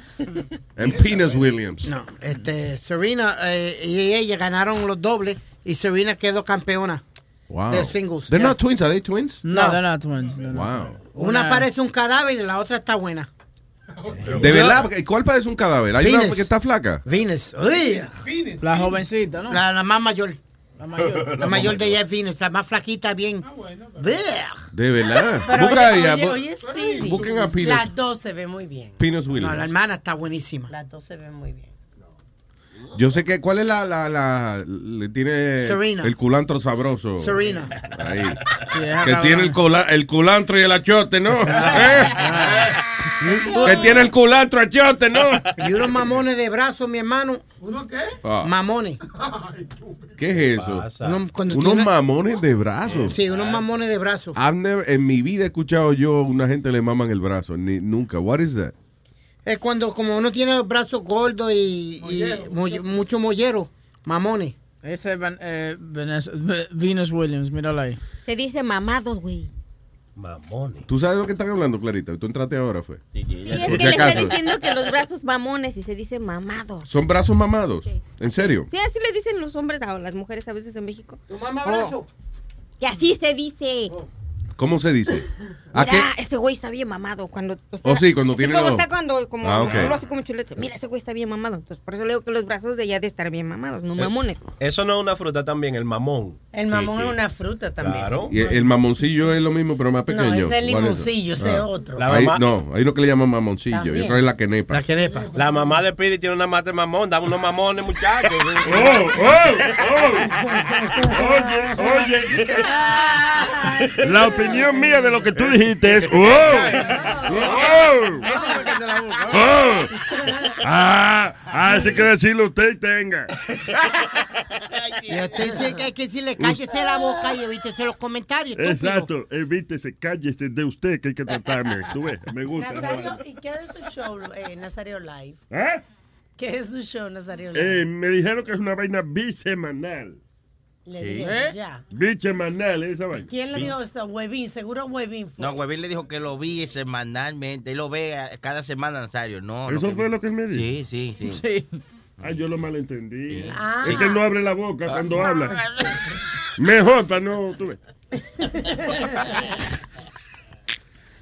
And Penis Williams.
No, este, Serena eh, y ella ganaron los dobles y Serena quedó campeona.
Wow.
They're singles,
They're
yeah.
not twins, are they twins?
No,
they're not twins. They're not
Wow.
Una, parece un cadáver y la otra está buena.
De verdad, ¿cuál parece un cadáver? Hay una
Venus.
que está flaca.
Venus. Uy.
La jovencita, ¿no?
La, la más mayor.
La
mayor. La mayor de ella es Venus, la más flaquita bien.
Ah,
Blech.
De verdad.
Pero
Busca
oye,
a
oye,
ella,
oye, Speedy.
busquen a Peter.
Las dos se ven muy bien.
bu- Venus Williams.
No, la hermana está buenísima.
Las dos se ven muy bien.
Yo sé que cuál es la, la, la le tiene
Serena.
el culantro sabroso.
Serena.
Ahí.
esa
que
cabrona.
tiene el, cola- el culantro y el achote, ¿no? ¿Eh? Que tiene el culantro achiote, ¿no?
Y unos mamones de brazo, mi hermano.
¿Uno qué?
Ah.
Mamones.
¿Qué es eso?
Uno- cuando
unos
tiene-
mamones de brazos. Ah.
Sí, unos mamones de brazo.
I've never- en mi vida he escuchado yo una gente le maman el brazo. Ni, nunca. What is that?
Es cuando como uno tiene los brazos gordos y, y molle- mucho mollero, mamones.
Ese es Van- eh, Vanessa- Ve- Venus Williams, mírala ahí.
Se dice mamados, güey.
Mamones.
¿Tú sabes de lo que están hablando, Clarita? Tú entraste ahora, fue.
Y es que le está diciendo que los brazos mamones y se dice mamados.
¿Son brazos mamados? ¿En serio?
Sí, así le dicen los hombres a las mujeres a veces en México.
Tu mamá Oh.
brazo. Que así se dice.
¿Cómo se dice? ¿A qué?
Mira, ese güey está bien mamado cuando. O
Oh, sí, cuando
así
tiene
Como
los-
está cuando como
Ah, ok.
uno así como chulete. Mira, ese güey está bien mamado. Entonces, por eso le digo que los brazos de ella de estar bien mamados,
Eh,
no mamones.
Eso no es una fruta también, el mamón.
El mamón es una fruta también.
Claro.
Y el mamoncillo es lo mismo, pero más pequeño.
No, ese es
¿Cuál Ah.
limoncillo, ese es otro. La
Ahí-
mamá-
no, ahí lo que le llaman mamoncillo. Yo
También.
creo que es la quenepa.
La quenepa.
La mamá de Piri tiene una mata de mamón. Dame unos mamones, muchachos.
Oh, Oye, oye. La opinión mía de lo que tú dijiste es. ¡Wow! ¡Wow! ¡Oh! ¡Ah! ¡Así que decirlo usted tenga!
Y a usted sí que hay que decirle, cállese la boca y evítese los comentarios. estúpido.
Exacto, evítese, cállese de usted que hay que tratarme. Tú ves, me gusta.
Nazario, ¿y qué es su show, eh, Nazario Live?
¿Ah?
¿Qué es su show, Nazario Live?
Eh, me dijeron que es una vaina bisemanal.
Le
¿qué?
dije,
¿Eh?
ya.
Bisemanal, esa vaina.
¿Quién le dijo esto? Huevín, seguro Huevín fue.
No, Huevín le dijo que lo vi semanalmente. Él lo ve a- cada semana, Nazario. No,
¿Eso fue lo que él me dijo?
Sí, sí, sí.
Ah, yo lo malentendí.
Ah.
Es que no abre la boca cuando
Ah.
habla. Mejor para no. Tú ves.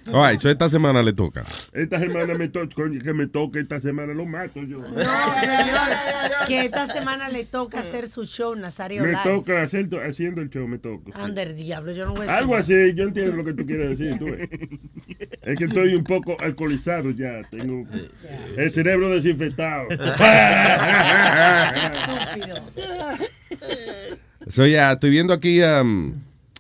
All right, so esta semana le toca.
Esta semana me toca, coño, que me toque esta semana, lo mato yo.
Que esta semana le toca hacer su show, Nazario
Me
Live.
toca hacer, haciendo el show, me toca.
Ander, diablo, yo no voy a decir
Algo
nada.
así, yo entiendo lo que tú quieres decir, tú ves. Es que estoy un poco alcoholizado ya, tengo el cerebro desinfectado.
So, ya, estoy viendo aquí a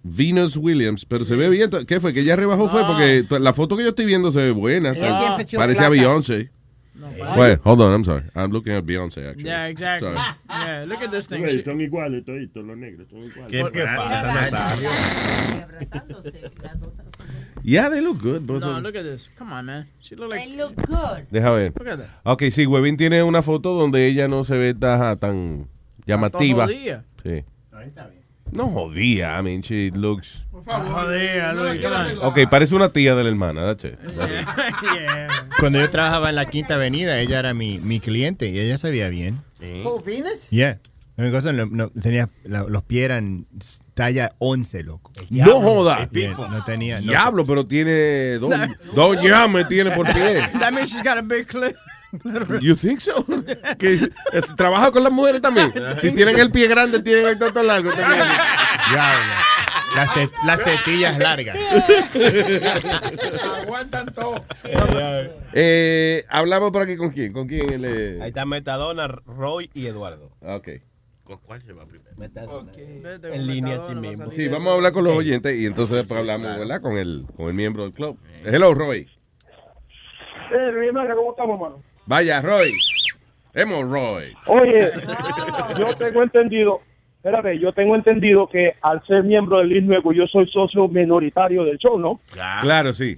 Venus Williams, pero se ve bien. ¿Qué fue? ¿Que ya rebajó? Fue porque t- la foto que yo estoy viendo se ve buena.
Ella
Está-
siempre ha sido
Parece a
flaca.
Beyoncé. Wait, hold on, I'm sorry. I'm looking at Beyoncé, actually.
Yeah, exactly.
Sorry.
Yeah, look at this
Tú
thing.
ves,
She-
son iguales toditos, los negros, son iguales.
¿Qué pasa, Nazario?
Yeah, they look good. both
No,
of them.
look at this. Come on, man. She look like...
They look good.
Deja ver.
Look at that.
Ok, sí, Webin tiene una foto donde ella no se ve taja tan llamativa.
jodida.
Sí. No jodía, I mean, she looks...
Por favor. Joder, Luis, come on.
Ok, parece una tía de la hermana, that's it.
Yeah.
Cuando yo trabajaba en la Quinta Avenida, ella era mi, mi cliente y ella se veía bien.
Oh, Venus.
Yeah. La única cosa, no- no, tenía, la- los pies eran talla 11, loco.
No joda.
Yeah, no tenía. no-
Diablo, pero tiene... Don, don Llame tiene por pie.
That means she's got a big clip.
You think so? Que es- trabaja con las mujeres también. Si tienen el pie grande, tienen el toto largo también.
Diablo. Las, te- las tetillas largas.
Aguantan todo.
Eh, hablamos por aquí con quién, con quién le...
Ahí está Metadona, Roy y Eduardo.
Ok.
¿Con cuál se va primero? En línea sí mismo.
Sí, vamos a hablar con los oyentes y entonces después hablamos, ¿verdad? Con el, con el miembro del club. Hello, Roy.
Eh, mi hermana, ¿cómo estamos, mano?
Vaya, Roy. Hemos Roy.
Oye, yo tengo entendido, espérate, yo tengo entendido que al ser miembro del Liz Nuevo, yo soy socio minoritario del show, ¿no?
Claro, sí.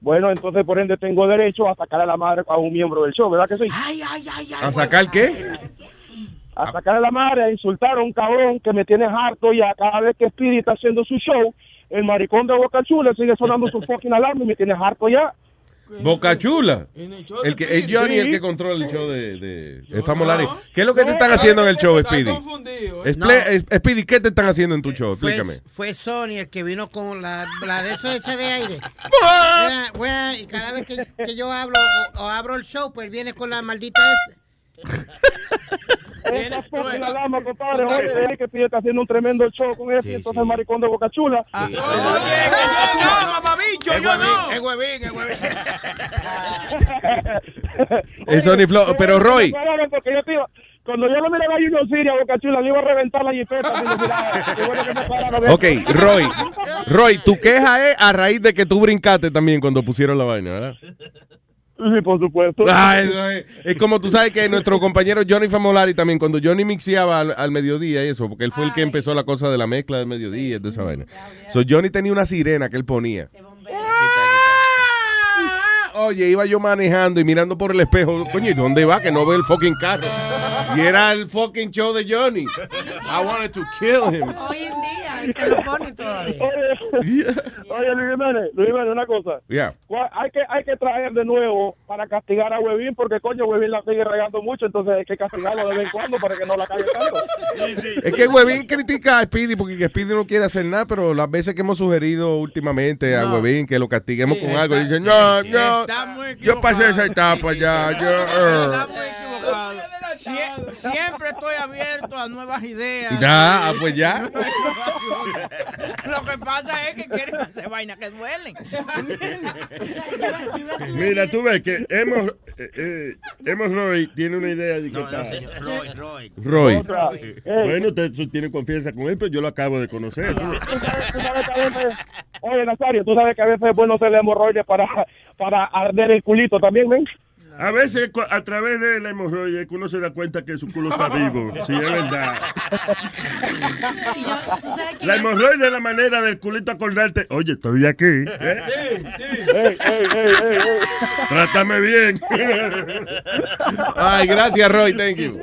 Bueno, entonces por ende tengo derecho a sacar a la madre a un miembro del show, ¿verdad que sí? Ay, ay, ay,
¿A sacar qué?
A sacar a la madre, a insultar a un cabrón que me tiene harto y a cada vez que Speedy está haciendo su show, el maricón de Boca Chula sigue sonando su fucking alarma y me tiene harto ya.
Boca Chula. El que, es Johnny el que controla el show de, de, de Famo Larín. ¿Qué es lo que ¿eh? te están haciendo en el show, Speedy? Esple- es- Speedy, ¿qué te están haciendo en tu show?
Pues,
Explícame.
Fue Sony el que vino con la, la de eso ese de aire. Wea, wea, y cada vez que, que yo hablo o, o abro el show, pues viene con la maldita esa.
Esa fucking alarma, compadre, oye, él que Speedy está haciendo un tremendo show con eso y entonces el maricón de Boca Chula.
No, mamabicho, yo no.
Es
huevín, es huevín.
Es Sony Flow. Pero Roy,
Porque yo te iba, Cuando yo lo miraba a Junior Siria, Boca Chula, le iba a reventar la jipeta. si lo miraba. Qué bueno que me pararon de-
Ok, Roy. Roy, tu queja es a raíz de que tú brincaste también cuando pusieron la vaina, ¿verdad?
Sí, por supuesto.
Ah, eso es. Es como tú sabes que nuestro compañero Johnny Famolari también, cuando Johnny mixiaba al, al mediodía y eso, porque él fue el que empezó la cosa de la mezcla del mediodía y toda esa vaina. So, Johnny tenía una sirena que él ponía. Oye, iba yo manejando y mirando por el espejo, coño, ¿y dónde va? Que no veo el fucking carro. Y era el fucking show de Johnny. I wanted to kill him.
Hoy en día, te lo pone todavía.
Oye, oye, Luis Jiménez, Luis Jiménez, una cosa.
Yeah.
Gua- Hay que, hay que traer de nuevo para castigar a Huevín, porque coño, Huevín la sigue regando mucho, entonces hay que castigarlo de vez en cuando para que no la cague tanto.
Es que Huevín critica a Speedy porque que Speedy no quiere hacer nada, pero las veces que hemos sugerido últimamente a Huevín que lo castiguemos con algo, dice, no, no, yo pasé esa etapa ya, yo... eh".
Sie- siempre estoy abierto a nuevas ideas.
Ya, ah, pues ya.
Lo que pasa es que quieren hacer vainas que duelen.
Mira, tú ves que hemos, eh, eh, hemos Roy tiene una idea de que
No, no,
está-
señor. Roy, Roy.
Roy.
Otra.
Bueno, usted tiene confianza con él, pero yo lo acabo de conocer.
Tú sabes que a veces- oye, Nazario, tú sabes que a veces es bueno hacerle hemorroides para, para arder el culito también, ¿ven?
A veces cu- a través de la hemorroide es que uno se da cuenta que su culo está vivo. Sí, es verdad. La hemorroide es la manera del culito acordarte. Oye, estoy aquí. ¿eh?
Ey, ey, ey, ey, ey.
Trátame bien.
Ay, gracias, Roy, thank you.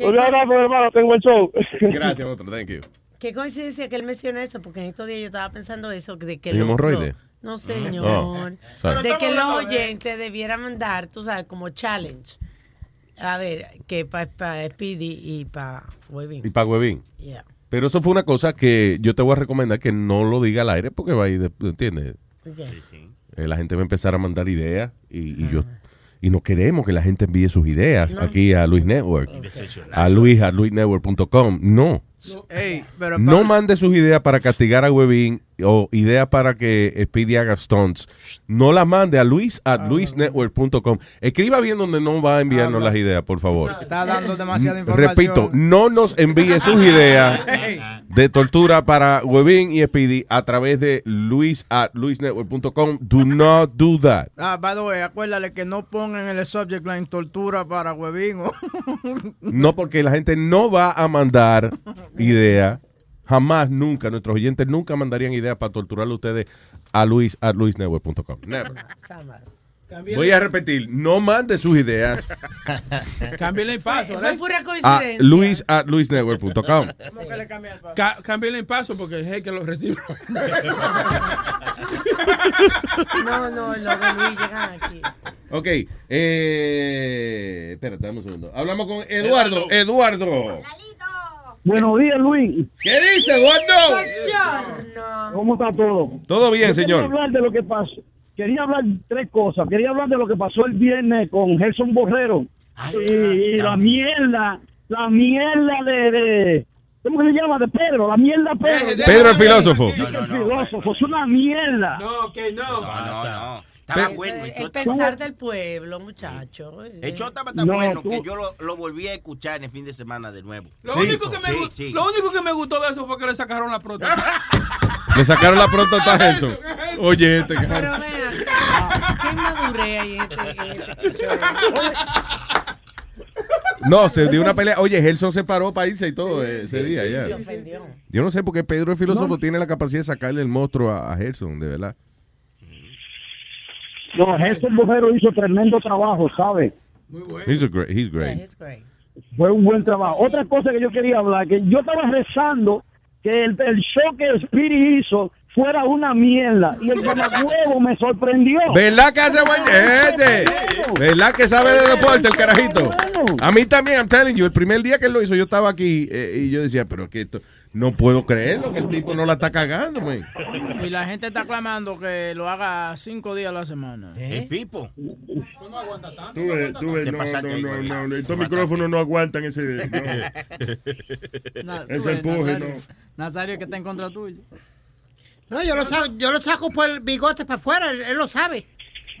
Un abrazo, hermano, tengo el show.
Gracias, otro, thank you.
Qué coincidencia que él menciona eso, porque en estos días yo estaba pensando eso, de que...
¿El
lo-
hemorroide?
No, no, señor.
Oh, sorry.
de que los oyentes debieran mandar, tú sabes, como challenge. A ver, que para Speedy y para Webin.
Y para Huevín.
Yeah.
Pero eso fue una cosa que yo te voy a recomendar que no lo diga al aire porque va a ir, de- ¿entiendes? Eh, la gente va a empezar a mandar ideas y, y yo y no queremos que la gente envíe sus ideas
No.
aquí a Luis Network.
Y decepcionarse.
A Luis, a luisnetwork.com. No.
Ey, pero
No
pa-
mande sus ideas para castigar a Webin o ideas para que Speedy haga stunts. No las mande a luis
Ah.
at luisnetwork.com. Escriba bien donde no va a enviarnos las ideas, por favor.
Está dando
Mm,
demasiada Ah, información.
Repito, no nos envíe sus ideas
Ey.
de tortura para Webin y Speedy a través de luis at luisnetwork.com. Do not do that.
Ah, by the way, acuérdale que no pongan en el subject line tortura para huevín. o-
No, porque la gente no va a mandar idea. Jamás, nunca. Nuestros oyentes nunca mandarían ideas para torturarle a ustedes a luis at luisnetwork.com. Never. Voy a repetir, no mande sus ideas
Cámbiale el paso. Ah,
Fue pura
a
coincidencia.
luis at luisnetwork.com.
Ca- cámbiale el paso porque es el que lo recibe.
No, no, los de Luis llegan aquí.
Ok, eh, espérate, dame un segundo. Hablamos con Eduardo. Eduardo.
Buenos días, Luis.
¿Qué dice, Eduardo?
Ah.
¿Cómo está todo?
Todo bien,
Yo
señor.
Quería hablar de lo que pasó. Quería hablar tres cosas. Quería hablar de lo que pasó el viernes con Gerson Borrero. y, y la mierda, la mierda de, de- ¿Cómo que se llama? De Pedro, la mierda de Pedro.
Eh, Pedro el filósofo.
El filósofo, es una mierda.
No, que no. Ah,
No, no.
Ese
Estaba
es
bueno.
el,
y yo-
pensar del pueblo, muchacho. Eh,
El show estaba tan
No,
bueno
tú-
que yo lo, lo volví a escuchar en el fin de semana de nuevo.
Lo, único que me, gu- lo único que me gustó de eso fue que le sacaron la prota.
Le sacaron la pronta a Gerson. Oye, este
Pero
cara.
vean, qué madurez hay en este, en este
No, se dio una pelea. Oye, Gerson se paró para irse y todo eh, ese día ya.
Se ofendió.
Yo no sé por qué Pedro el filósofo tiene la capacidad de sacarle el monstruo a, a Gerson, de verdad.
No, Gerson Borrero hizo tremendo trabajo, ¿sabes?
He's, a great, he's great.
Fue un buen trabajo. Otra cosa que yo quería hablar, que yo estaba rezando que el, el show que el Spirit hizo fuera una mierda. Y el huevo me sorprendió.
¿Verdad que hace buen Eh, gente? ¿Verdad que sabe de deporte el carajito? A mí también, I'm telling you, el primer día que él lo hizo, yo estaba aquí eh, y yo decía, pero es que esto, no puedo creerlo, que el tipo no la está cagando, man.
Y la gente está clamando que lo haga cinco días a la semana.
¿El Pipo?
Tú ves, tú ves,
Te
no,
pasaste ahí,
no, no,
güey.
no, no,
Te
estos
pasaste.
micrófonos no aguantan ese, no.
Na- tú
ese
ves,
empuje,
Nazario,
no.
Nazario que está en contra tuyo.
No, yo lo, sa- yo lo saco por el bigote para afuera, él, él lo sabe.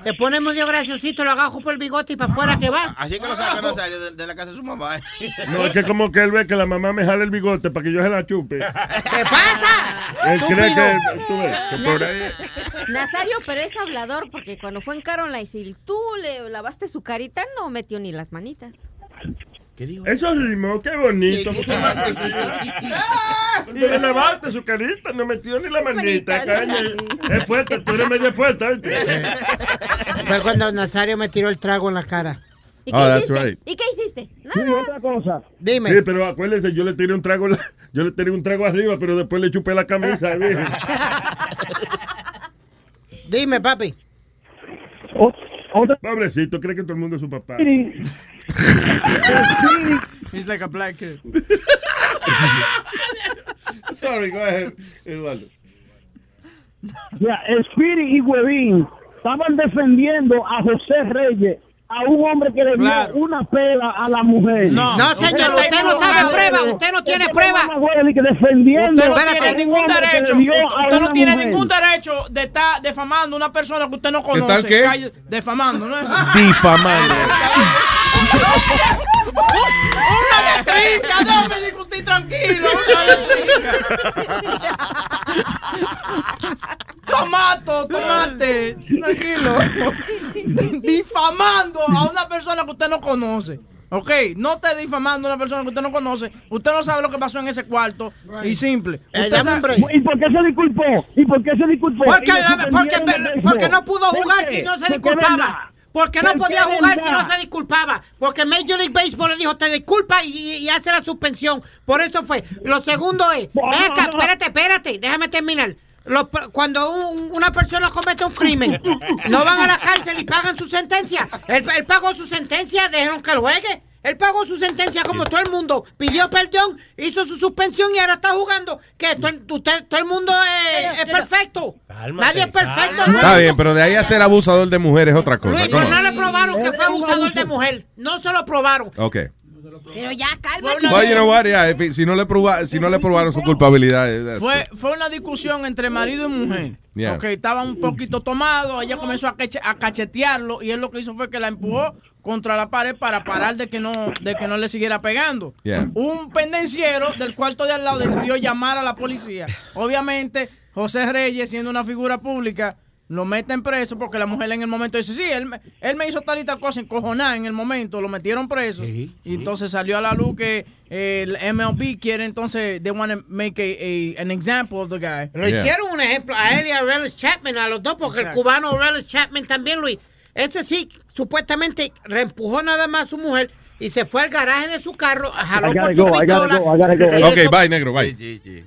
Se pone medio graciosito, lo agajo por el bigote y para afuera que va.
Así que lo saca Nazario de, de la casa de su mamá.
No, es que como que él ve que la mamá me jala el bigote para que yo se la chupe.
¿Qué pasa?
Él cree que, tú ves, que por ahí-
Nazario, pero es hablador porque cuando fue en Caroline, si tú le lavaste su carita, no metió ni las manitas.
Eso rimó, qué bonito.
¡Ah!
Entonces lavaste su carita, no metió ni la manita,
Manita,
caña. Es puesta, tú eres media puesta, ¿viste?
Fue cuando Nazario me tiró el trago en la cara.
¿Y qué Oh, that's hiciste? right.
¿Y qué hiciste?
otra cosa.
Dime.
Sí, pero acuérdense, yo le tiré un trago, la- yo le tiré un trago arriba, pero después le chupé la camisa, ¿eh? ¿viste?
Dime, papi.
Oh, Pobrecito, cree que todo el mundo es su papá.
He's like a black kid.
Sorry, go ahead, Ya, Spirit y Huevín estaban defendiendo a José Reyes, a un hombre que le dio
Claro.
una pela a la mujer.
No, No, señor, usted usted no no sabe sabe prueba, prueba, usted no tiene
Este
prueba.
mamagüey que defendiendo
Usted no
a
tiene
un
ningún
hombre que le
derecho.
dio
Usted
a
usted no
una
tiene
mujer.
ningún derecho de estar defamando a una persona que usted no conoce.
tal qué?
Calle- Defamando, ¿no es?
Difamando.
Una letrinca, déjame discutir tranquilo. Una letrinca. Tomato, tomate, tranquilo. Difamando a una persona que usted no conoce. Ok, no esté difamando a una persona que usted no conoce. Usted no sabe lo que pasó en ese cuarto. Y simple.
Eh,
Usted sabe-
¿Y por qué se disculpó? ¿Y por qué se disculpó?
Porque,
Y lo
porque,
suspendieron de eso.
porque no pudo
¿Por
jugar
qué?
si no se
Porque verdad.
disculpaba. Porque no
Porque
podía jugar si no
verdad.
se disculpaba. Porque el Major League Baseball le dijo, te disculpa y, y- y hace la suspensión. Por eso fue. Lo segundo es, ven acá, espérate, espérate, déjame terminar. Lo- cuando un- una persona comete un crimen, no van a la cárcel y pagan su sentencia. Él, él pagó su sentencia, dejaron que juegue. Él pagó su sentencia como todo el mundo, pidió perdón, hizo su suspensión y ahora está jugando. Que to- usted- todo el mundo es, es perfecto. Nadie es perfecto.
Está bien, pero de ahí a ser abusador de mujeres es otra cosa.
Luis,
come
pues no
on.
le probaron que fue abusador de mujer. No se lo probaron.
Ok.
Pero ya,
cálmate.
Well, you know what, yeah, if- si, no le proba- si no le probaron su culpabilidad. eh, that's-
Fue, fue una discusión entre marido y mujer.
Yeah.
Ok, estaba un poquito tomado, ella comenzó a, cache- a cachetearlo y él lo que hizo fue que la empujó contra la pared para parar de que no, de que no le siguiera pegando.
Yeah.
Un pendenciero del cuarto de al lado decidió llamar a la policía. Obviamente, José Reyes, siendo una figura pública, lo meten preso porque la mujer en el momento dice, sí, él, me- él me hizo tal y tal cosa, encojonada en el momento, lo metieron preso. Y entonces salió a la luz que eh, el MLB quiere entonces, they want to make a, a- an example of the guy.
Lo hicieron un ejemplo a él y a Aurelius Chapman, a los dos, porque el
Exacto.
cubano Aurelius Chapman también, Luis. Este sí, supuestamente reempujó nada más a su mujer y se fue al garaje de su carro, jaló
I
por
gotta
su
go, I gotta
pistola
go, I gotta go. Ok, bye, negro, bye.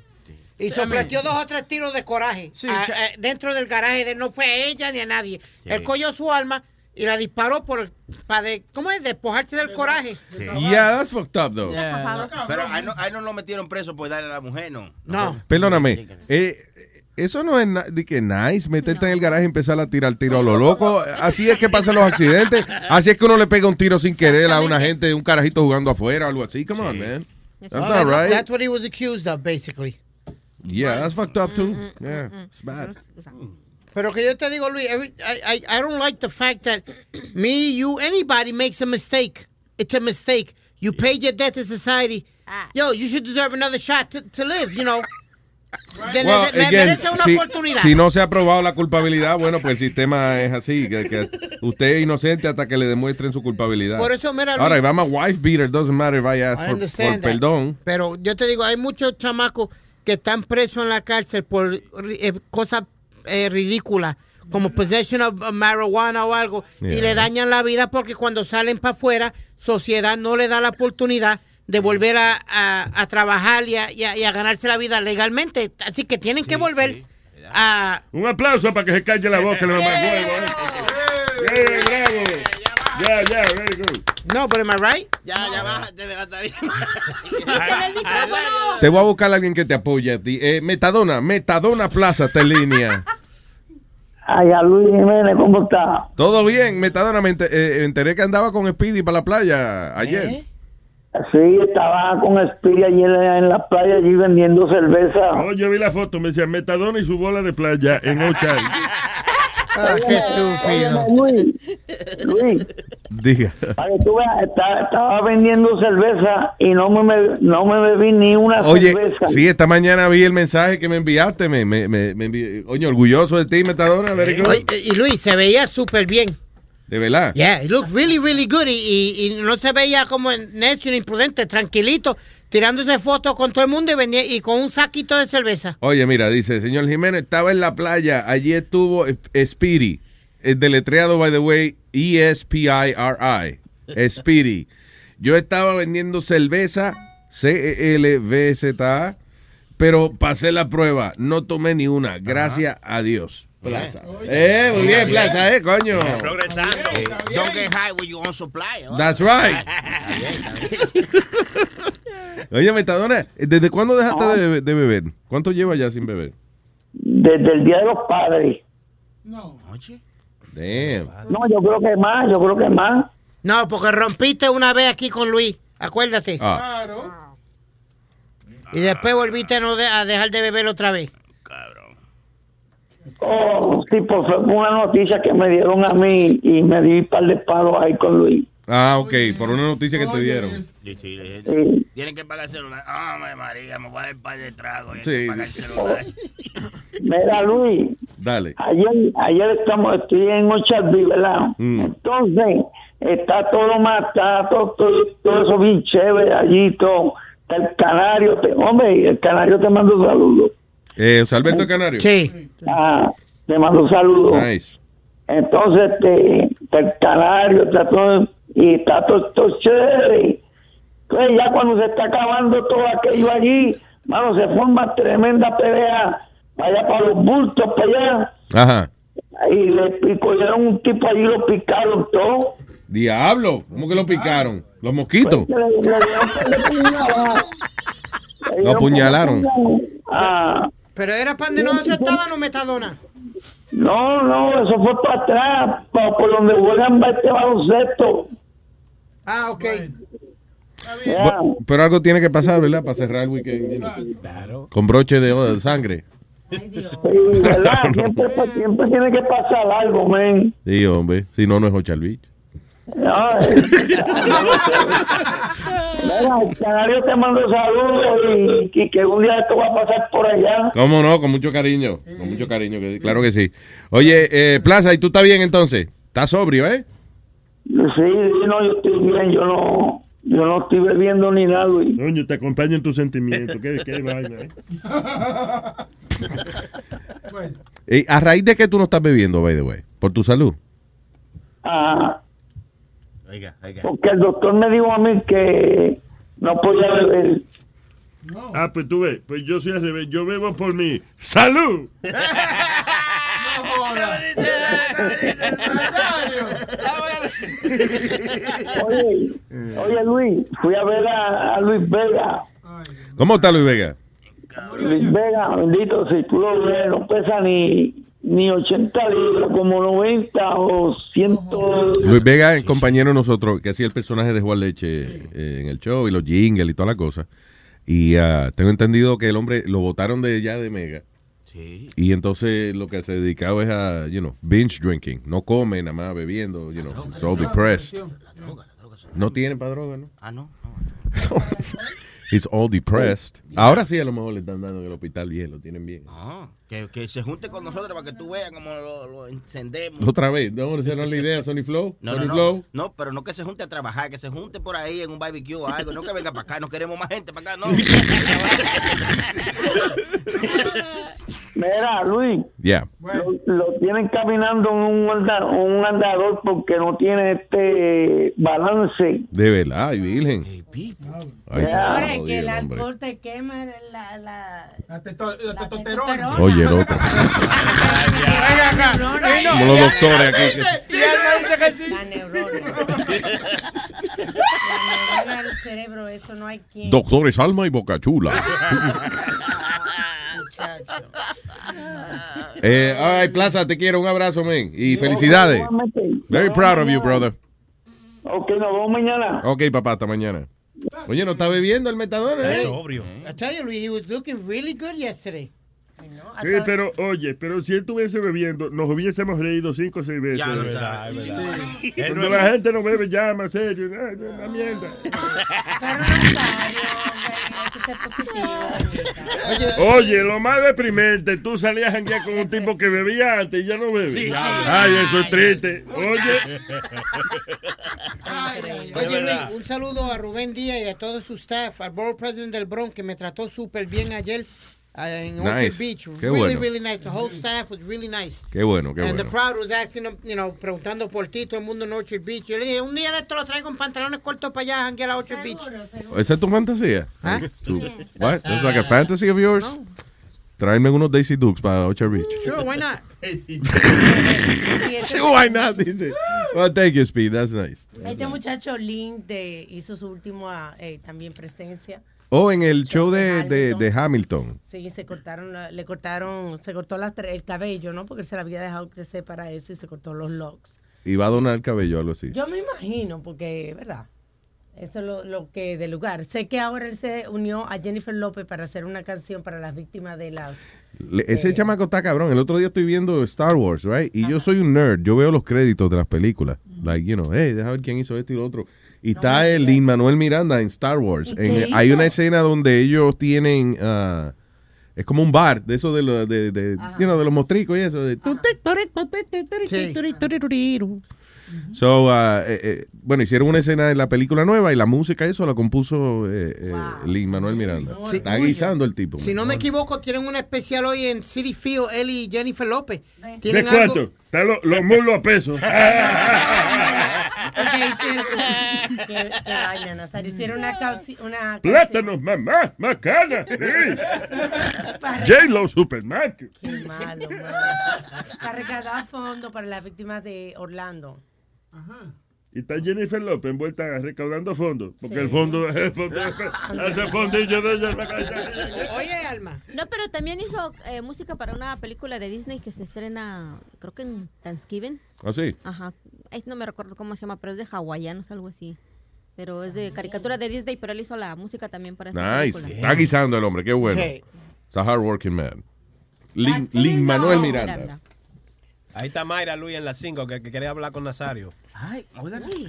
y sopletió dos o tres tiros de coraje a- a- dentro del garaje. De, no fue a ella ni a nadie.
Sí.
Él cogió su arma y la disparó por para de, ¿cómo es? despojarse del coraje.
Yeah, that's fucked up, though.
Pero ahí no, ahí no lo metieron preso por darle a la mujer, no.
No.
Perdóname. eh, eso no es na- de que nice meterte en el garaje y empezar a tirar tiro a lo loco. Así es que pasan los accidentes. Así es que uno le pega un tiro sin querer a una gente, un carajito jugando afuera o algo así. Come on, man. That's not right.
That's what he was accused of, basically.
Yeah, that's fucked up too. Yeah,
mm.
it's bad.
Pero que yo te digo, Luis, every- I, I, I don't like the fact that me, you, anybody makes a mistake. It's a mistake. You paid your debt to society. Yo, you should deserve another shot to, to live, you know. Te-
Well,
me- me
again,
merece una
si,
oportunidad.
si no se ha probado la culpabilidad, bueno, pues el sistema es así, que, que usted es inocente hasta que le demuestren su culpabilidad.
Por eso, mira, Luis-
Ahora, if I'm a wife beater, doesn't matter if I ask
I
for-
understand
for
that.
perdón.
Pero yo te digo, hay muchos chamacos que están presos en la cárcel por ri- eh, cosas eh, ridículas, como possession of of marijuana o algo, y
Yeah.
le dañan la vida porque cuando salen para afuera, sociedad no le da la oportunidad de volver a, a- a trabajar y a, y a- y a ganarse la vida legalmente. Así que tienen que volver a...
Un aplauso para que se calle la boca, la mamá. Yeah, bravo. Ya, ya, very good.
No, pero am I right?
Ya, ya, bájate de la tarima.
el micrófono.
Te voy a buscar a alguien que te apoye a ti. Eh, Metadona, Metadona Plaza está en línea.
Ay, a Luis Jiménez, ¿cómo está?
Todo bien, Metadona, me ente- eh, enteré que andaba con Speedy para la playa ayer.
Sí, estaba con Espilla allí en la- en la playa, allí vendiendo cerveza.
Oh, yo vi la foto, me decía Metadona y su bola de playa en Ocha.
Ah, qué estúpido.
Luis, Luis,
Diga.
para que tú veas, está- estaba vendiendo cerveza y no me, me- no me bebí ni una
Oye,
cerveza.
sí, esta mañana vi el mensaje que me enviaste. Me, me, me, me envi- Oye, orgulloso de ti, Metadona. very good.
Oye, y Luis, se veía súper bien.
De verdad.
Yeah, it looked really, really good. Y, y- y no se veía como necio ni imprudente, tranquilito, tirándose fotos con todo el mundo y, venía, y con un saquito de cerveza.
Oye, mira, dice, señor Jiménez, estaba en la playa, allí estuvo eh, Speedy, el deletreado, by the way, E E-S-P-I-R-I, Speedy. Yo estaba vendiendo cerveza, E C-E-L-V-Z-A, pero pasé la prueba, no tomé ni una, gracias a Dios. Plaza. Eh, muy bien, Plaza, eh, coño.
Progresando. Don't get high when you on supply. ¿no?
That's right.
Está bien, está bien.
Oye, Metadona, ¿desde cuándo dejaste
Ah.
de, bebe- de beber? ¿Cuánto lleva ya sin beber?
Desde el Día de los Padres.
Damn.
No, yo creo que más, yo creo que más.
No, porque rompiste una vez aquí con Luis, acuérdate.
Ah.
Y después volviste a, no de- a dejar de beber otra vez.
Oh, tipo, fue una noticia que me dieron a mí y me di un par de palos ahí con Luis.
Ah, ok, por una noticia que te dieron.
Sí, sí, le-
Sí.
Tienen que pagar el celular. Ah, madre María, me voy a dar un par de tragos. y hay
Sí.
que pagar el celular.
Mira, Luis,
Dale.
ayer, ayer estamos, estoy en Ocharvi, ¿verdad?
Mm.
Entonces, está todo matado, todo, todo, todo eso bien chévere allí, todo. Está el canario, te- hombre, el canario te mando un saludo.
Eh, José Alberto Canario.
Ah, te mando un saludo.
Nice.
Entonces, este, está el canario, está todo, y está todo, todo chévere. Entonces, ya cuando se está acabando todo aquello allí, mano, se forma tremenda pelea. Vaya para los bultos, para allá.
Ajá.
Y le y cogieron un tipo allí, lo picaron todo.
Diablo, ¿cómo que lo picaron? Los mosquitos.
Le, le dieron par de puñaladas. Le dieron par de
apuñalaron.
puñaladas. Ah,
Pero era pan de nosotros estaban o metadona.
no, no, eso fue para atrás, pa- por donde juegan este baloncesto.
Ah, ok.
Ya.
Bu- Pero algo tiene que pasar, ¿verdad? Para cerrar el weekend. Con broche de, de sangre.
Sí, ¿verdad? siempre, pues, siempre tiene que pasar algo, men.
Sí, hombre. Si no, no es Ocho Luis.
Ay. Mira, el canario te mando saludos y, y que un día esto va a pasar por allá.
¿Cómo no? Con mucho cariño. Con mucho cariño. que- Claro que sí. Oye, eh, Plaza, ¿y tú estás bien entonces? ¿Estás sobrio, eh?
Sí, sí, no, yo estoy bien, yo no, yo no estoy bebiendo ni nada, Luis.
Coño, te acompaño en tus sentimientos. Qué, qué vaina, ¿eh?
Eh, ¿A raíz de que tú no estás bebiendo, by the way? ¿Por tu salud?
Ah, porque el doctor me dijo a mí que no podía beber.
Ah, pues tú ves, pues yo soy al revés. Yo bebo por mi salud.
Oye, oye Luis, fui a ver a, a Luis Vega.
¿Cómo está Luis Vega?
Luis Vega, bendito, si tú lo ves, no pesa ni, ni 80 libras, como 90 o 100.
Luis Vega es compañero de nosotros que hacía el personaje de Juan Leche eh, en el show y los jingles y toda la cosa. Y ah, tengo entendido que el hombre lo votaron de ya de Mega. Y entonces lo que se dedicaba es a, you know, binge drinking. No come, nada más bebiendo, you know, so depressed. No tiene para droga, ¿no?
Ah, no.
He's all depressed. Ahora sí, a lo mejor le están dando en el hospital bien, lo tienen bien.
Ah. Que, que se junte con nosotros para que tú veas cómo lo, lo encendemos.
Otra vez, no, esa no es la idea, Sony Flow.
No,
Sony
no, no,
Flow.
no, pero no que se junte a trabajar, que se junte por ahí en un barbecue o algo, no que venga para acá, no queremos más gente para acá, no.
Mira, Luis,
Yeah.
lo, lo tienen caminando en un, anda- un andador porque no tiene este balance.
De verdad, ay, virgen. Ay,
Ahora es
jodido,
que el
hombre.
alcohol te quema la... la, la, testosterona.
Oye, el otro. Como los doctores aquí. que-
Y Alma dice que sí. La neurona. La neurona del cerebro, eso no hay quien.
Doctores Alma y Boca Chula.
Muchacho.
Eh, all right, Plaza, te quiero. Un abrazo, men. Y felicidades. Very proud of you, brother.
Ok, nos vemos mañana.
Ok, papá, hasta mañana. Oye, no está bebiendo el metadona, ¿eh?
I tell you, Luis, he was looking really good yesterday.
Sí, pero oye, pero si él estuviese bebiendo, nos hubiésemos reído cinco o seis veces.
Ya, es verdad, es verdad.
Sí.
Es
Cuando
verdad.
la gente no bebe, llama, serio, ay, no, una mierda. Oye, lo más deprimente, tú salías a janguear con un tipo que bebía antes y ya no bebe.
Sí,
Ay,
sí.
eso es triste. Oye.
Oye,
Es verdad.
Luis, un saludo a Rubén Díaz y a todo su staff, al board president del Bronx que me trató súper bien ayer eh, en Orchard
Nice.
Beach.
Qué
really,
bueno.
really nice. The whole staff was really nice.
Qué bueno, qué
And the
bueno.
crowd was asking, him, you know, preguntando por ti, todo el mundo en Orchard Beach. Yo le dije, un día de esto lo traigo con pantalones cortos para allá, janguear a Orchard Beach.
¿Esa es tu fantasía? Tu- What? That's like a fantasy of yours? Traerme unos Daisy Dukes para Ocha Beach.
Sure, why not?
Sure, why not? dice. Well, thank you, Speed. That's nice.
Este muchacho Link de- hizo su última eh, también presencia.
Oh, en el show de, de, de Hamilton.
Sí, se cortaron, la- le cortaron, se cortó las tre- el cabello, ¿no? Porque él se la había dejado crecer para eso y se cortó los locks.
Y va a donar el cabello algo así.
Yo me imagino, porque, ¿verdad? Eso es lo, lo que de lugar. Sé que ahora él se unió a Jennifer López para hacer una canción para las víctimas de la...
Le- ese chamaco está cabrón. El otro día estoy viendo Star Wars, right? Y yo soy un nerd. Yo veo los créditos de las películas. Like, you know, hey, deja ver quién hizo esto y lo otro. Y está el Lin Manuel Miranda en Star Wars.
¿Y
En-
qué
hay
hizo?
una escena donde ellos tienen. ah, es como un bar de eso de, lo- de, de, you know, de los mostricos y eso. de tu, tu, So, ah, eh, eh, bueno, hicieron una escena de la película nueva y la música, eso la compuso eh, eh, Lin Manuel Miranda.
Sí.
Está guisando el tipo.
Si no me equivoco, tienen una especial hoy en City Field, él y Jennifer López.
¿De
Tienen algo-
cuánto? Están lo- los muslos a peso. Ah,
Qué- qué vaina, Nazario. Hicieron una, causi- una
Plátanos, mamá, macana. J-Lo Supermarket.
Qué malo, malo. Para recaudar fondos para las víctimas de Orlando.
Y está Jennifer López envuelta recaudando fondos. Porque
Sí.
el fondo, el fondo, ese fondillo de ella.
Oye, Alma.
No, pero también hizo eh, música para una película de Disney que se estrena, creo que en Thanksgiving.
¿Ah, sí?
Ajá. Ay, no me recuerdo cómo se llama, pero es de hawaianos, algo así. Pero es de caricatura de Disney, pero él hizo la música también para esa
Nice. Ah,
película.
Está guisando el hombre, qué bueno.
Sí.
Está hardworking man. Lin, Lin Manuel Miranda.
Ahí está Mayra Luis en las 5 que, que quiere hablar con Nazario.
Ay,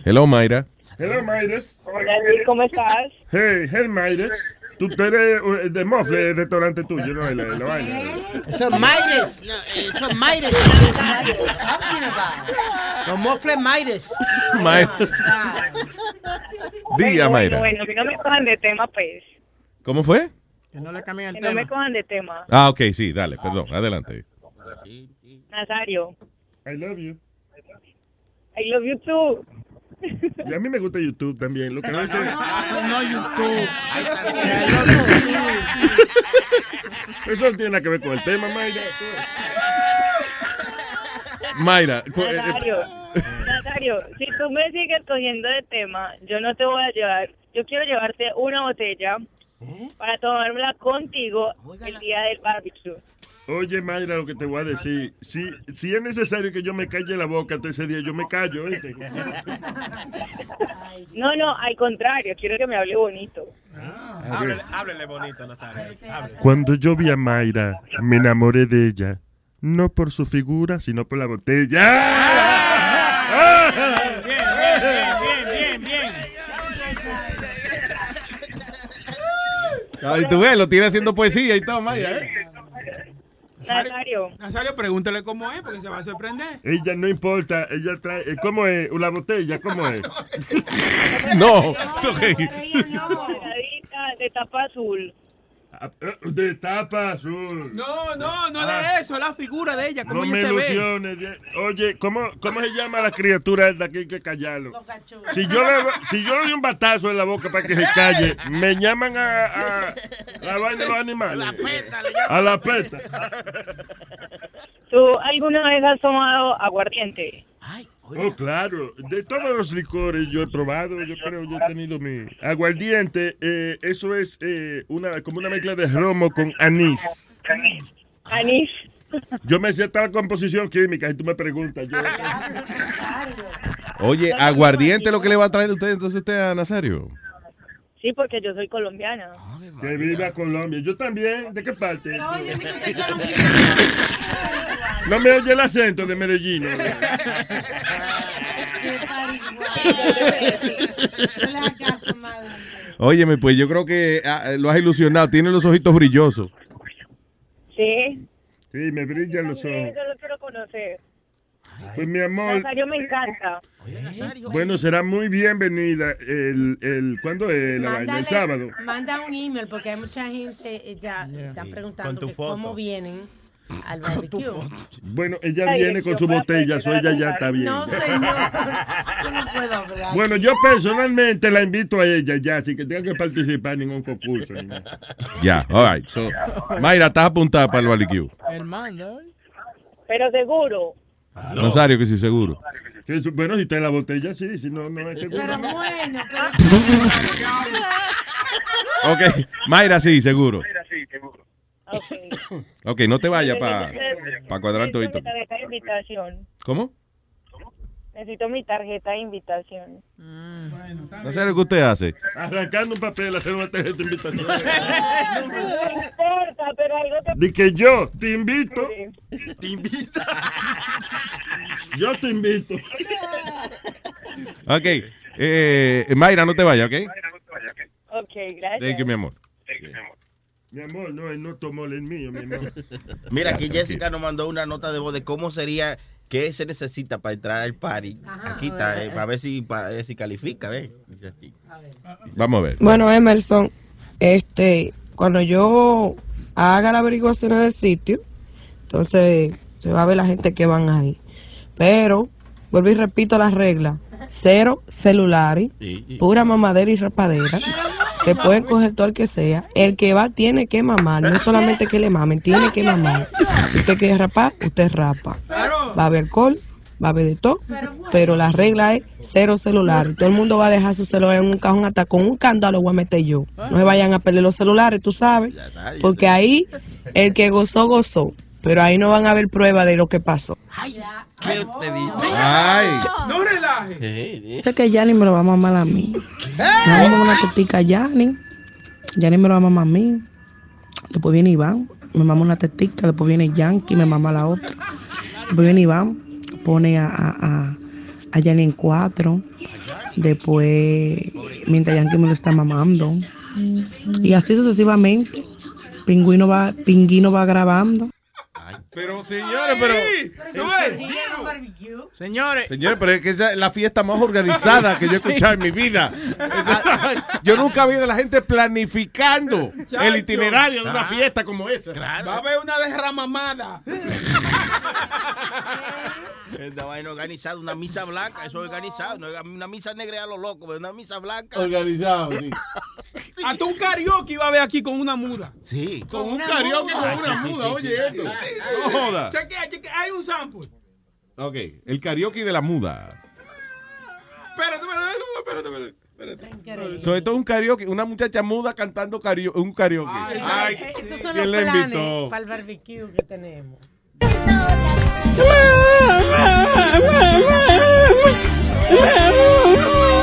Hello, Mayra.
Hello, Mayres.
Hola, Luis, ¿cómo estás?
Hey, hey, Mayres. Tú, tú eres eh, de Mofle, el restaurante tuyo, ¿no? La, la vaina.
Eso es Maires. No, Eso es Maires. Los mofles Maires.
Maires. Día,
Bueno,
Mayra.
bueno, que no me cojan de tema, pues.
¿Cómo fue?
Que no le cambien el tema. no me cojan de tema.
Ah, ok, sí, dale, perdón, adelante.
Nazario,
I love you.
I love you too.
Y a mí me gusta YouTube también. Lo que no es
No, YouTube.
Eso no tiene nada que ver con el tema, Mayra.
Mayra. cu- eh,
Nazario, Nazario, si tú me sigues cogiendo de tema, yo no te voy a llevar. Yo quiero llevarte una botella
¿Eh?
para tomármela contigo el día del barbecue.
Oye, Mayra, lo que te voy a decir. Si, si es necesario que yo me calle la boca hasta ese día, yo me callo, ¿oíste?
No, no, al contrario, quiero que me hable bonito.
Ah, Háblele, háblele bonito, Nazario. Háblele.
Cuando yo vi a Mayra, me enamoré de ella. No por su figura, sino por la botella.
bien, bien, bien.
Ay, tú ves, lo tiene haciendo poesía y todo, Mayra. ¿eh?
Nazario.
Nazario, pregúntale cómo es, porque se va a sorprender.
Ella no importa, ella trae. eh, ¿Cómo es? ¿La botella? ¿Cómo es?
No.
Doradita, de tapa azul.
De tapa azul.
No, no, no
Ah.
de eso, la figura de ella,
No
cómo
me
ella Este se ve.
ilusiones. ya- Oye, ¿cómo, ¿cómo se llama la criatura esta que hay que callarlo? Si yo, le, do- si yo le doy un batazo en la boca para que se calle, me llaman a, a la vaina de los animales. A la peta.
¿Tú alguna vez has tomado aguardiente?
Oh, claro. De todos los licores yo he probado, yo creo, yo he tenido mi... Aguardiente, eh, eso es eh, una, como una mezcla de romo con anís.
Anís.
Yo me sé hasta la composición química y tú me preguntas. Yo,
Oye, aguardiente lo que le va a traer usted entonces usted a Nazario.
Sí, porque yo soy colombiana.
Que viva Colombia. Yo también. ¿De qué parte? No me oye el acento de Medellín.
Óyeme, pues yo creo que ah, lo has ilusionado. Tiene los ojitos brillosos.
Sí.
Sí, me brillan los ojos.
Yo lo quiero conocer.
Pues mi amor,
Nazario me encanta.
bueno, será muy bienvenida el, el ¿cuándo es la vaina? El
Mándale-
sábado.
Manda un email porque hay mucha gente eh, ya están
Con tu
preguntando que
foto.
cómo vienen al barbecue.
Bueno, ella
Ay,
viene con
yo
su
voy a
botella, so ella ya está bien.
No, señor. Yo no puedo hablar.
Bueno, yo personalmente la invito a ella ya, así que tenga que participar en ningún concurso. ni nada.
Ya, all right. So, Mayra, estás apuntada para el barbecue.
El manda.
Pero seguro.
Nazario, que sí, seguro.
Que eso- Bueno, si está en la botella, sí, si no, no es seguro.
Pero bueno, pero...
Ok, Mayra, sí, seguro.
Ok.
Ok, no te vayas para cuadrar todo
Necesito mi tarjeta de invitación.
¿Cómo?
Necesito mi tarjeta de invitación.
Nazario, ¿qué usted hace?
Arrancando un papel, hacer una tarjeta de invitación.
No importa, pero algo te...
De que yo te invito. Te invito. Yo te invito.
Ok, eh, Mayra, no te vayas, ¿ok?
Ok, gracias.
Thank you, mi amor.
Mi amor, no, él no tomó el mío, mi amor.
Mira, aquí Jessica nos mandó una nota de voz de cómo sería, qué se necesita para entrar al party. aquí está, eh, para ver si, para ver si califica, ¿ves? Dice así.
Vamos a ver.
Bueno, Emerson, este, cuando yo haga la averiguación del sitio, entonces se va a ver la gente que van ahí. Pero, vuelvo y repito las reglas. Cero celulares, pura mamadera y rapadera. Te pueden coger todo el que sea. El que va tiene que mamar, no solamente que le mamen, tiene que mamar. Si usted quiere rapar, usted rapa. Va a haber alcohol, va a haber de todo, pero la regla es cero celulares. Todo el mundo va a dejar su celular en un cajón, hasta con un candado lo voy a meter yo. No se vayan a perder los celulares, tú sabes, porque ahí el que gozó, gozó, pero ahí no van a haber prueba de lo que pasó.
¿Qué te dice?
Ay.
No relaje.
Sé que Yanni me lo va a mamar a mí. Me va a mamar una tetica a Yanni. Yanni me lo va a mamar a mí. Después viene Iván, me mama una tetica. Después viene Yankee, me mama la otra. Después viene Iván, pone a, a, a- a Yanni en cuatro. Después, mientras Yankee me lo está mamando. Y así sucesivamente. Pingüino va, Pinguino va grabando.
Pero señores, pero.
Señores.
Señores, pero es que esa es la fiesta más organizada que yo he escuchado en mi vida.
Ah.
Esa- Yo nunca vi a la gente planificando el itinerario de una fiesta como esa.
Va a haber una derramamada.
Esta vaina organizada, una misa blanca, eso es organizado. Ah. No es una misa negra a lo loco, pero una misa blanca.
Organizado, sí.
Hasta un karaoke iba a haber aquí con una muda.
Sí.
Con
Con
un
una
karaoke
muda.
con una
Ah, sí, sí,
muda,
sí,
oye
sí, sí.
esto.
Sí, sí,
sí. No joda.
Chequea, chequea, hay un sample.
Ok, el karaoke de la muda.
Espérate, espérate, espérate, espérate, espérate.
So, esto es un karaoke, una muchacha muda cantando kario- un karaoke. Ay,
Eh, Estos son los
¿quién le
planes
invitó?
para el barbecue que tenemos.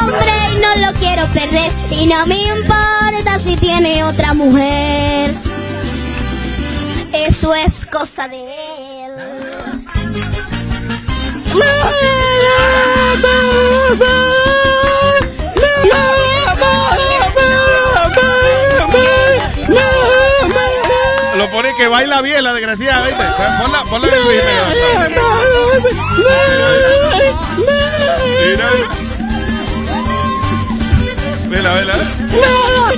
hombre y no lo quiero perder y no me importa si tiene otra mujer. Eso es cosa de él.
Lo pone que baila bien la desgraciada, ¿viste? Ponla, ponla en el Mira, Vela, vela.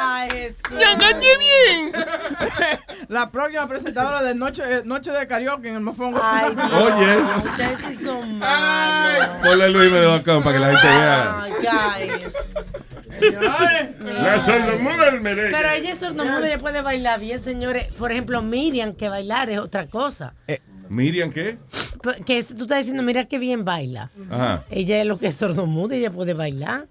Ay, Jesús.
bien! La próxima presentadora de Noche, eh, noche de Karaoke en el Mofongo.
Oye, eso.
Ustedes sí son malos.
Ponle el Luis Menedo Acón para que la gente vea.
Ay, guys.
La sordomuda del merengue.
Pero ella es sordomuda, ella puede bailar bien, señores. Por ejemplo, Miriam, que bailar es otra cosa.
¿Miriam qué?
p- que es- tú estás diciendo, mira qué bien baila.
Ajá.
Ella es lo que es sordomuda, ella puede bailar.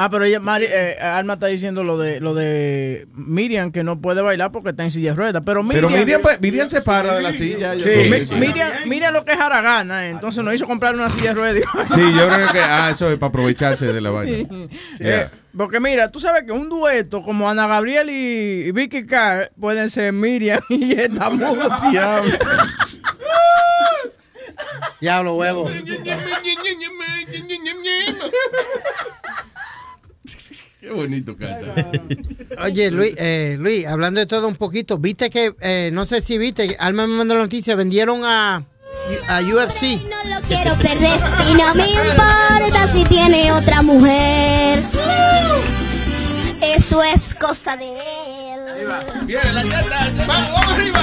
Ah, pero ella, Mari- eh, Alma está diciendo lo de lo de Miriam que no puede bailar porque está en silla de ruedas. Pero Miriam,
Pero Miriam, pues, Miriam se para de la silla. yo-
Mi- Miriam, Miriam lo que es haragana, eh, entonces nos hizo comprar una silla de ruedas.
Sí, yo creo que ah, eso es para aprovecharse de la vaina. Yeah.
Eh, porque mira, tú sabes que un dueto como Ana Gabriel y Vicky Carr pueden ser Miriam y esta mujer.
Diablo. Diablo, huevo.
Qué bonito canta.
Oye, Luis, eh, Luis, hablando de todo un poquito, viste que, eh, no sé si viste, Alma me mandó la noticia, vendieron a, a UFC.
No quiero perder y no me importa si tiene otra mujer. Eso es cosa de él.
Vamos arriba.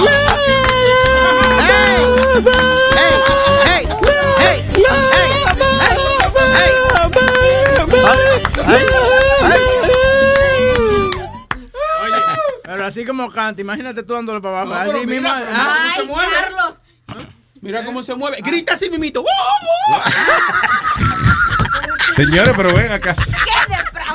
Pero así como canta, imagínate tú dándole para abajo.
pero
así mismo. ah,
mira, pero mira cómo se
Ay,
mueve. Mira cómo se
Ah.
mueve. Grita así, ¡Oh, mimito. ¡Wow, wow!
Señores, pero ven acá.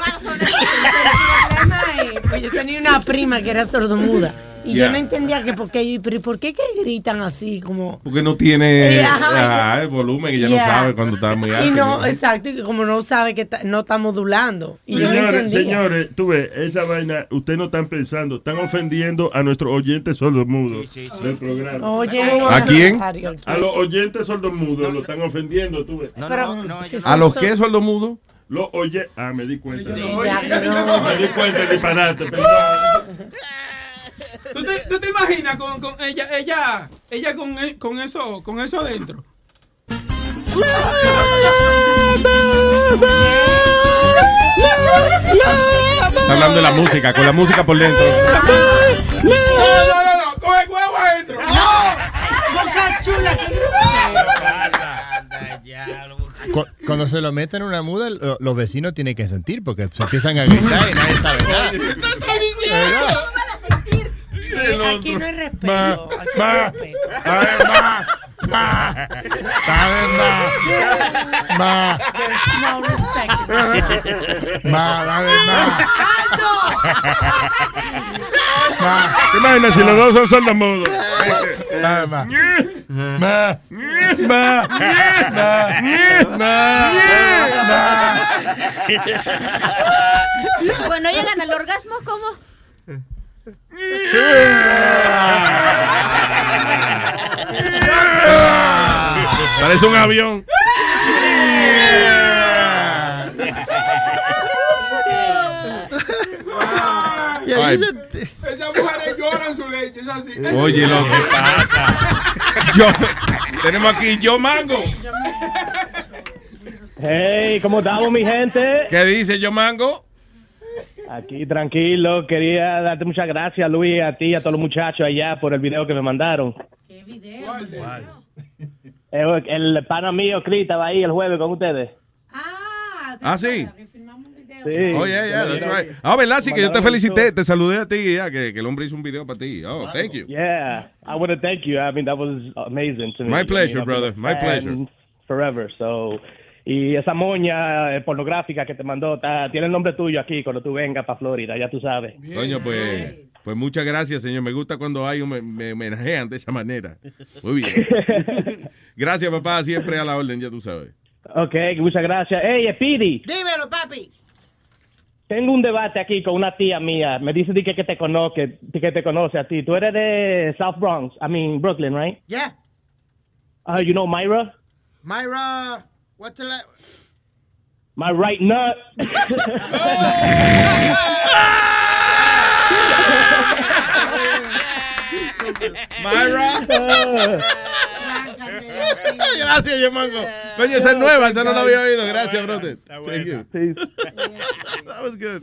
Ah, Ay, pues yo tenía una prima que era sordomuda y
Yeah.
yo no entendía que por qué, y, pero ¿y ¿por qué que gritan así como?
Porque no tiene
Yeah.
ah, el volumen y ya
Yeah.
no sabe cuando está muy alto.
Y no, exacto, y como no sabe que ta- no está modulando. Y yo no
Señores,
entendía.
señores, tú ves, esa vaina, ustedes no están pensando, están ofendiendo a nuestros oyentes sordomudos del programa.
Oye,
¿A quién?
A los oyentes sordomudos, lo están ofendiendo, tú ves.
Pero- no, no, yo
¿A los qué sordomudos?
Los oye, ah, me di cuenta.
ya, no.
Me di cuenta, disparate, perdón.
¿Tú te, tú te imaginas con, con ella, ella, ella con, e- con eso, con eso adentro?
Está hablando de la música, con la música por dentro.
No, no, no, no, con el huevo adentro.
No, boca chula.
Cu- Cuando se lo meten en una muda, lo- los vecinos tienen que sentir porque se empiezan a gritar y nadie sabe nada.
Aquí no hay respeto. Aquí no hay
Ma,
respeto.
Ma.
There's no respect.
Ma, dale, ma.
Ah,
¿Te imaginas si los dos son sordomudos?
Dale, ma. Ma. Ma. Ma. Ma.
Cuando llegan al orgasmo, ¿cómo?
Parece un avión. Ay,
Esas mujeres lloran su leche, es así.
Oye, loco. Yo, tenemos aquí yo mango.
Hey, ¿cómo estamos, mi gente?
¿Qué dice yo mango?
Aquí tranquilo, quería darte muchas gracias, Luis, a ti y a todos los muchachos allá por el video que me mandaron. Eh, El pana mío, Cris, estaba ahí el jueves con ustedes.
Ah, sí.
Sí.
Oh, yeah, yeah, that's right. Ah, ¿verdad? Sí, que yo te felicité, te saludé a ti, ya, que, que el hombre hizo un video para ti. Oh, thank you.
Yeah, I want to thank you. I mean, that was amazing to me.
My pleasure,
I've been
brother.
a
My
fan
pleasure.
Forever, so... Y esa moña eh, pornográfica que te mandó, ta- tiene el nombre tuyo aquí cuando tú vengas para Florida, ya tú sabes.
Coño, pues, pues muchas gracias, señor. Me gusta cuando hay un me, me homenajean de esa manera. Muy bien. gracias, papá. Siempre a la orden, ya tú sabes.
Ok, muchas gracias. Hey, Speedy,
Dímelo, papi.
tengo un debate aquí con una tía mía. Me dice di que, que te conoce, que te conoce a ti. Tú eres de South Bronx, I mean Brooklyn, right?
Yeah.
Uh, you know Myra?
Myra, what's the la-
My right nut.
Myra. gracias, yo mango. Coño, esa es nueva, esa no la había oído. Gracias, brother. Thank you. That was good.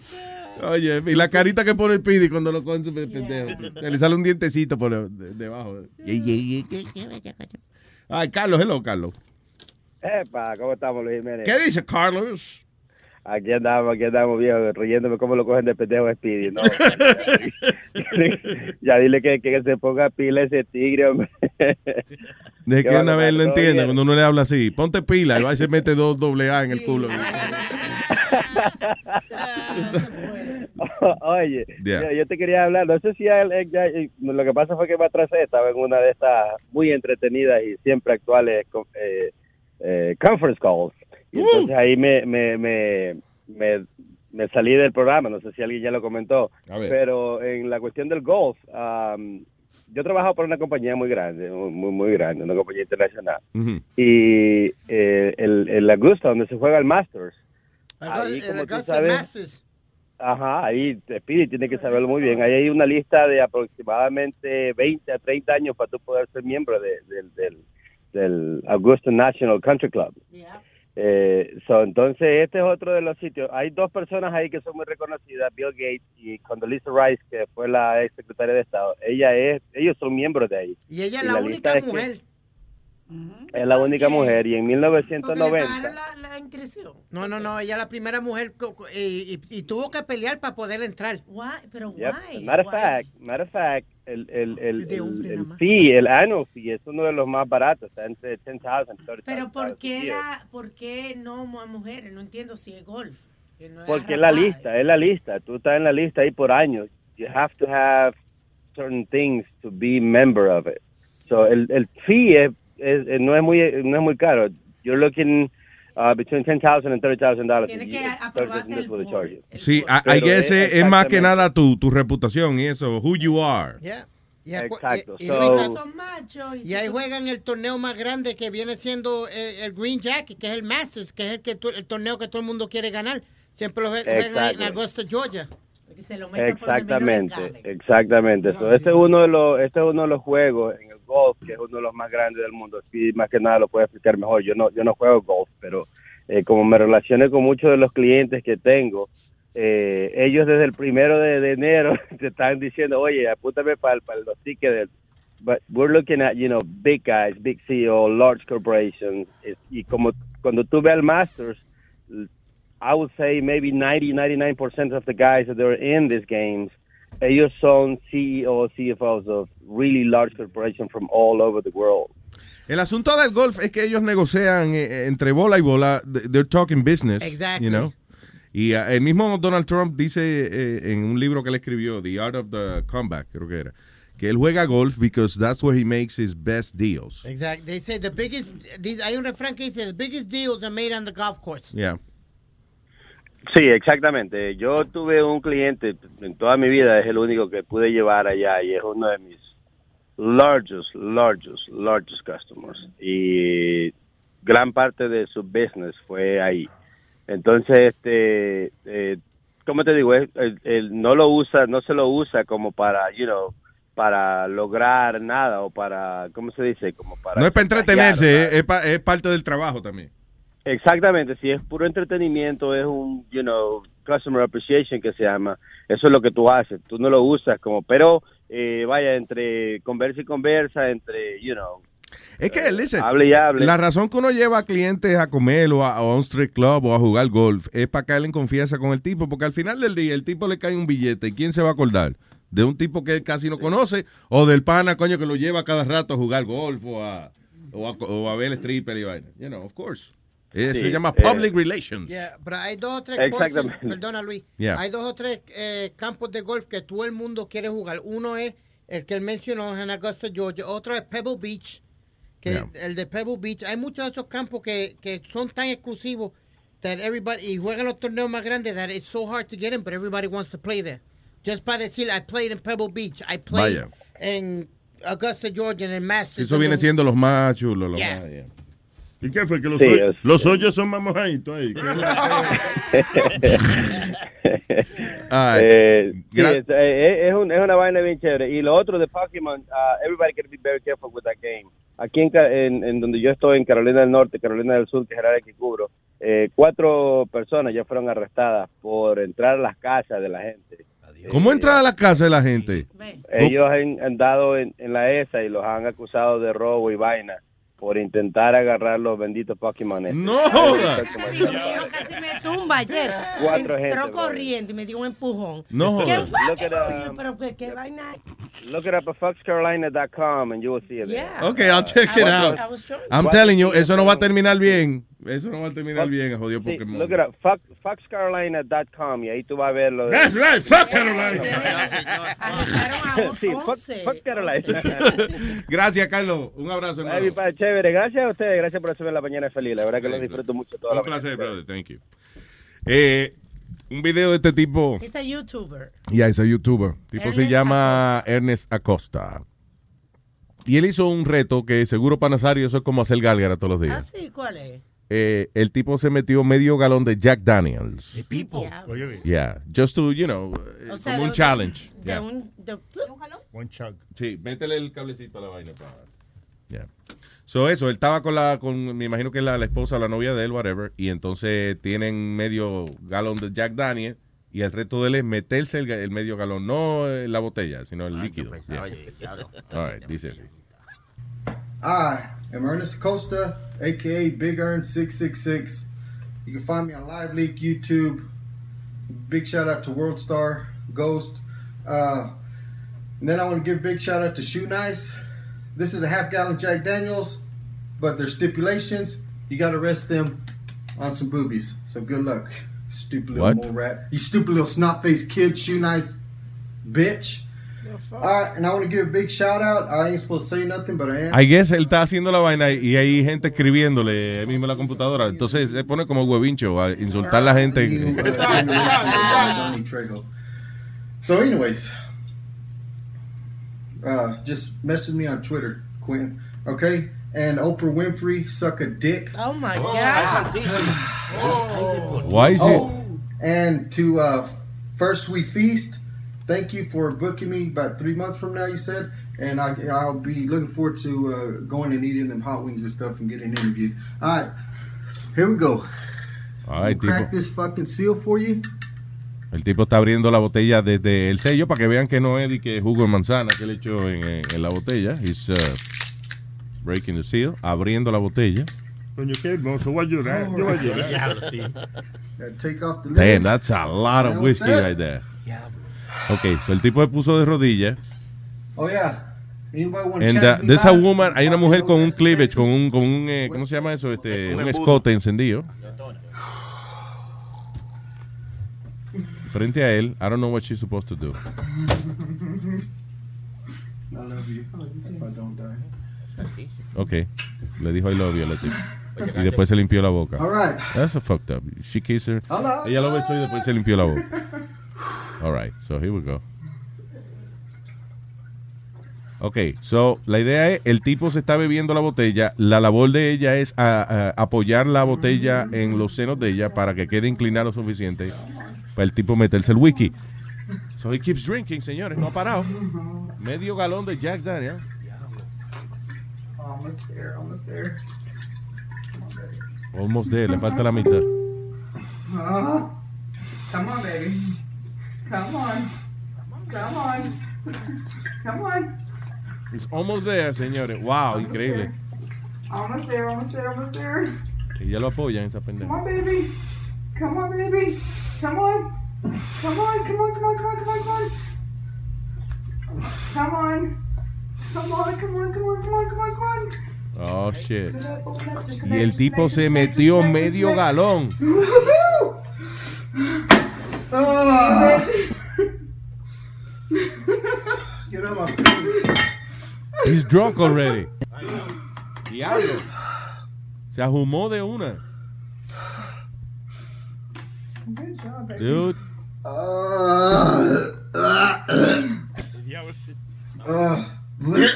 Oye, y la carita que pone el Pidi cuando lo coge pendejo. Se le sale un dientecito por de- de- debajo. Yeah, yeah, yeah, yeah, yeah. Ay, Carlos, hello, Carlos.
Epa, ¿cómo estamos, Luis Jiménez?
¿Qué dice Carlos?
Aquí andamos, aquí andamos, viejo, riéndome cómo lo cogen de pendejo a Speedy, ¿no? ya dile que, que se ponga pila ese tigre, hombre.
De que
Qué
una vez
bárbaro,
lo
todo
entienda,
bien.
cuando uno le habla así, ponte pila, y va y se mete dos doble A en el culo.
Oye,
Ya.
yo, yo te quería hablar, no sé si a él- él ya- eh, lo que pasa fue que me atrasé, estaba en una de estas muy entretenidas y siempre actuales con- eh, eh, conference calls. Y entonces ahí me, me, me, me, me salí del programa, no sé si alguien ya lo comentó,
A ver.
pero en la cuestión del golf, am, yo he trabajado para una compañía muy grande, muy, muy grande, una compañía internacional. Y eh, el, el Augusta, donde se juega el Masters, Ahí, como tú sabes, ajá, ahí Speedy tiene que saberlo muy bien. Ahí hay una lista de aproximadamente 20 a 30 años para tú poder ser miembro de- del, del, del Augusta National Country Club. Eh, so, entonces, este es otro de los sitios. Hay dos personas ahí que son muy reconocidas, Bill Gates y Condoleezza Rice, que fue la ex secretaria de Estado. Ella es, ellos son miembros de ahí.
Y ella es
Y
la,
la lista
única
es que-
mujer.
Es la única mujer y en
Porque le
1990...
pagaron la, la inscripción. No, no, no, ella es la primera mujer co- co- y, y- y tuvo que pelear para poder entrar. Pero
Yep. Matter of fact, matter of fact, el,
Ah,
el, el, el, el
más.
fee, el annual fee es uno de los más baratos, está entre 10,000 y 30,000
Pero ¿por
a
qué,
year.
la, ¿por qué no a mujeres? No entiendo si es golf. que no es
Porque es la
arrapado.
lista, es la lista, tú estás en la lista ahí por años. You have to have certain things to be member of it. So el, el fee es, es, es- no es muy no es muy caro. You're looking uh, between 10,000 and 30,000 dollars. Tienes que
Sí, a- I
Pero
guess
es
es, es más
exactamente-
que nada tu, tu reputación y eso, who you are.
Exacto.
Y,
So-
Luis, y ahí juegan el torneo más grande que viene siendo el, el Green Jacket, que es el Masters, que es el, que tu- el torneo que todo el mundo quiere ganar. Siempre lo jue- juegan en
Exacto.
Augusta, Georgia.
Exactamente, exactamente. So, este es uno de los, este es uno de los juegos en el golf que es uno de los más grandes del mundo. Sí, más que nada lo puede explicar mejor. Yo no, yo no juego golf, pero eh, como me relacioné con muchos de los clientes que tengo, eh, ellos desde el primero de, de enero te están diciendo, oye, apúntame para los tickets. del-". But we're looking at, you know, big guys, big CEO, large corporations. Es- Y como cuando tú ves al Masters, I would say maybe 90, 99% of the guys that are in these games, ellos son E CEOs, CFOs of really large corporations from all over the world.
El asunto del golf es que ellos negocian eh, eh, entre bola y bola. th- They're talking business.
Exactly.
You know? Y ah, el mismo Donald Trump dice eh, en un libro que él escribió, The Art of the Comeback, creo que era, que él juega golf because that's where he makes his best deals.
Exacto. They say the biggest, dice- hay un refrán que dice, the biggest deals are made on the golf course.
Yeah.
Sí, exactamente. Yo tuve un cliente en toda mi vida, es el único que pude llevar allá y es uno de mis largest, largest, largest customers. Y gran parte de su business fue ahí. Entonces, este, eh, ¿cómo te digo? Es- el- el- no lo usa, no se lo usa como para, you know, para lograr nada o para, ¿cómo se dice? Como para
No es para entretenerse, eh, es, es pa- es parte del trabajo también.
Exactamente, si es puro entretenimiento, es un, you know, customer appreciation que se llama. Eso es lo que tú haces, tú no lo usas como, pero eh, vaya, entre conversa y conversa, entre, you know. eh,
Es que, listen,
hable y hable.
La razón que uno lleva a clientes a comer o a, o a un street club o a jugar golf es para caer en confianza con el tipo, porque al final del día el tipo le cae un billete. ¿Y quién se va a acordar? ¿De un tipo que él casi no conoce o del pana, coño, que lo lleva cada rato a jugar golf o a, o a, o a ver el stripper y vaina? You know, of course. Eh,
Sí,
se llama
eh,
public relations.
Yeah, pero hay dos o tres
Exactamente.
courses, perdona Luis,
Yeah.
hay dos o tres eh, campos de golf que todo el mundo quiere jugar. Uno es el que él mencionó en Augusta, Georgia, otro es Pebble Beach, que
Yeah.
el de Pebble Beach. Hay muchos de esos campos que, que son tan exclusivos that everybody, y juegan los torneos más grandes that it's so hard to get in, but everybody wants to play there. Just para decir, I played in Pebble Beach, I played
Vaya.
en Augusta, Georgia, en el
Sí,
Masters.
Eso viene siendo los más chulos, los
Yeah.
más- yeah.
¿Y qué fue? Que los,
Sí,
hoy-
es-
los hoyos son más mojaditos ahí.
Ah,
Eh, sí,
gra-
es, eh, es un- es una vaina bien chévere. Y lo otro de Pokémon, uh, everybody can be very careful with that game. Aquí en, Ca- en, en donde yo estoy, en Carolina del Norte, Carolina del Sur, que es el área que cubro, eh, cuatro personas ya fueron arrestadas por entrar a las casas de la gente.
¿Cómo entra a la casa de la gente?
Ellos han andado en, en la ESA y los han acusado de robo y vaina. por intentar agarrar los benditos Pokémon.
¡No!
Yo casi me tumba ayer.
Cuatro gente,
Entró
brother.
corriendo y me dio un empujón.
No
¿Qué
jodas.
fue?
Look at,
coño?
um,
Pero qué, qué vaina.
Look it up at foxcarolina.com and you will see it. there.
Yeah.
Ok, I'll check it out. I'm telling you, eso no va a terminar bien. Eso no va a terminar bien, jodido
Sí,
Pokémon.
look it up, Fox, foxcarolina.com y ahí tú vas a ver lo de...
That's right, fuck Carolina.
sí, fuck, fuck Carolina.
Gracias, Carlos. Un abrazo, hermano.
Ay, mi padre, chévere. Gracias a ustedes. Gracias por hacerme la mañana feliz. La verdad que lo disfruto mucho. Toda la
Un placer, brother. Thank you. Eh, un video de este tipo.
Esa youtuber.
Ya, es a youtuber. Tipo se
Ernest
llama Ernest Acosta. Y él hizo un reto que seguro para Nazario eso es como hacer gálgara todos los
Ah,
días.
sí, ¿cuál es?
Eh, el tipo se metió medio galón de Jack Daniels.
People.
Yeah, just to, you know, eh,
O sea,
como
de
un
un-
challenge.
De
Yeah.
un. De,
One chug. Sí, métele el cablecito a la vaina. pa. Yeah. So eso, él estaba con la, con, me imagino que la, la esposa, la novia de él, whatever, y entonces tienen medio galón de Jack Daniel y el reto de él es meterse el, ga- el medio galón, no eh, la botella, sino el líquido. Yeah. All right, dice así.
I am Ernest Acosta, aka Big Earn 666. You can find me on Live Leak YouTube. Big shout out to World Star, Ghost. Uh, and then I want to give a big shout out to Shoe Nice. This is a half gallon Jack Daniels, but there's stipulations. You got to rest them on some boobies. So good luck, stupid little
What?
mole rat. You stupid little snot faced kid, Shoe Nice bitch. All right, and I want to give a big shout out. I ain't supposed to say nothing, but I am.
I guess él está haciendo la vaina y hay gente escribiéndole ahí mismo en la computadora. Entonces se pone como huevincho a insultar a la gente.
Donnie Trejo. So, anyways, uh, just message me on Twitter, Quinn. Okay, and Oprah Winfrey suck a dick.
Oh my
God!
Why is it-
Oh. And to uh, first we feast. Thank you for booking me about three months from now. You said, and I, I'll be looking forward to uh, going and eating them hot wings and stuff and getting interviewed. All right, here we go.
Ay, tipo.
Crack this fucking seal for you.
El tipo está abriendo la botella desde el sello para que vean que no es de que jugo de manzana que le echó en, en- en la botella. He's uh, breaking the seal, abriendo la botella.
Coño, qué hermoso. Voy a llorar. Yo voy a llorar.
Diablo, sí. Gotta take off the lid.
Damn, that's a lot of
Now
whiskey
that-
right there. Ok, so el tipo se puso de rodillas.
Oh yeah. Anybody want
And uh, there's a woman, hay una mujer con un cleavage, con un, con un eh, ¿cómo se llama eso? Este,
Un
un
embudo.
escote encendido. Frente a él, I don't know what she's supposed to
I
do.
love you. If I don't die.
Ok, le dijo I love you a la tipa. Y después se limpió la boca.
All right.
That's a fucked up. She kissed her.
Hello.
Ella lo besó y después se limpió la boca. All right, so here we go. Ok, so la idea es, el tipo se está bebiendo la botella, la labor de ella es a- a- apoyar la botella en los senos de ella para que quede inclinada lo suficiente para el tipo meterse el wiki. So he keeps drinking, señores, no ha parado. Medio galón de Jack Daniel.
Almost there. Almost there.
Almost there, le falta la mitad.
Uh-huh. Come on, baby. Come on. Come on. Come on.
It's almost there, señores. Wow, increíble.
Almost there. Almost there. Almost there.
Ella lo apoya en esa
Come
pendeja.
on, baby. Come on, baby. Come on. Come on. Come on. Come on. Come on. Come on. Come on. Come on. Come on. Come on. Come on. Come on. Come on. Come on.
Oh, shit.
Open up, open up, just a
Y
bit,
el
just a bit,
tipo
just a
se
bit,
metió
just a bit,
medio
just a bit.
galón.
Woohoo! Oh. Get on my face.
He's drunk already. Diablo. Se ahumó de una.
Good job, baby.
Dude.
Uh, uh, bleh.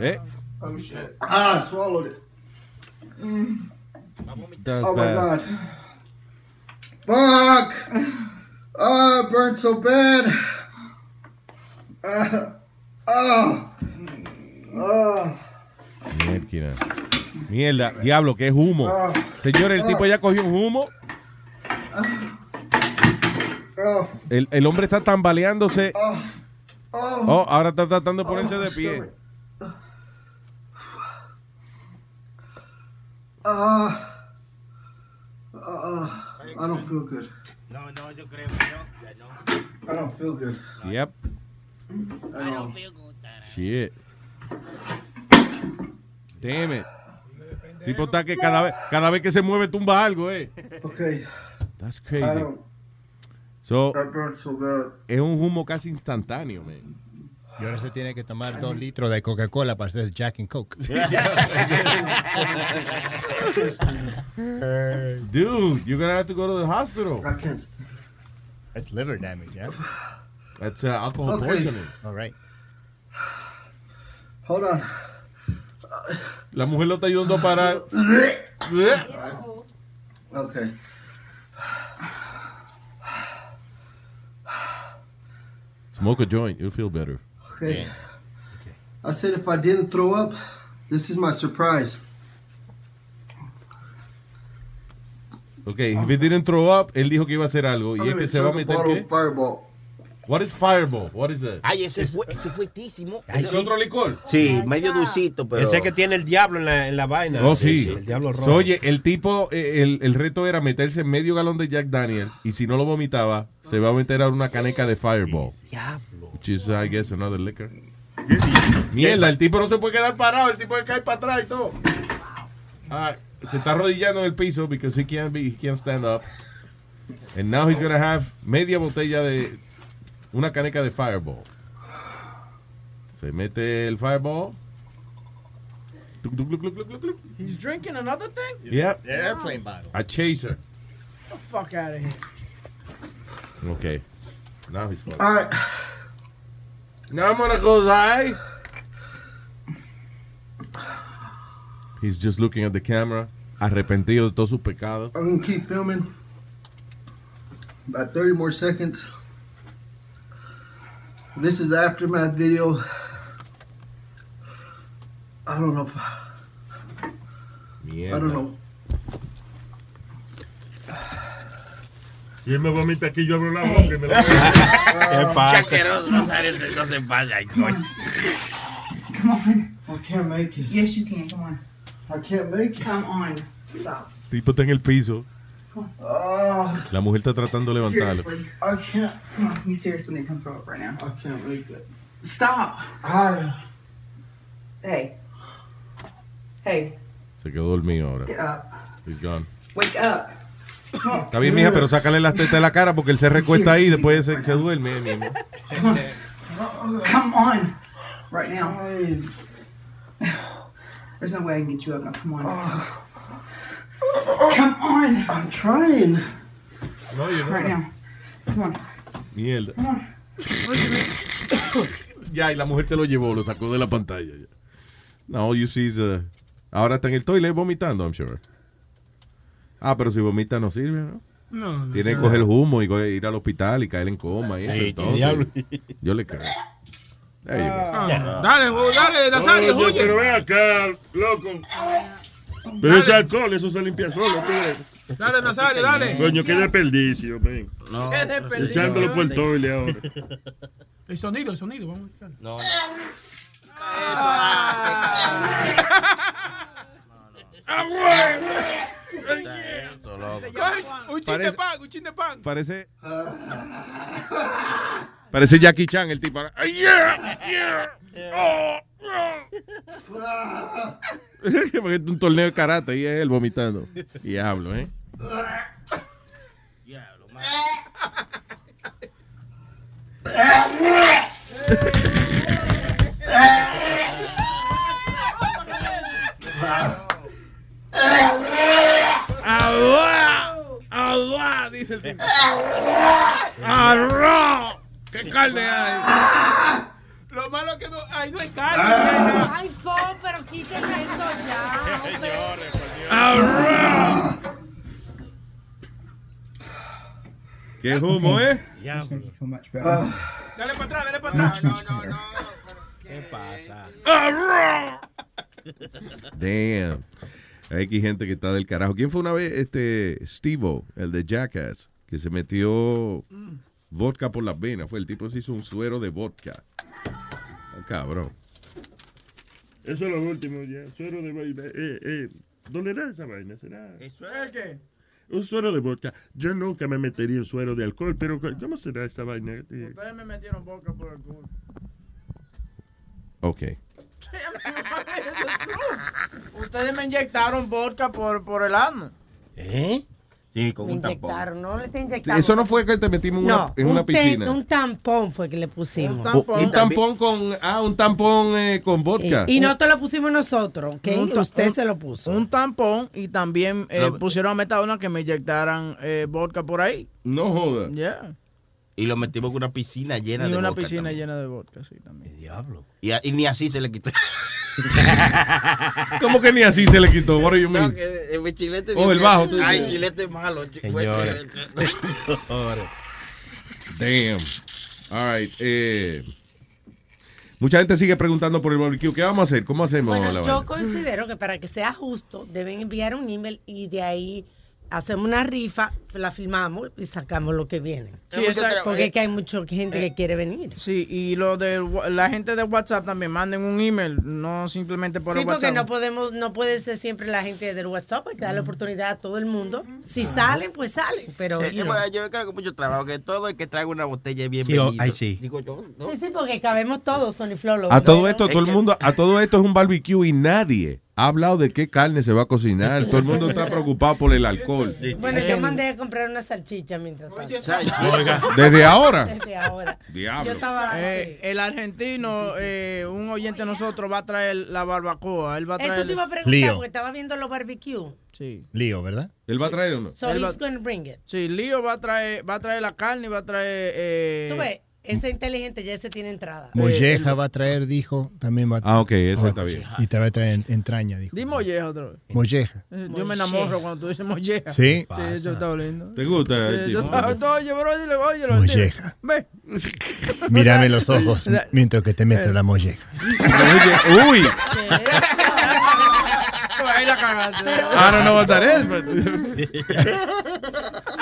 Eh,
oh shit. Ah, I swallowed it. Mm.
that's
Oh my
bad.
god. Fuck! Ah, it burned so bad. Ah, ah, ah.
Mierda. Mierda. Diablo, que es humo.
Ah.
Señores, el tipo ya cogió un humo.
Oh,
El, el hombre está tambaleándose.
oh.
Oh, ahora está tratando de ponerse de pie.
Uh, uh, I don't feel good.
No, no, yo creo que no. Ya no.
I don't feel good.
Yep.
I don't.
Shit. Damn it. Tipo está que cada vez, cada vez que se mueve tumba algo, eh.
Okay.
That's
I
crazy.
don't.
So,
That burns so bad.
es un humo casi instantáneo, man.
Y ahora se tiene que tomar dos litros de Coca-Cola para hacer Jack and Coke.
Dude, you're gonna have to go to the hospital.
That's liver damage, yeah?
That's uh, alcohol
Okay.
poisoning.
All right.
Hold on.
La mujer lo está ayudando a parar.
Okay.
Smoke a joint, you'll feel better.
Okay. I said if I didn't throw up, this is my surprise.
Okay, if he didn't throw up, él dijo que iba a hacer algo.
I'm
Y es
gonna
que se va a
chug a
meter
bottle
qué?
of Fireball.
What is fireball? What is that?
Ay, ese fue, ese fue tísimo.
¿Es otro licor?
Sí, medio dulcito, pero.
Ese que tiene el diablo en la, en la vaina.
Oh, sí.
El diablo
So,
rojo.
oye, el tipo, eh, el, el reto era meterse medio galón de Jack Daniel y si no lo vomitaba, se va a meter a una caneca de Fireball.
Diablo.
Which is, I guess, another liquor. Mierda, el tipo no se puede quedar parado, el tipo se cae para atrás y todo. Ah, se está arrodillando en el piso because he can't, be, he can't stand up. And now he's gonna have media botella de una caneca de Fireball. Se mete el Fireball. Tuc, tuc, tuc, tuc, tuc, tuc, tuc.
He's drinking another thing?
Yep.
Airplane
bottle.
A chaser.
Get the fuck out of here.
Okay. Now he's fucked.
All right.
Now I'm gonna go die. He's just looking at the camera, arrepentido de todos sus pecados.
I'm gonna keep filming. About 30 more seconds. This is aftermath video. I don't know. If, I don't know.
Si él me vomita aquí, yo abro la boca y me la
Qué pasa. Chaqueroso, Nazario, que no se pasa, ay, coño.
Come on. I can't make it. Yes, you can. Come on. I can't make it. Come on. Stop.
Tipo está en el piso.
Oh,
La mujer está tratando de levantarlo.
I can't. Come on. You seriously need to come throw up right now. I can't make it. Stop. I.
Hey. Hey,
Se quedó dormido ahora.
get up.
He's gone.
Wake up.
Está bien, mija, pero sácale las tetas de la cara porque él se recuesta ahí y después se, se duerme. mi amor.
Come on. Right now. There's no way I can get you up now. Come on. Come on. I'm trying.
No, you're
Right
not.
now. Come on.
Mierda.
Come on.
Ya, y la mujer se lo llevó, lo sacó de la pantalla. ya. No, all you see is, uh, ahora está en el toilet vomitando, I'm sure. Ah, pero si vomita no sirve, ¿no?
No, no,
Tiene que
no.
coger humo y go- ir al hospital y caer en coma y eso.
Ay, qué
entonces,
diablo.
yo le creo. Ahí va.
Ah, Dale, ju- dale, Nazario,
Oye,
huye.
Pero ven acá, loco. Pero es alcohol, eso se limpia solo. tú.
Dale, Nazario, dale.
Coño, qué desperdicio, ven.
No. Qué desperdicio.
Echándolo por el toile ahora.
El sonido, el sonido, vamos a escuchar.
No,
Un chin de
Parece-
pan, un chin de pan.
Parece, parece Jackie Chan, el tipo. ahora. Ay,
yeah, Oh, yeah.
Ah.
Porque es un torneo de karate y es él vomitando. Diablo, ¿eh? ¡Agua! ¡Agua! Dice el tipo. ¡Arroz! ¡Qué carne hay!
Lo malo que no, ahí no hay
Ah.
carne.
Ay, Fo, pero quíteme eso ya. hombre.
¡Qué humo, eh!
Dale para atrás, dale para atrás. No, no, no.
¿Qué pasa?
Damn. Hay aquí gente que está del carajo. ¿Quién fue una vez este Steve, el de Jackass, que se metió vodka por las venas? Fue el tipo se hizo un suero de vodka. Ah, cabrón.
Eso es lo último ya. Suero de vaina. Eh, eh. ¿Dolerá esa vaina? ¿Será?
¿El qué?
Un suero de vodka. Yo nunca me metería un suero de alcohol, pero ¿cómo será esa vaina?
Ustedes me metieron boca por el culo.
Ok.
Ustedes me inyectaron vodka por, por el ano.
¿Eh? Sí, con
Me
un tampón.
inyectaron, no le te inyectaron.
Eso no fue que te metimos en una-
No,
en una
un te-
piscina.
un tampón fue que le pusimos.
Un tampón, con. Ah, un tampón eh, con vodka.
Y no te lo pusimos nosotros, ¿ok?
Un ta-
Usted
un-
se lo puso.
Un tampón y también eh,
Lo-
pusieron a metadona que me inyectaran eh, vodka por ahí.
No joda.
Yeah.
Y lo metimos en una piscina llena
Y
de
una
vodka
piscina
también.
llena de vodka, sí, también.
diablo. Y, a- y ni así se le quitó.
¿Cómo que ni así se le quitó? What do you
No,
mean?
que el chilete.
Oh, el bajo, tú
Ay,
dices.
chilete malo. chi- fue
Señores.
chilete.
Damn. All right. eh, mucha gente sigue preguntando por el barbecue. ¿Qué vamos a hacer? ¿Cómo hacemos la
Bueno,
vaina?
yo considero que para que sea justo, deben enviar un email y de ahí hacemos una rifa, la filmamos y sacamos lo que viene.
Sí, Hay mucho exacto. trabajo.
Porque es que hay mucha gente que quiere venir.
Sí, y lo de wa- la gente de WhatsApp también manden un email, no simplemente por
sí,
el
porque
WhatsApp.
no podemos, no puede ser siempre la gente del WhatsApp, hay que darle oportunidad a todo el mundo. Si salen, pues salen, pero...
Eh,
you
eh,
know.
bueno, yo creo que mucho trabajo, que todo el que traiga una botella es bien
Sí, oh, ay, sí.
Digo yo, ¿no?
Sí, sí, porque cabemos todos, Sony Flow. lo-
A
lo-
todo esto, todo el mundo, a todo esto es un barbecue y nadie ha hablado de qué carne se va a cocinar. Todo el mundo está preocupado por el alcohol.
Bueno, yo mandé a comprar una salchicha mientras tanto.
Oiga. ¿Desde ahora?
Desde ahora. Yo
Diablo.
estaba...
Eh, el argentino, eh, un oyente de nosotros, va a traer la barbacoa. Él va a traer...
Eso te iba a preguntar,
Lío.
porque estaba viendo los barbecue.
Sí.
Lío, ¿verdad?
¿Él va a traer o no?
So
Él va-
he's gonna bring it.
Sí, Lío va a traer, va a traer la carne y va a traer. eh,
Tú ves, ese inteligente ya ese tiene entrada.
Molleja va a traer, dijo, también va a
Ah, ok, eso está bien.
Y te va a traer entraña, dijo.
Di molleja otra vez.
Molleja.
Eh, Yo me enamoro cuando tú dices molleja.
Sí.
Sí, yo estaba lindo.
¿Te gusta el
Eh, yo
tipo?
estaba todo, oye, bro, dile, oye, lo
Molleja.
Ve.
Mírame los ojos m- mientras que te meto la molleja.
Uy.
Ahí la cagaste.
I don't know what that is,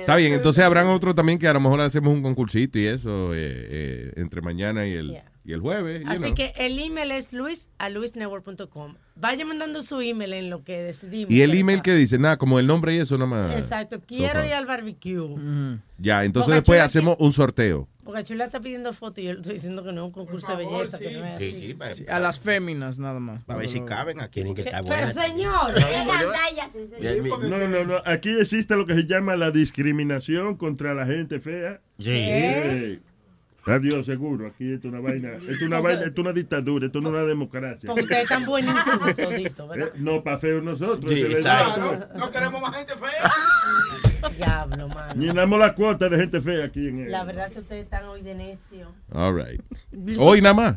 Está bien, entonces habrán otro también que a lo mejor hacemos un concursito y eso eh, eh, entre mañana y el, y el jueves. you
Así
know.
que el email es luis a luisnetwork.com. Vaya mandando su email en lo que decidimos.
Y el email que dice, nada, como el nombre y eso nada más.
Exacto,
So
quiero
far.
ir al barbecue.
Ya, entonces
Boca
después
Chula
hacemos un sorteo.
Porque Chula está pidiendo fotos y yo le estoy diciendo que no es un concurso de belleza, que no es así.
Sí, a las féminas nada más.
A ver si caben aquí. Tienen que estar
Pero señor,
No, no, no. Aquí existe lo que se llama la discriminación contra la gente fea.
Sí.
Sí. Adiós, seguro. Aquí esto es una vaina. Esto es una vaina, esto es una dictadura, esto no es una democracia.
porque ustedes están buenísimos toditos, ¿verdad?
Eh, No, para feos nosotros.
Sí,
de verdad,
Claro,
tú
no queremos más gente fea.
ves.
Diablo, mano.
Llenamos la cuota de gente fea aquí en el.
La verdad que ustedes están hoy de necio.
All right. Hoy nada más.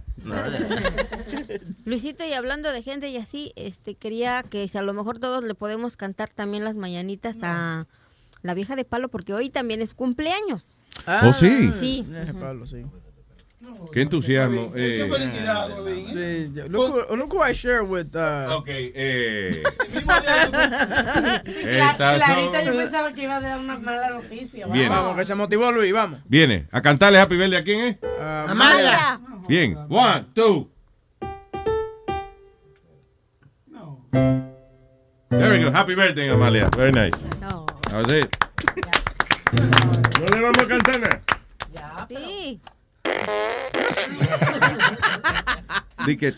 Luisito, y hablando de gente y así, este quería que si a lo mejor todos le podemos cantar también las mañanitas a la vieja de palo, porque hoy también es cumpleaños.
Oh, sí.
Sí.
Deje palo, sí.
Qué ¿eh? entusiasmo. eh.
Sí, yo- look, who- look who I share with. Uh,
okay, eh.
Cla-
Estas son-
Clarita, yo pensaba que iba a dar una mala noticia.
Bien.
Vamos, que se motivó Luis, vamos. Ah,
Viene, a cantarle Happy Birthday. ¿A quién es?
Amaya.
Bien. One, two. There we go. Happy birthday, Amalia. Very nice.
No.
That was it.
No le vamos a cantar nada.
Sí.
Di que-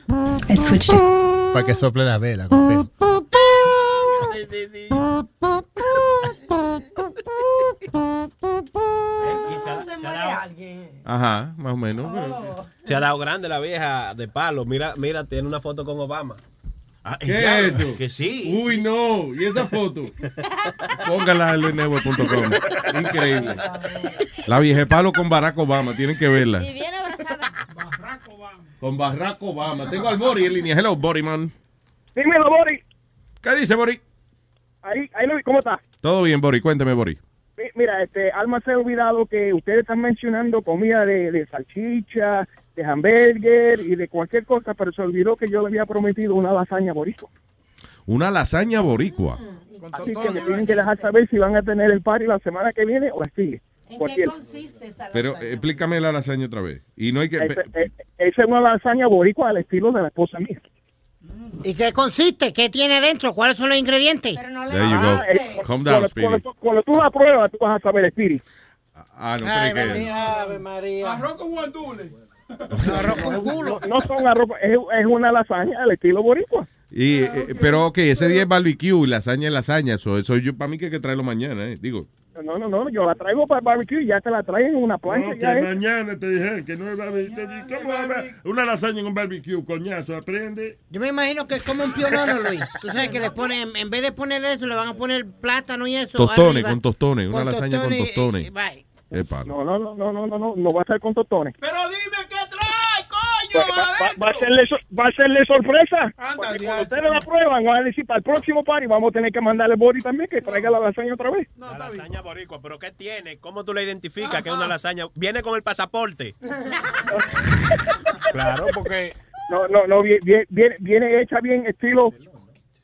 Para que sople la vela. compadre.
Ajá, más o menos.
Se ha dado grande la vieja de palo. Mira, mira, tiene una foto con Obama.
¿Qué es eso? Ah, Que sí. Uy, no. ¿Y esa foto? Póngala en luisnetwork.com. Increíble. La vieja de palo con Barack Obama. Tienen que verla.
Y bien abrazada.
Con Barack Obama. Tengo al Bori en línea. Hello, Bori, man.
Dímelo, Boris.
¿Qué dice, Bori?
Ahí, ahí lo vi. ¿Cómo está?
Todo bien, Bori. Cuéntame, Bori.
Mi- Mira, este, Alma se ha olvidado que ustedes están mencionando comida de, de salchicha, de hamburger y de cualquier cosa, pero se olvidó que yo le había prometido una lasaña boricua.
Una lasaña boricua.
Mm.
Así que me tienen que dejar saber si van a tener el party la semana que viene o la sigue.
¿Qué consiste esa
Pero explícame la lasaña otra vez. Y no hay que...
Esa, eh, esa es una lasaña boricua al estilo de la esposa mía.
¿Y qué consiste? ¿Qué tiene dentro? ¿Cuáles son los ingredientes?
There you go.
Ah, eh,
Calm down,
cuando,
Speedy.
cuando- cuando tú la pruebas, tú vas a saber, Spirit.
Ah, no creo que...
Ave María.
Arroz con guandules.
No, no son arroz, es, es una lasaña del estilo boricua.
Y, eh, pero, ok, ese día es barbecue, lasaña es lasaña. so- Eso yo para mí que hay que traerlo mañana, eh. Digo,
No, no, no, yo la traigo para el barbecue y ya te la traen en una plancha.
No, que
ya es.
mañana te dije que no es barbecue. Te dije, ¿Cómo va a haber una lasaña en un barbecue, coñazo? Aprende.
Yo me imagino que es como un pionono, Luis. Tú sabes que le ponen, en vez de ponerle eso, le van a poner plátano y eso.
tostones,
arriba.
con tostones, una
Con
lasaña con
tostones, eh,
tostones.
bye.
Epa.
No, no, no, no, no, no, no, no va a ser con tostones.
Pero dime qué
Va,
trae, coño.
va- va- va a serle, so- va a serle sorpresa. Porque cuando ustedes la prueban, van a decir para el próximo party, vamos a tener que mandarle Bori también que traiga la lasaña otra vez.
La lasaña boricua, pero ¿qué tiene? ¿Cómo tú la identificas que es una lasaña? Viene con el pasaporte.
Claro, porque.
No, no, no, vie- vie- viene, viene hecha bien estilo,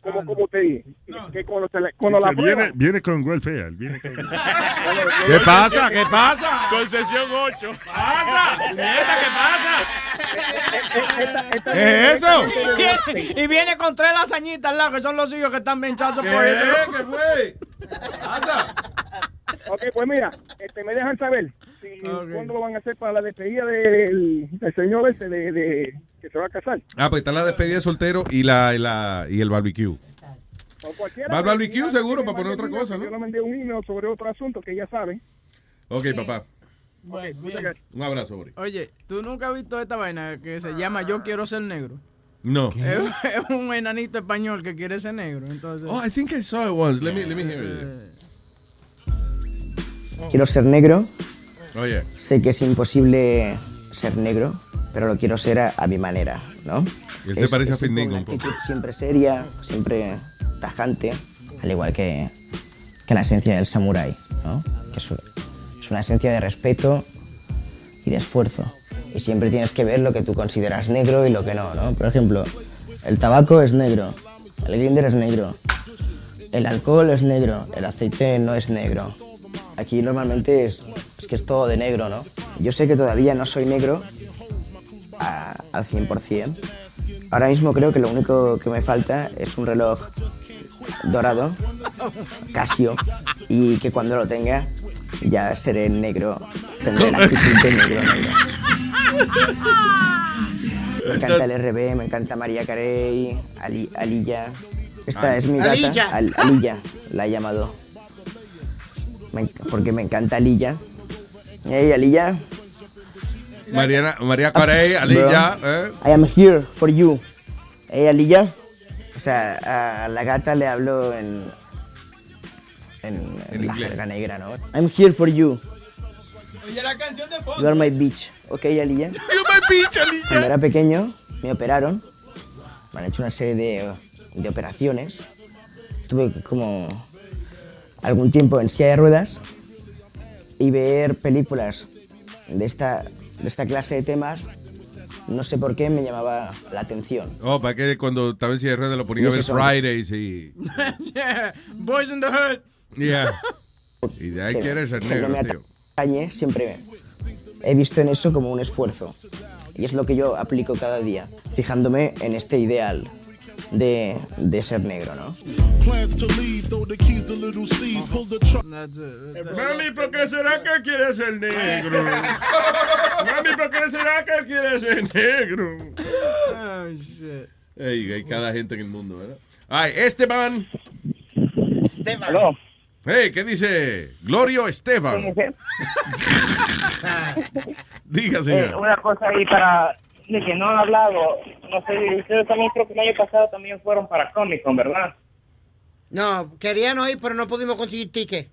como, como te dije. Que cuando, se la- cuando la
Que viene,
prueban.
viene con welfare. Viene con...
¿Qué pasa? ¿Qué
pasa? Concesión 8.
eh,
¿Qué es eso?
Y viene con tres lasañitas al lado, que son los hijos que están benchazos por
¿Qué?
eso.
¿Qué
fue?
Ok, pues mira, este, me dejan saber si,
Ah,
cuándo lo van a hacer para la despedida del,
eh,
del señor ese de, de- que se va a casar.
Ah, pues está la despedida de soltero y la, y la y el barbecue.
O cualquiera.
Va al barbecue,
Mira,
seguro,
que
para
me
poner
mande
otra
un email,
cosa,
que
¿no?
Yo le mandé un email sobre otro asunto que ya saben.
Ok, papá.
Ok, muchas gracias.
Un abrazo, Bori.
Oye, ¿tú nunca has visto esta vaina que se llama Yo quiero ser negro?
No.
Es, es un enanito español que quiere ser negro, entonces...
Oh, I think I saw it once. Let me, let me hear it.
Quiero ser negro.
Oye.
Sé que es imposible ser negro, pero lo quiero ser a, a mi manera, ¿no?
Él se
Es-
parece a pues.
es un-
Findingo
una
un poco.
actitud Siempre seria, siempre tajante, al igual que, que la esencia del samurái, ¿no? Que es, un- es una esencia de respeto y de esfuerzo. Y siempre tienes que ver lo que tú consideras negro y lo que no, ¿no? Por ejemplo, el tabaco es negro, el grinder es negro, el alcohol es negro, el aceite no es negro. Aquí normalmente es, es que es todo de negro, ¿no? Yo sé que todavía no soy negro a- al 100%. Ahora mismo creo que lo único que me falta es un reloj dorado, Casio, y que cuando lo tenga ya seré negro, tendré la actitud de negro, negro. Me encanta el RB, me encanta María Carey, Ali- Alilla. Esta
Ah.
es mi gata,
Alilla.
Al- Alilla, la he llamado. Me enc- porque me encanta Alilla. Hey, Alilla.
Mariana, María Carey, Alilla, eh.
I am here for you. Hey, Alilla. O sea, a la gata le hablo en. en, en la jerga negra, ¿no? I'm here for you.
Oye, la canción de
You
fondo.
are my bitch. Ok, Alilla. Cuando era pequeño, me operaron. Me han hecho una serie de, de operaciones. Estuve como algún tiempo en silla de ruedas y ver películas de esta, de esta clase de temas, no sé por qué me llamaba la atención.
Oh, para que cuando estaba en cierre de lo ponía a
Y
ver
ese
Fridays y.
Yeah, Boys in the Hood.
Yeah. Y de ahí
Que-
quieres ser
que
negro,
no me
tío.
atañe, siempre he visto en eso como un esfuerzo. Y es lo que yo aplico cada día, fijándome en este ideal de, de ser negro, ¿no?
Plans to leave, throw the keys to little C's, pull the truck.
Mami, ¿por qué será que él quiere ser negro? Mami, ¿por qué será que él quiere ser negro?
Oh, shit.
Ey, hay cada gente en el mundo, ¿verdad? Ay, Esteban. Esteban. Hey, ¿qué dice? Glorio Esteban. Diga,
Eh,
señor.
una cosa ahí para de que no han hablado, no sé, ustedes también creo que el año pasado también fueron para Comic Con, ¿verdad?
No, queríamos ir, pero no pudimos conseguir ticket.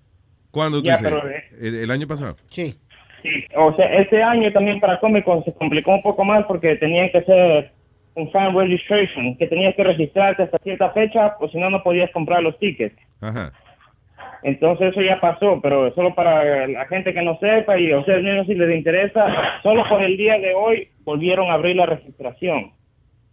¿Cuándo tú
Ya,
dices?
pero, eh.
¿El, el año pasado?
Sí.
Sí, o sea, este año también para Comic Con se complicó un poco más porque tenían que hacer un fan registration, que tenías que registrarte hasta cierta fecha, o si no, no podías comprar los tickets.
Ajá.
Entonces eso ya pasó, pero solo para la gente que no sepa y a ustedes mismos si les interesa, solo por el día de hoy volvieron a abrir la registración.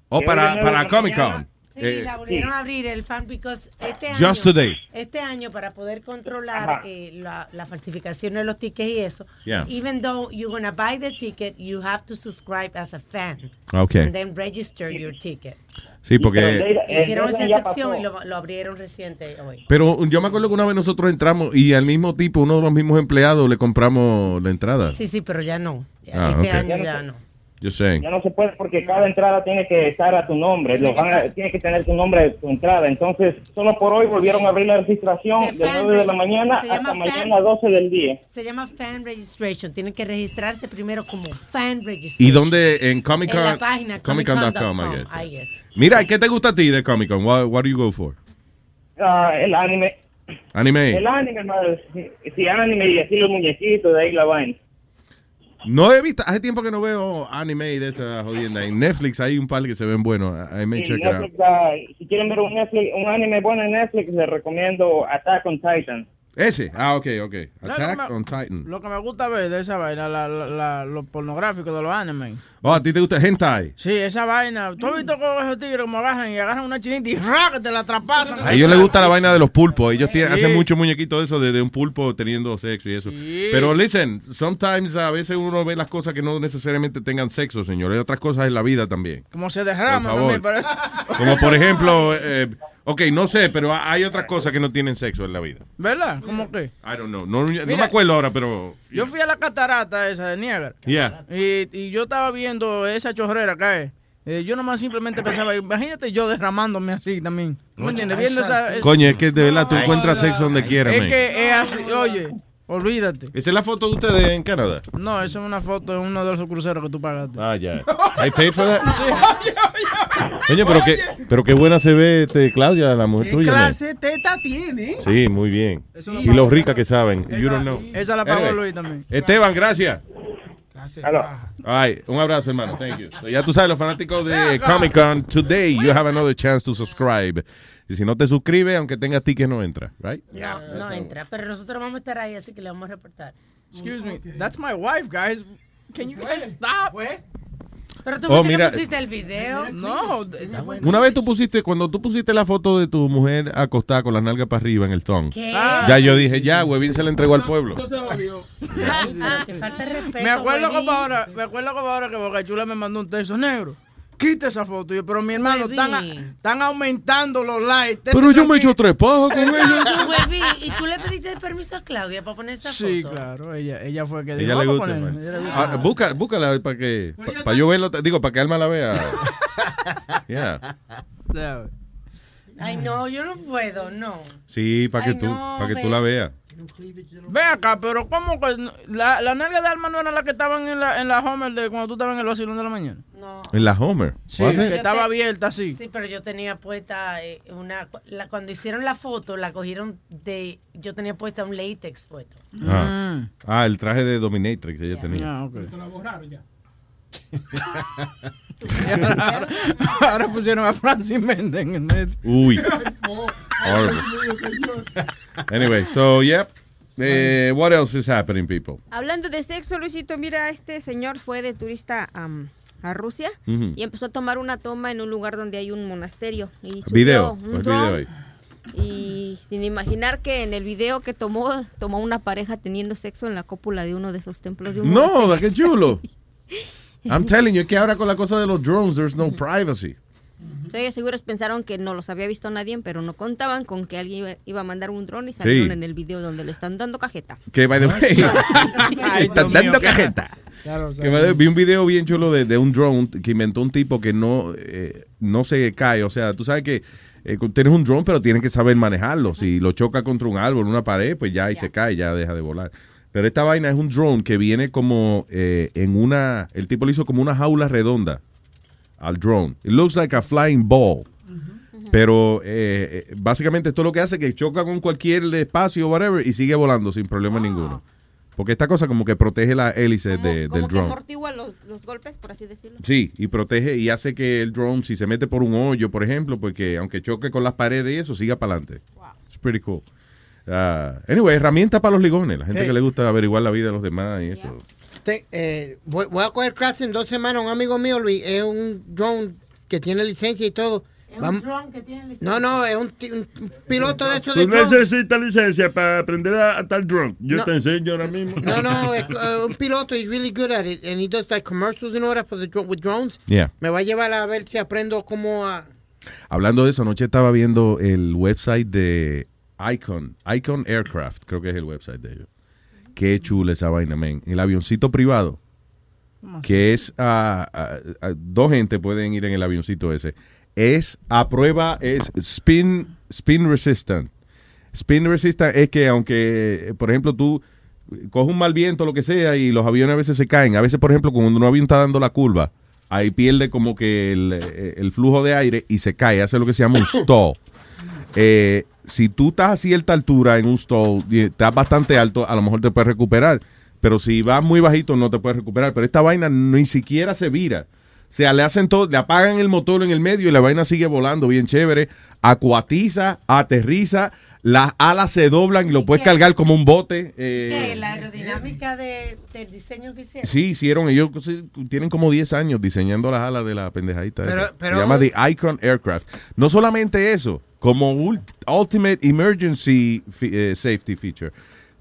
Oh,
Que hoy
para,
de nuevo
para
en la
Comic Con.
Sí,
Eh,
la volvieron a abrir el fan because este año,
Just today.
este año para poder controlar eh, la, la falsificación de los tickets y eso,
Yeah.
even though you're gonna buy the ticket, you have to subscribe as a fan
Okay.
and then register your ticket.
Sí, porque...
Pero
eh,
Hicieron esa
ya- ya
excepción y lo, lo abrieron reciente hoy.
Pero yo me acuerdo que una vez nosotros entramos y al mismo tipo, uno de los mismos empleados, le compramos la entrada.
Sí, sí, pero ya no. Ya,
Ah,
este
ok.
año ya no.
Yo sé.
Ya no se puede porque cada entrada tiene que estar a tu nombre, lo van a- tiene que tener tu nombre de tu entrada. Entonces, solo por hoy volvieron a abrir la registración de 9 de la mañana
Se
hasta
llama
mañana 12 del día.
Se llama fan registration. Tienen que registrarse primero como fan registration.
¿Y dónde? En Comic Con.
En la página
ComicCon.com, I guess.
I guess.
Mira, ¿y ¿qué te gusta a ti de Comic Con? What, what do you go for?
Ah, el anime. El
Anime.
anime, hermano. Sí, sí, anime y así los muñequitos, de ahí la vaina.
No he visto, hace tiempo que no veo anime y de esa jodienda. En Netflix hay un par que se ven buenos. I may
Y
check it out.
Netflix, ah, si quieren ver un, Netflix- un anime bueno en Netflix, les recomiendo Attack on Titan.
Ese. Ah, ok, ok.
No,
Attack
no,
on Titan.
Lo que me gusta ver de esa vaina, la, la, la- los pornográficos de los animes.
Oh, ¿a ti te gusta hentai?
Sí, esa vaina. ¿Tú has visto cómo esos tigres como agarran y agarran una chinita y ¡rac! te la traspasan?
A ellos les gusta la vaina de los pulpos. Ellos tienen,
Sí.
hacen mucho muñequito de eso, de, de un pulpo teniendo sexo y eso. Pero listen, sometimes a veces uno ve las cosas que no necesariamente tengan sexo, señor. Hay otras cosas en la vida también.
Como se derrama
Por favor.
también. pero-
Como por ejemplo, eh, ok, no sé, pero hay otras cosas que no tienen sexo en la vida.
¿Verdad? ¿Cómo que?
I don't know. No, no me
Mira.
acuerdo ahora, pero.
Yo fui a la catarata esa de Niágara.
Yeah.
Y, y yo estaba viendo esa chorrera cae. Eh, yo nomás simplemente pensaba, imagínate yo derramándome así también. ¿Me entiendes? Viendo esa, es-
Coño, es que de verdad tú encuentras sexo donde quieras,
es
man.
que es así, oye, olvídate.
¿Esa es la foto de ustedes en Canadá?
No, esa es una foto de uno de esos cruceros que tú pagaste.
Ah, ya. I paid for that. Coño, pero qué, pero qué buena se ve este, Claudia, la mujer tuya. man.
teta tiene?
Sí, muy bien.
¿eh? Eso
Y los ricas que saben. You don't know.
Esa la pagó
Anyway.
Luis también.
Esteban, gracias. Ay, un abrazo, hermano. Thank you. So, ya tú sabes, los fanáticos de Comic Con, today you have another chance to subscribe. Y si no te suscribes, aunque tengas ticket, no entra, right?
No, no entra. Pero nosotros vamos a estar ahí, así que le vamos a reportar.
Excuse me, that's my wife, guys. Can you guys stop?
Pero
tú Oh, fuiste que mira. pusiste
el video.
No,
Una vez tú pusiste, cuando tú pusiste la foto de tu mujer acostada con las nalgas para arriba en el thong,
¿Qué?
ya yo dije, ya, Webin se la entregó al pueblo.
me acuerdo como ahora, me acuerdo como ahora que Bocachula me mandó un texto negro. Quita esa foto. Y Yo, pero mi hermano, están, a- están aumentando los likes. Te-
Pero yo me he hecho tres pajos con ella.
Huevín, ¿y tú le pediste permiso a Claudia para poner esta
Sí,
foto?
claro, ella, ella fue que dijo,
Ella le
"Vamos a
gusta.
ponerla".
man.
Ella le gusta. Pues
Ah, busca- búscala para que, para yo verlo, digo, para que Alma la vea. Yeah.
Ya,
Ay, no, yo no puedo, no.
Sí, para que
Ay,
tú,
no,
para que tú
ve.
la veas.
Ve acá, pero ¿cómo que no- la, la nalga de Alma no era la que estaban en la, en la Homer de cuando tú estabas en el vacilón de la mañana?
En la Homer.
Sí,
Was it?
que estaba abierta así.
Sí, pero yo tenía puesta eh, una... la- cuando hicieron la foto, la cogieron de... Yo tenía puesta un latex puesto.
Ah. Ah, el traje de Dominatrix ella tenía.
Mm. Ah, ok.
Te la borraron ya.
ahora, ahora pusieron a Francis Méndez en el medio.
Uy. Horrible. Anyway, so, yep. Eh, what else is happening, people?
Hablando de sexo, Luisito, mira, este señor fue de turista am, a Rusia
Ujú.
y empezó a tomar una toma en un lugar donde hay un monasterio. Y subió
Video.
un
Pues
dron
video ahí.
Y sin imaginar que en el video que tomó, tomó una pareja teniendo sexo en la cópula de uno de esos templos de un
No, da que chulo. I'm telling you, es que ahora con la cosa de los drones, there's no privacy.
monasterio. Ellos seguros pensaron que no los había visto nadie, pero no contaban con que alguien iba- iba a mandar un dron y salieron
Sí.
en el video donde le están dando cajeta.
Que by the way,
Ay,
están
Dios mío,
dando
qué-
cajeta. Que by the way, vi un video bien chulo de, de un drone que inventó un tipo que no, eh, no se cae. O sea, tú sabes que eh, tienes un drone, pero tienes que saber manejarlo. Si lo choca contra un árbol, una pared, pues ya y se cae, ya deja de volar. Pero esta vaina es un drone que viene como eh, en una. El tipo le hizo como una jaula redonda al drone. It looks like a flying ball. Pero eh, eh, básicamente esto lo que hace es que choca con cualquier espacio, whatever, y sigue volando sin problema ninguno. Porque esta cosa como que protege la hélice de- del
Ah. Como que
drone.
amortigua los, los golpes, por así decirlo.
Sí, y protege y hace que el drone, si se mete por un hoyo, por ejemplo, porque aunque choque con las paredes y eso, siga para adelante. It's pretty cool. Ah, anyway, herramienta para los ligones. La gente
Hey.
que le gusta averiguar la vida de los demás y eso.
Te- eh, voy, voy a coger clase en dos semanas. Un amigo mío, Luis, es un drone que tiene licencia y todo.
Es un
Vam-
drone que tiene licencia.
no, no, es un, ti- un piloto de esos de
Tú
drones.
necesitas licencia para aprender a, a tal drone. Yo te enseño ahora mismo.
No, no, es, eh, un piloto is really good at it and he does like commercials and all that for the dro- with drones.
Yeah.
Me va a llevar a ver si aprendo cómo a,
Hablando de eso, anoche estaba viendo el website de Icon, Icon Aircraft, creo que es el website de ellos. Qué chula esa vaina, men. El avioncito privado, que es ah, ah, ah, dos gente pueden ir en el avioncito ese. Es a prueba, es spin, spin resistant. Spin resistant es que aunque, eh, por ejemplo, tú coges un mal viento, lo que sea, y los aviones a veces se caen. A veces, por ejemplo, cuando un avión está dando la curva, ahí pierde como que el, eh, el flujo de aire y se cae. Hace lo que se llama un stall. Eh, si tú estás a cierta altura en un stall, y estás bastante alto, a lo mejor te puedes recuperar. Pero si vas muy bajito, no te puedes recuperar. Pero esta vaina ni siquiera se vira. O sea, le hacen todo, le apagan el motor en el medio y la vaina sigue volando bien chévere. Acuatiza, aterriza, las alas se doblan y lo puedes cargar como un bote. eh,
¿Qué? La aerodinámica de- del diseño que hicieron.
Sí, hicieron. Ellos sí, tienen como 10 años diseñando las alas de la pendejadita.
Pero-
esa.
pero-
Se llama The Icon Aircraft. No solamente eso, como ul- Ultimate Emergency fi- eh, Safety Feature,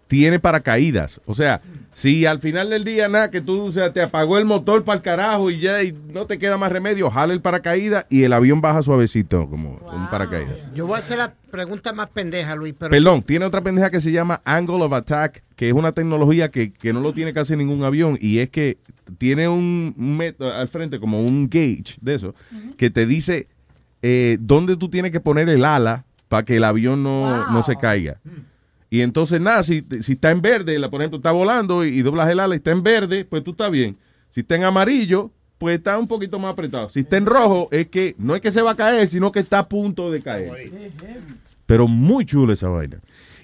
tiene paracaídas. O sea, si al final del día, nada, que tú o sea, te apagó el motor para el carajo y ya y no te queda más remedio, jala el paracaídas y el avión baja suavecito como un paracaídas.
Yo voy a hacer la pregunta más pendeja, Luis, pero...
Perdón, tiene otra pendeja que se llama Angle of Attack, que es una tecnología que, que no lo tiene casi ningún avión y es que tiene un metro al frente como un gauge de eso que te dice eh, dónde tú tienes que poner el ala para que el avión no, no se caiga. Y entonces, nada, si, si está en verde, la- por ejemplo, está volando y, y doblas el ala y está en verde, pues tú estás bien. Si está en amarillo, pues está un poquito más apretado. Si está en rojo, es que no es que se va a caer, sino que está a punto de caer. Pero muy chula esa vaina.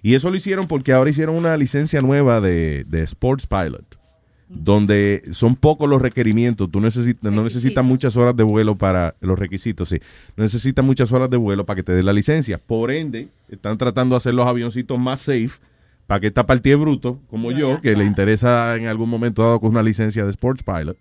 Y eso lo hicieron porque ahora hicieron una licencia nueva de, de Sports Pilot, donde son pocos los requerimientos. Tú necesitas, no necesitas muchas horas de vuelo para los requisitos, sí. No necesitas muchas horas de vuelo para que te dé la licencia. Por ende, están tratando de hacer los avioncitos más safe para que esta partida de bruto, como yo, que le interesa en algún momento dado con una licencia de Sports Pilot,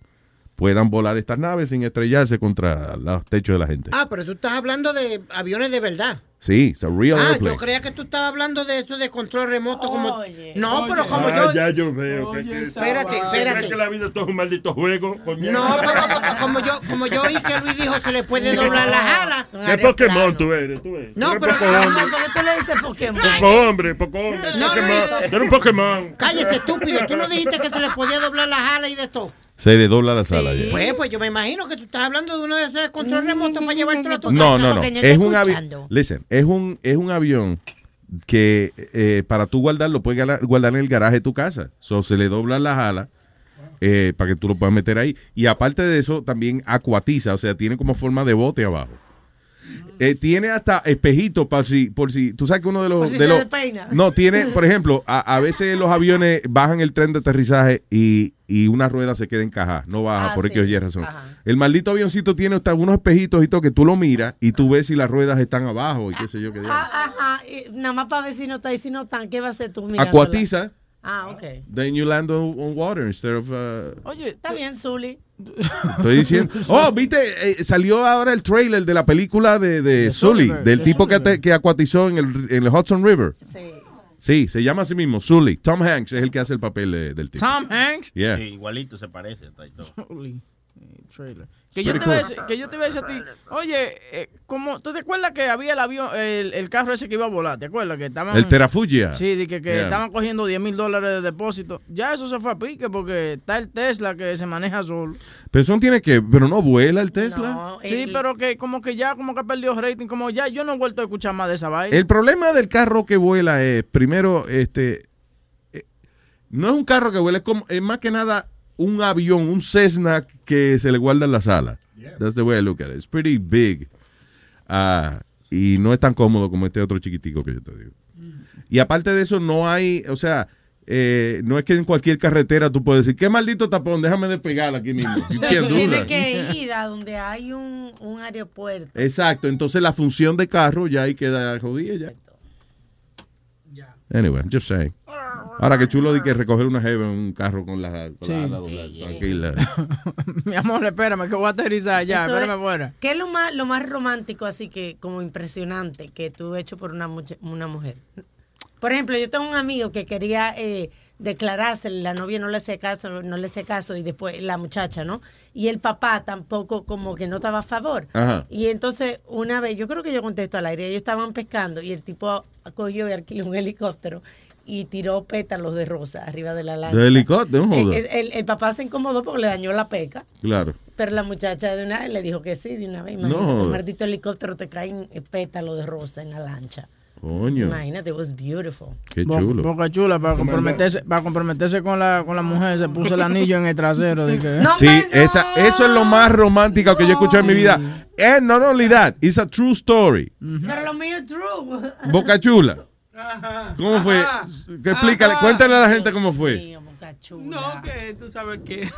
puedan volar estas naves sin estrellarse contra los techos de la gente.
Ah, pero tú estás hablando de aviones de verdad.
Sí, it's a real
Ah,
airplane.
yo creía que tú estabas hablando de eso de control remoto como... no, pero como
Ah,
yo...
ya yo veo. que- que-
Espérate,
¿Te
espérate.
crees que la vida es todo un maldito juego? Pues coño?
No, pero como yo, como yo oí que Luis dijo se le puede doblar las
Ah,
alas.
¿Qué Pokémon tú eres? Tú eres.
No,
Tú eres
pero-
poco hombre.
¿Por qué tú le dices Pokémon?
Poco hombre, poco hombre.
No,
Pokémon.
no, no.
Tú eres un Pokémon.
Cállate, estúpido. Tú no dijiste que se le podía doblar las alas y de todo.
Se le dobla la sala. ya.
Pues, pues yo me imagino que tú estás hablando de uno de esos de control remoto para llevártelo a tu casa.
No, no, no.
porque
Es
está
un
escuchando.
avión. Listen, es un, es un avión que eh, para tú guardarlo puedes gala- guardar en el garaje de tu casa. So, se le doblan las alas eh, para que tú lo puedas meter ahí. Y aparte de eso, también acuatiza, o sea, tiene como forma de bote abajo. Eh, tiene hasta espejitos para si, por si, tú sabes que uno de los...
Por si
de
se
los-
despeina.
no, tiene, por ejemplo, a, a veces los aviones bajan el tren de aterrizaje y, y una rueda se queda encajada, no baja,
Ah,
por
sí.
X o Y razón.
Ajá.
El maldito avioncito tiene hasta unos espejitos y todo que tú lo miras y tú ves si las ruedas están abajo y qué sé yo qué diablo.
Ah, ajá, y nada más para ver si no está y si no están, ¿qué va a hacer tú? Mirándola.
Acuatiza,
Ah, ok.
then you land on, on water instead of... uh,
Oye, está bien, Zully.
estoy diciendo... Oh, viste, eh, salió ahora el trailer de la película de, de Sully,
Sullivan,
del
de
tipo que, te- que acuatizó en el, en el Hudson River.
Sí.
Sí, se llama así mismo, Sully. Tom Hanks es el que hace el papel de- del tipo.
Tom Hanks.
Yeah.
Sí, igualito se parece. está y todo.
Holy, eh, trailer. Que yo, te
Pretty
iba a
cool.
decir- que yo te iba a decir a ti, oye, eh, como, ¿tú te acuerdas que había el avión, el, el carro ese que iba a volar? ¿Te acuerdas? Que estaban,
El Terrafugia.
Sí, de que, que
Yeah.
estaban cogiendo 10 mil dólares de depósito. Ya eso se fue a pique porque está el Tesla que se maneja solo.
Pero eso no tiene que... Pero no vuela el Tesla.
Sí, pero que como que ya, como que perdió rating, como ya yo no he vuelto a escuchar más de esa vaina.
El problema del carro que vuela es, primero, este, eh, no es un carro que vuela, es, como, es más que nada un avión, un Cessna que se le guarda en la sala. That's the way I look at it. It's pretty big. Ah, y no es tan cómodo como este otro chiquitico que yo te digo. Y aparte de eso, no hay, o sea, eh, no es que en cualquier carretera tú puedes decir, qué maldito tapón, déjame despegar aquí mismo. You can't
Tú
do
tienes
that.
que ir a donde hay un, un aeropuerto.
Exacto, entonces la función de carro ya ahí queda jodida ya. Anyway, I'm just saying. Ahora que chulo de que recoger una jeva en un carro con la, con
Sí.
la ala doblada, tranquila.
Mi amor, espérame, que voy a aterrizar ya,
Eso
espérame
es-
fuera.
¿Qué es lo más, lo más romántico, así que como impresionante, que tú hecho por una, much- una mujer? Por ejemplo, yo tengo un amigo que quería eh, declararse, la novia no le hacía caso, no le hacía caso y después la muchacha, ¿no? Y el papá tampoco como que no estaba a favor.
Ajá.
Y entonces una vez, yo creo que yo contesto al aire, ellos estaban pescando y el tipo cogió y alquiló un helicóptero y tiró pétalos de rosa arriba de la lancha.
¿De helicóptero? Joder.
Eh, El, el papá se incomodó porque le dañó la peca.
Claro.
Pero la muchacha de una vez le dijo que sí, de una vez.
No
Imagínate, un
jodas.
maldito helicóptero te caen eh, pétalos de rosa en la lancha.
Coño.
Imagínate, it was beautiful.
Qué
Bo-
chulo.
Boca chula, para comprometerse, para comprometerse con la, con la mujer, se puso el anillo en el trasero. de que-
sí, esa, eso es lo más romántico que yo he escuchado en mi vida. Es no only that, it's a true story.
Pero lo mío es true.
Boca Chula. ¿Cómo fue? Que Explícale, cuéntale a la gente cómo fue.
No, que tú sabes que.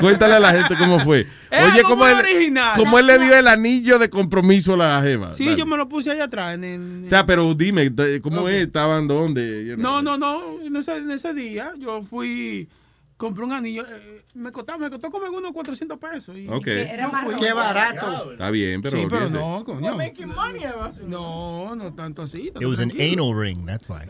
Cuéntale a la gente cómo fue.
Es
Oye,
algo
cómo
muy
él,
original.
cómo él le dio el anillo de compromiso a la jeva.
Sí,
Ah, Dale.
yo me lo puse allá atrás. En el-
O sea, pero dime, ¿cómo es? ¿Estaban dónde? You know.
No, no, no. En ese, en ese día yo fui. Compré un anillo. eh, me, costaba, me costó como unos 400 pesos. Y
Ok.
Era
Qué
más
barato.
Está bien, pero
sí, pero
olvídese.
no, coño. No, no tanto así.
It was an
tranquilo.
anal ring, that's why.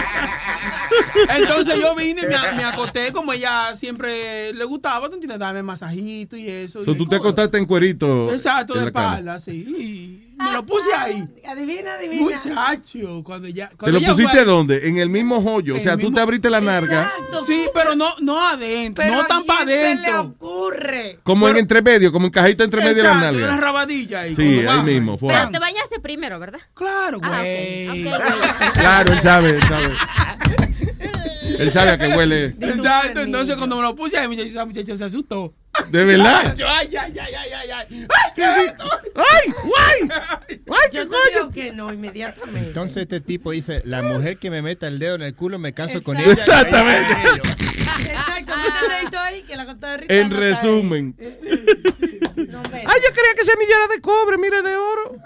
Entonces yo vine, me, a- me acosté como ella siempre le gustaba, ¿tú entiendes? Darme masajito y eso.
So,
y
tú te acostaste en cuerito.
Exacto,
en
de
la cama.
espalda, sí. Y me lo puse ahí.
Ah, Adivina,
adivina. Muchacho, cuando ya.
¿Te
cuando
lo
ella
pusiste
fue-
dónde? En el mismo joyo. O sea, tú te abriste la narga.
Sí, pero no, no adentro.
Pero
no tan para
¿Qué se le
adentro.
ocurre?
Como en entremedio, como en cajita entremedio de la
Exacto,
nalga.
una rabadilla ahí,
Sí,
cuando
ahí
baja.
mismo. Fue.
Pero te bañaste primero, ¿verdad? Ah,
Claro, güey.
Claro, él sabe, él sabe. él sabe a qué huele.
Exacto, entonces cuando me lo puse ahí, muchacha, esa muchacha se asustó.
¿De verdad?
Yo, ay, ay, ay, ay, ay, ay. ¡Ay, qué es esto?
¡Ay, guay!
Yo te digo que no, inmediatamente.
Entonces este tipo dice, la mujer que me meta el dedo en el culo me caso con
Exacto.
ella.
Exactamente. Exacto, métete ahí, tú ahí, que la contaba Rita
En
no está ahí.
resumen.
Ay, yo creía que ese anillo era de cobre, mire, de oro.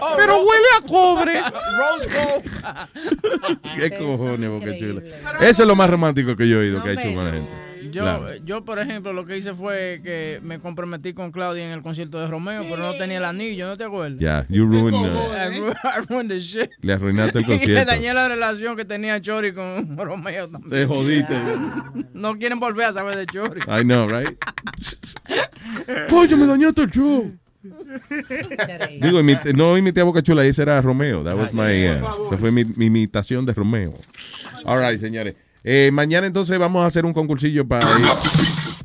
Oh,
Pero huele
a cobre.
Rose gold.
Qué cojones, boca chula. Eso es lo más romántico que yo he oído que ha hecho con la gente.
Yo,
Claro.
eh,
yo, por ejemplo, lo que hice fue que me comprometí con Claudia en el concierto de Romeo, pero no tenía el anillo, ¿no te acuerdas?
Ya, you ruined uh,
I ru- I ruined the shit.
Le arruinaste el
Y le
concierto.
dañé la relación que tenía Chori con Romeo también.
Te jodiste.
No quieren volver a saber de Chori.
I know, right? Coño, me dañó todo el show. Digo, imité- no imité a Boca Chula, ese era Romeo. That was my, uh, esa fue mi, mi imitación de Romeo. All right, señores. Eh, mañana entonces vamos a hacer un concursillo para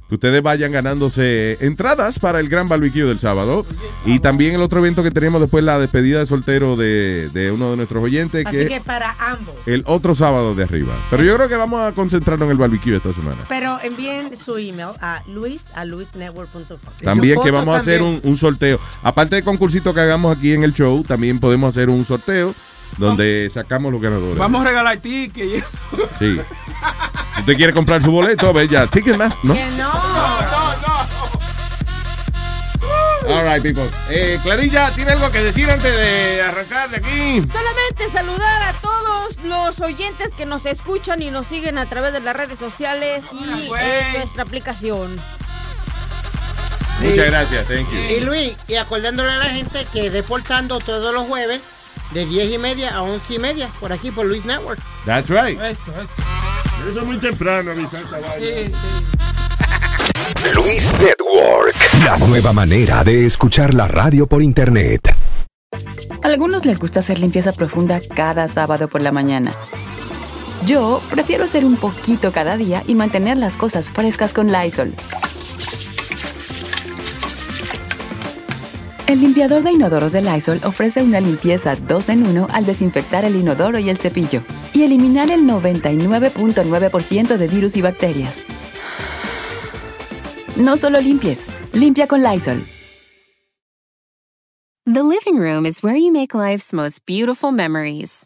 que ustedes vayan ganándose entradas para el gran barbecue del sábado. Y también el otro evento que tenemos después, la despedida de soltero de, de uno de nuestros oyentes,
Así
que
que
es
para ambos.
el otro sábado de arriba. Pero yo creo que vamos a concentrarnos en el barbecue esta semana.
Pero envíen su email a luis a luisnetwork.com.
También que vamos a hacer un, un sorteo. Aparte del concursito que hagamos aquí en el show, también podemos hacer un sorteo donde sacamos los ganadores.
Vamos a regalar tickets y eso.
Sí. Si usted quiere comprar su boleto, ve ya. Ticketmaster, ¿no?
no,
no, no.
All right, people. Eh, Clarilla, ¿tiene algo que decir antes de arrancar de aquí?
Solamente saludar a todos los oyentes que nos escuchan y nos siguen a través de las redes sociales y en nuestra aplicación.
Muchas gracias, thank you.
Y Luis, y acordándole a la gente que deportando todos los jueves de 10 y media a 11 y media por aquí por Luis Network.
That's right.
Eso, eso.
Eso es muy temprano, mi santa vaina.
Luis Network. La nueva manera de escuchar la radio por internet.
Algunos les gusta hacer limpieza profunda cada sábado por la mañana. Yo prefiero hacer un poquito cada día y mantener las cosas frescas con Lysol. El limpiador de inodoros de Lysol ofrece una limpieza 2 en 1 al desinfectar el inodoro y el cepillo y eliminar el 99.9% de virus y bacterias. No solo limpies, limpia con Lysol.
The living room is where you make life's most beautiful memories.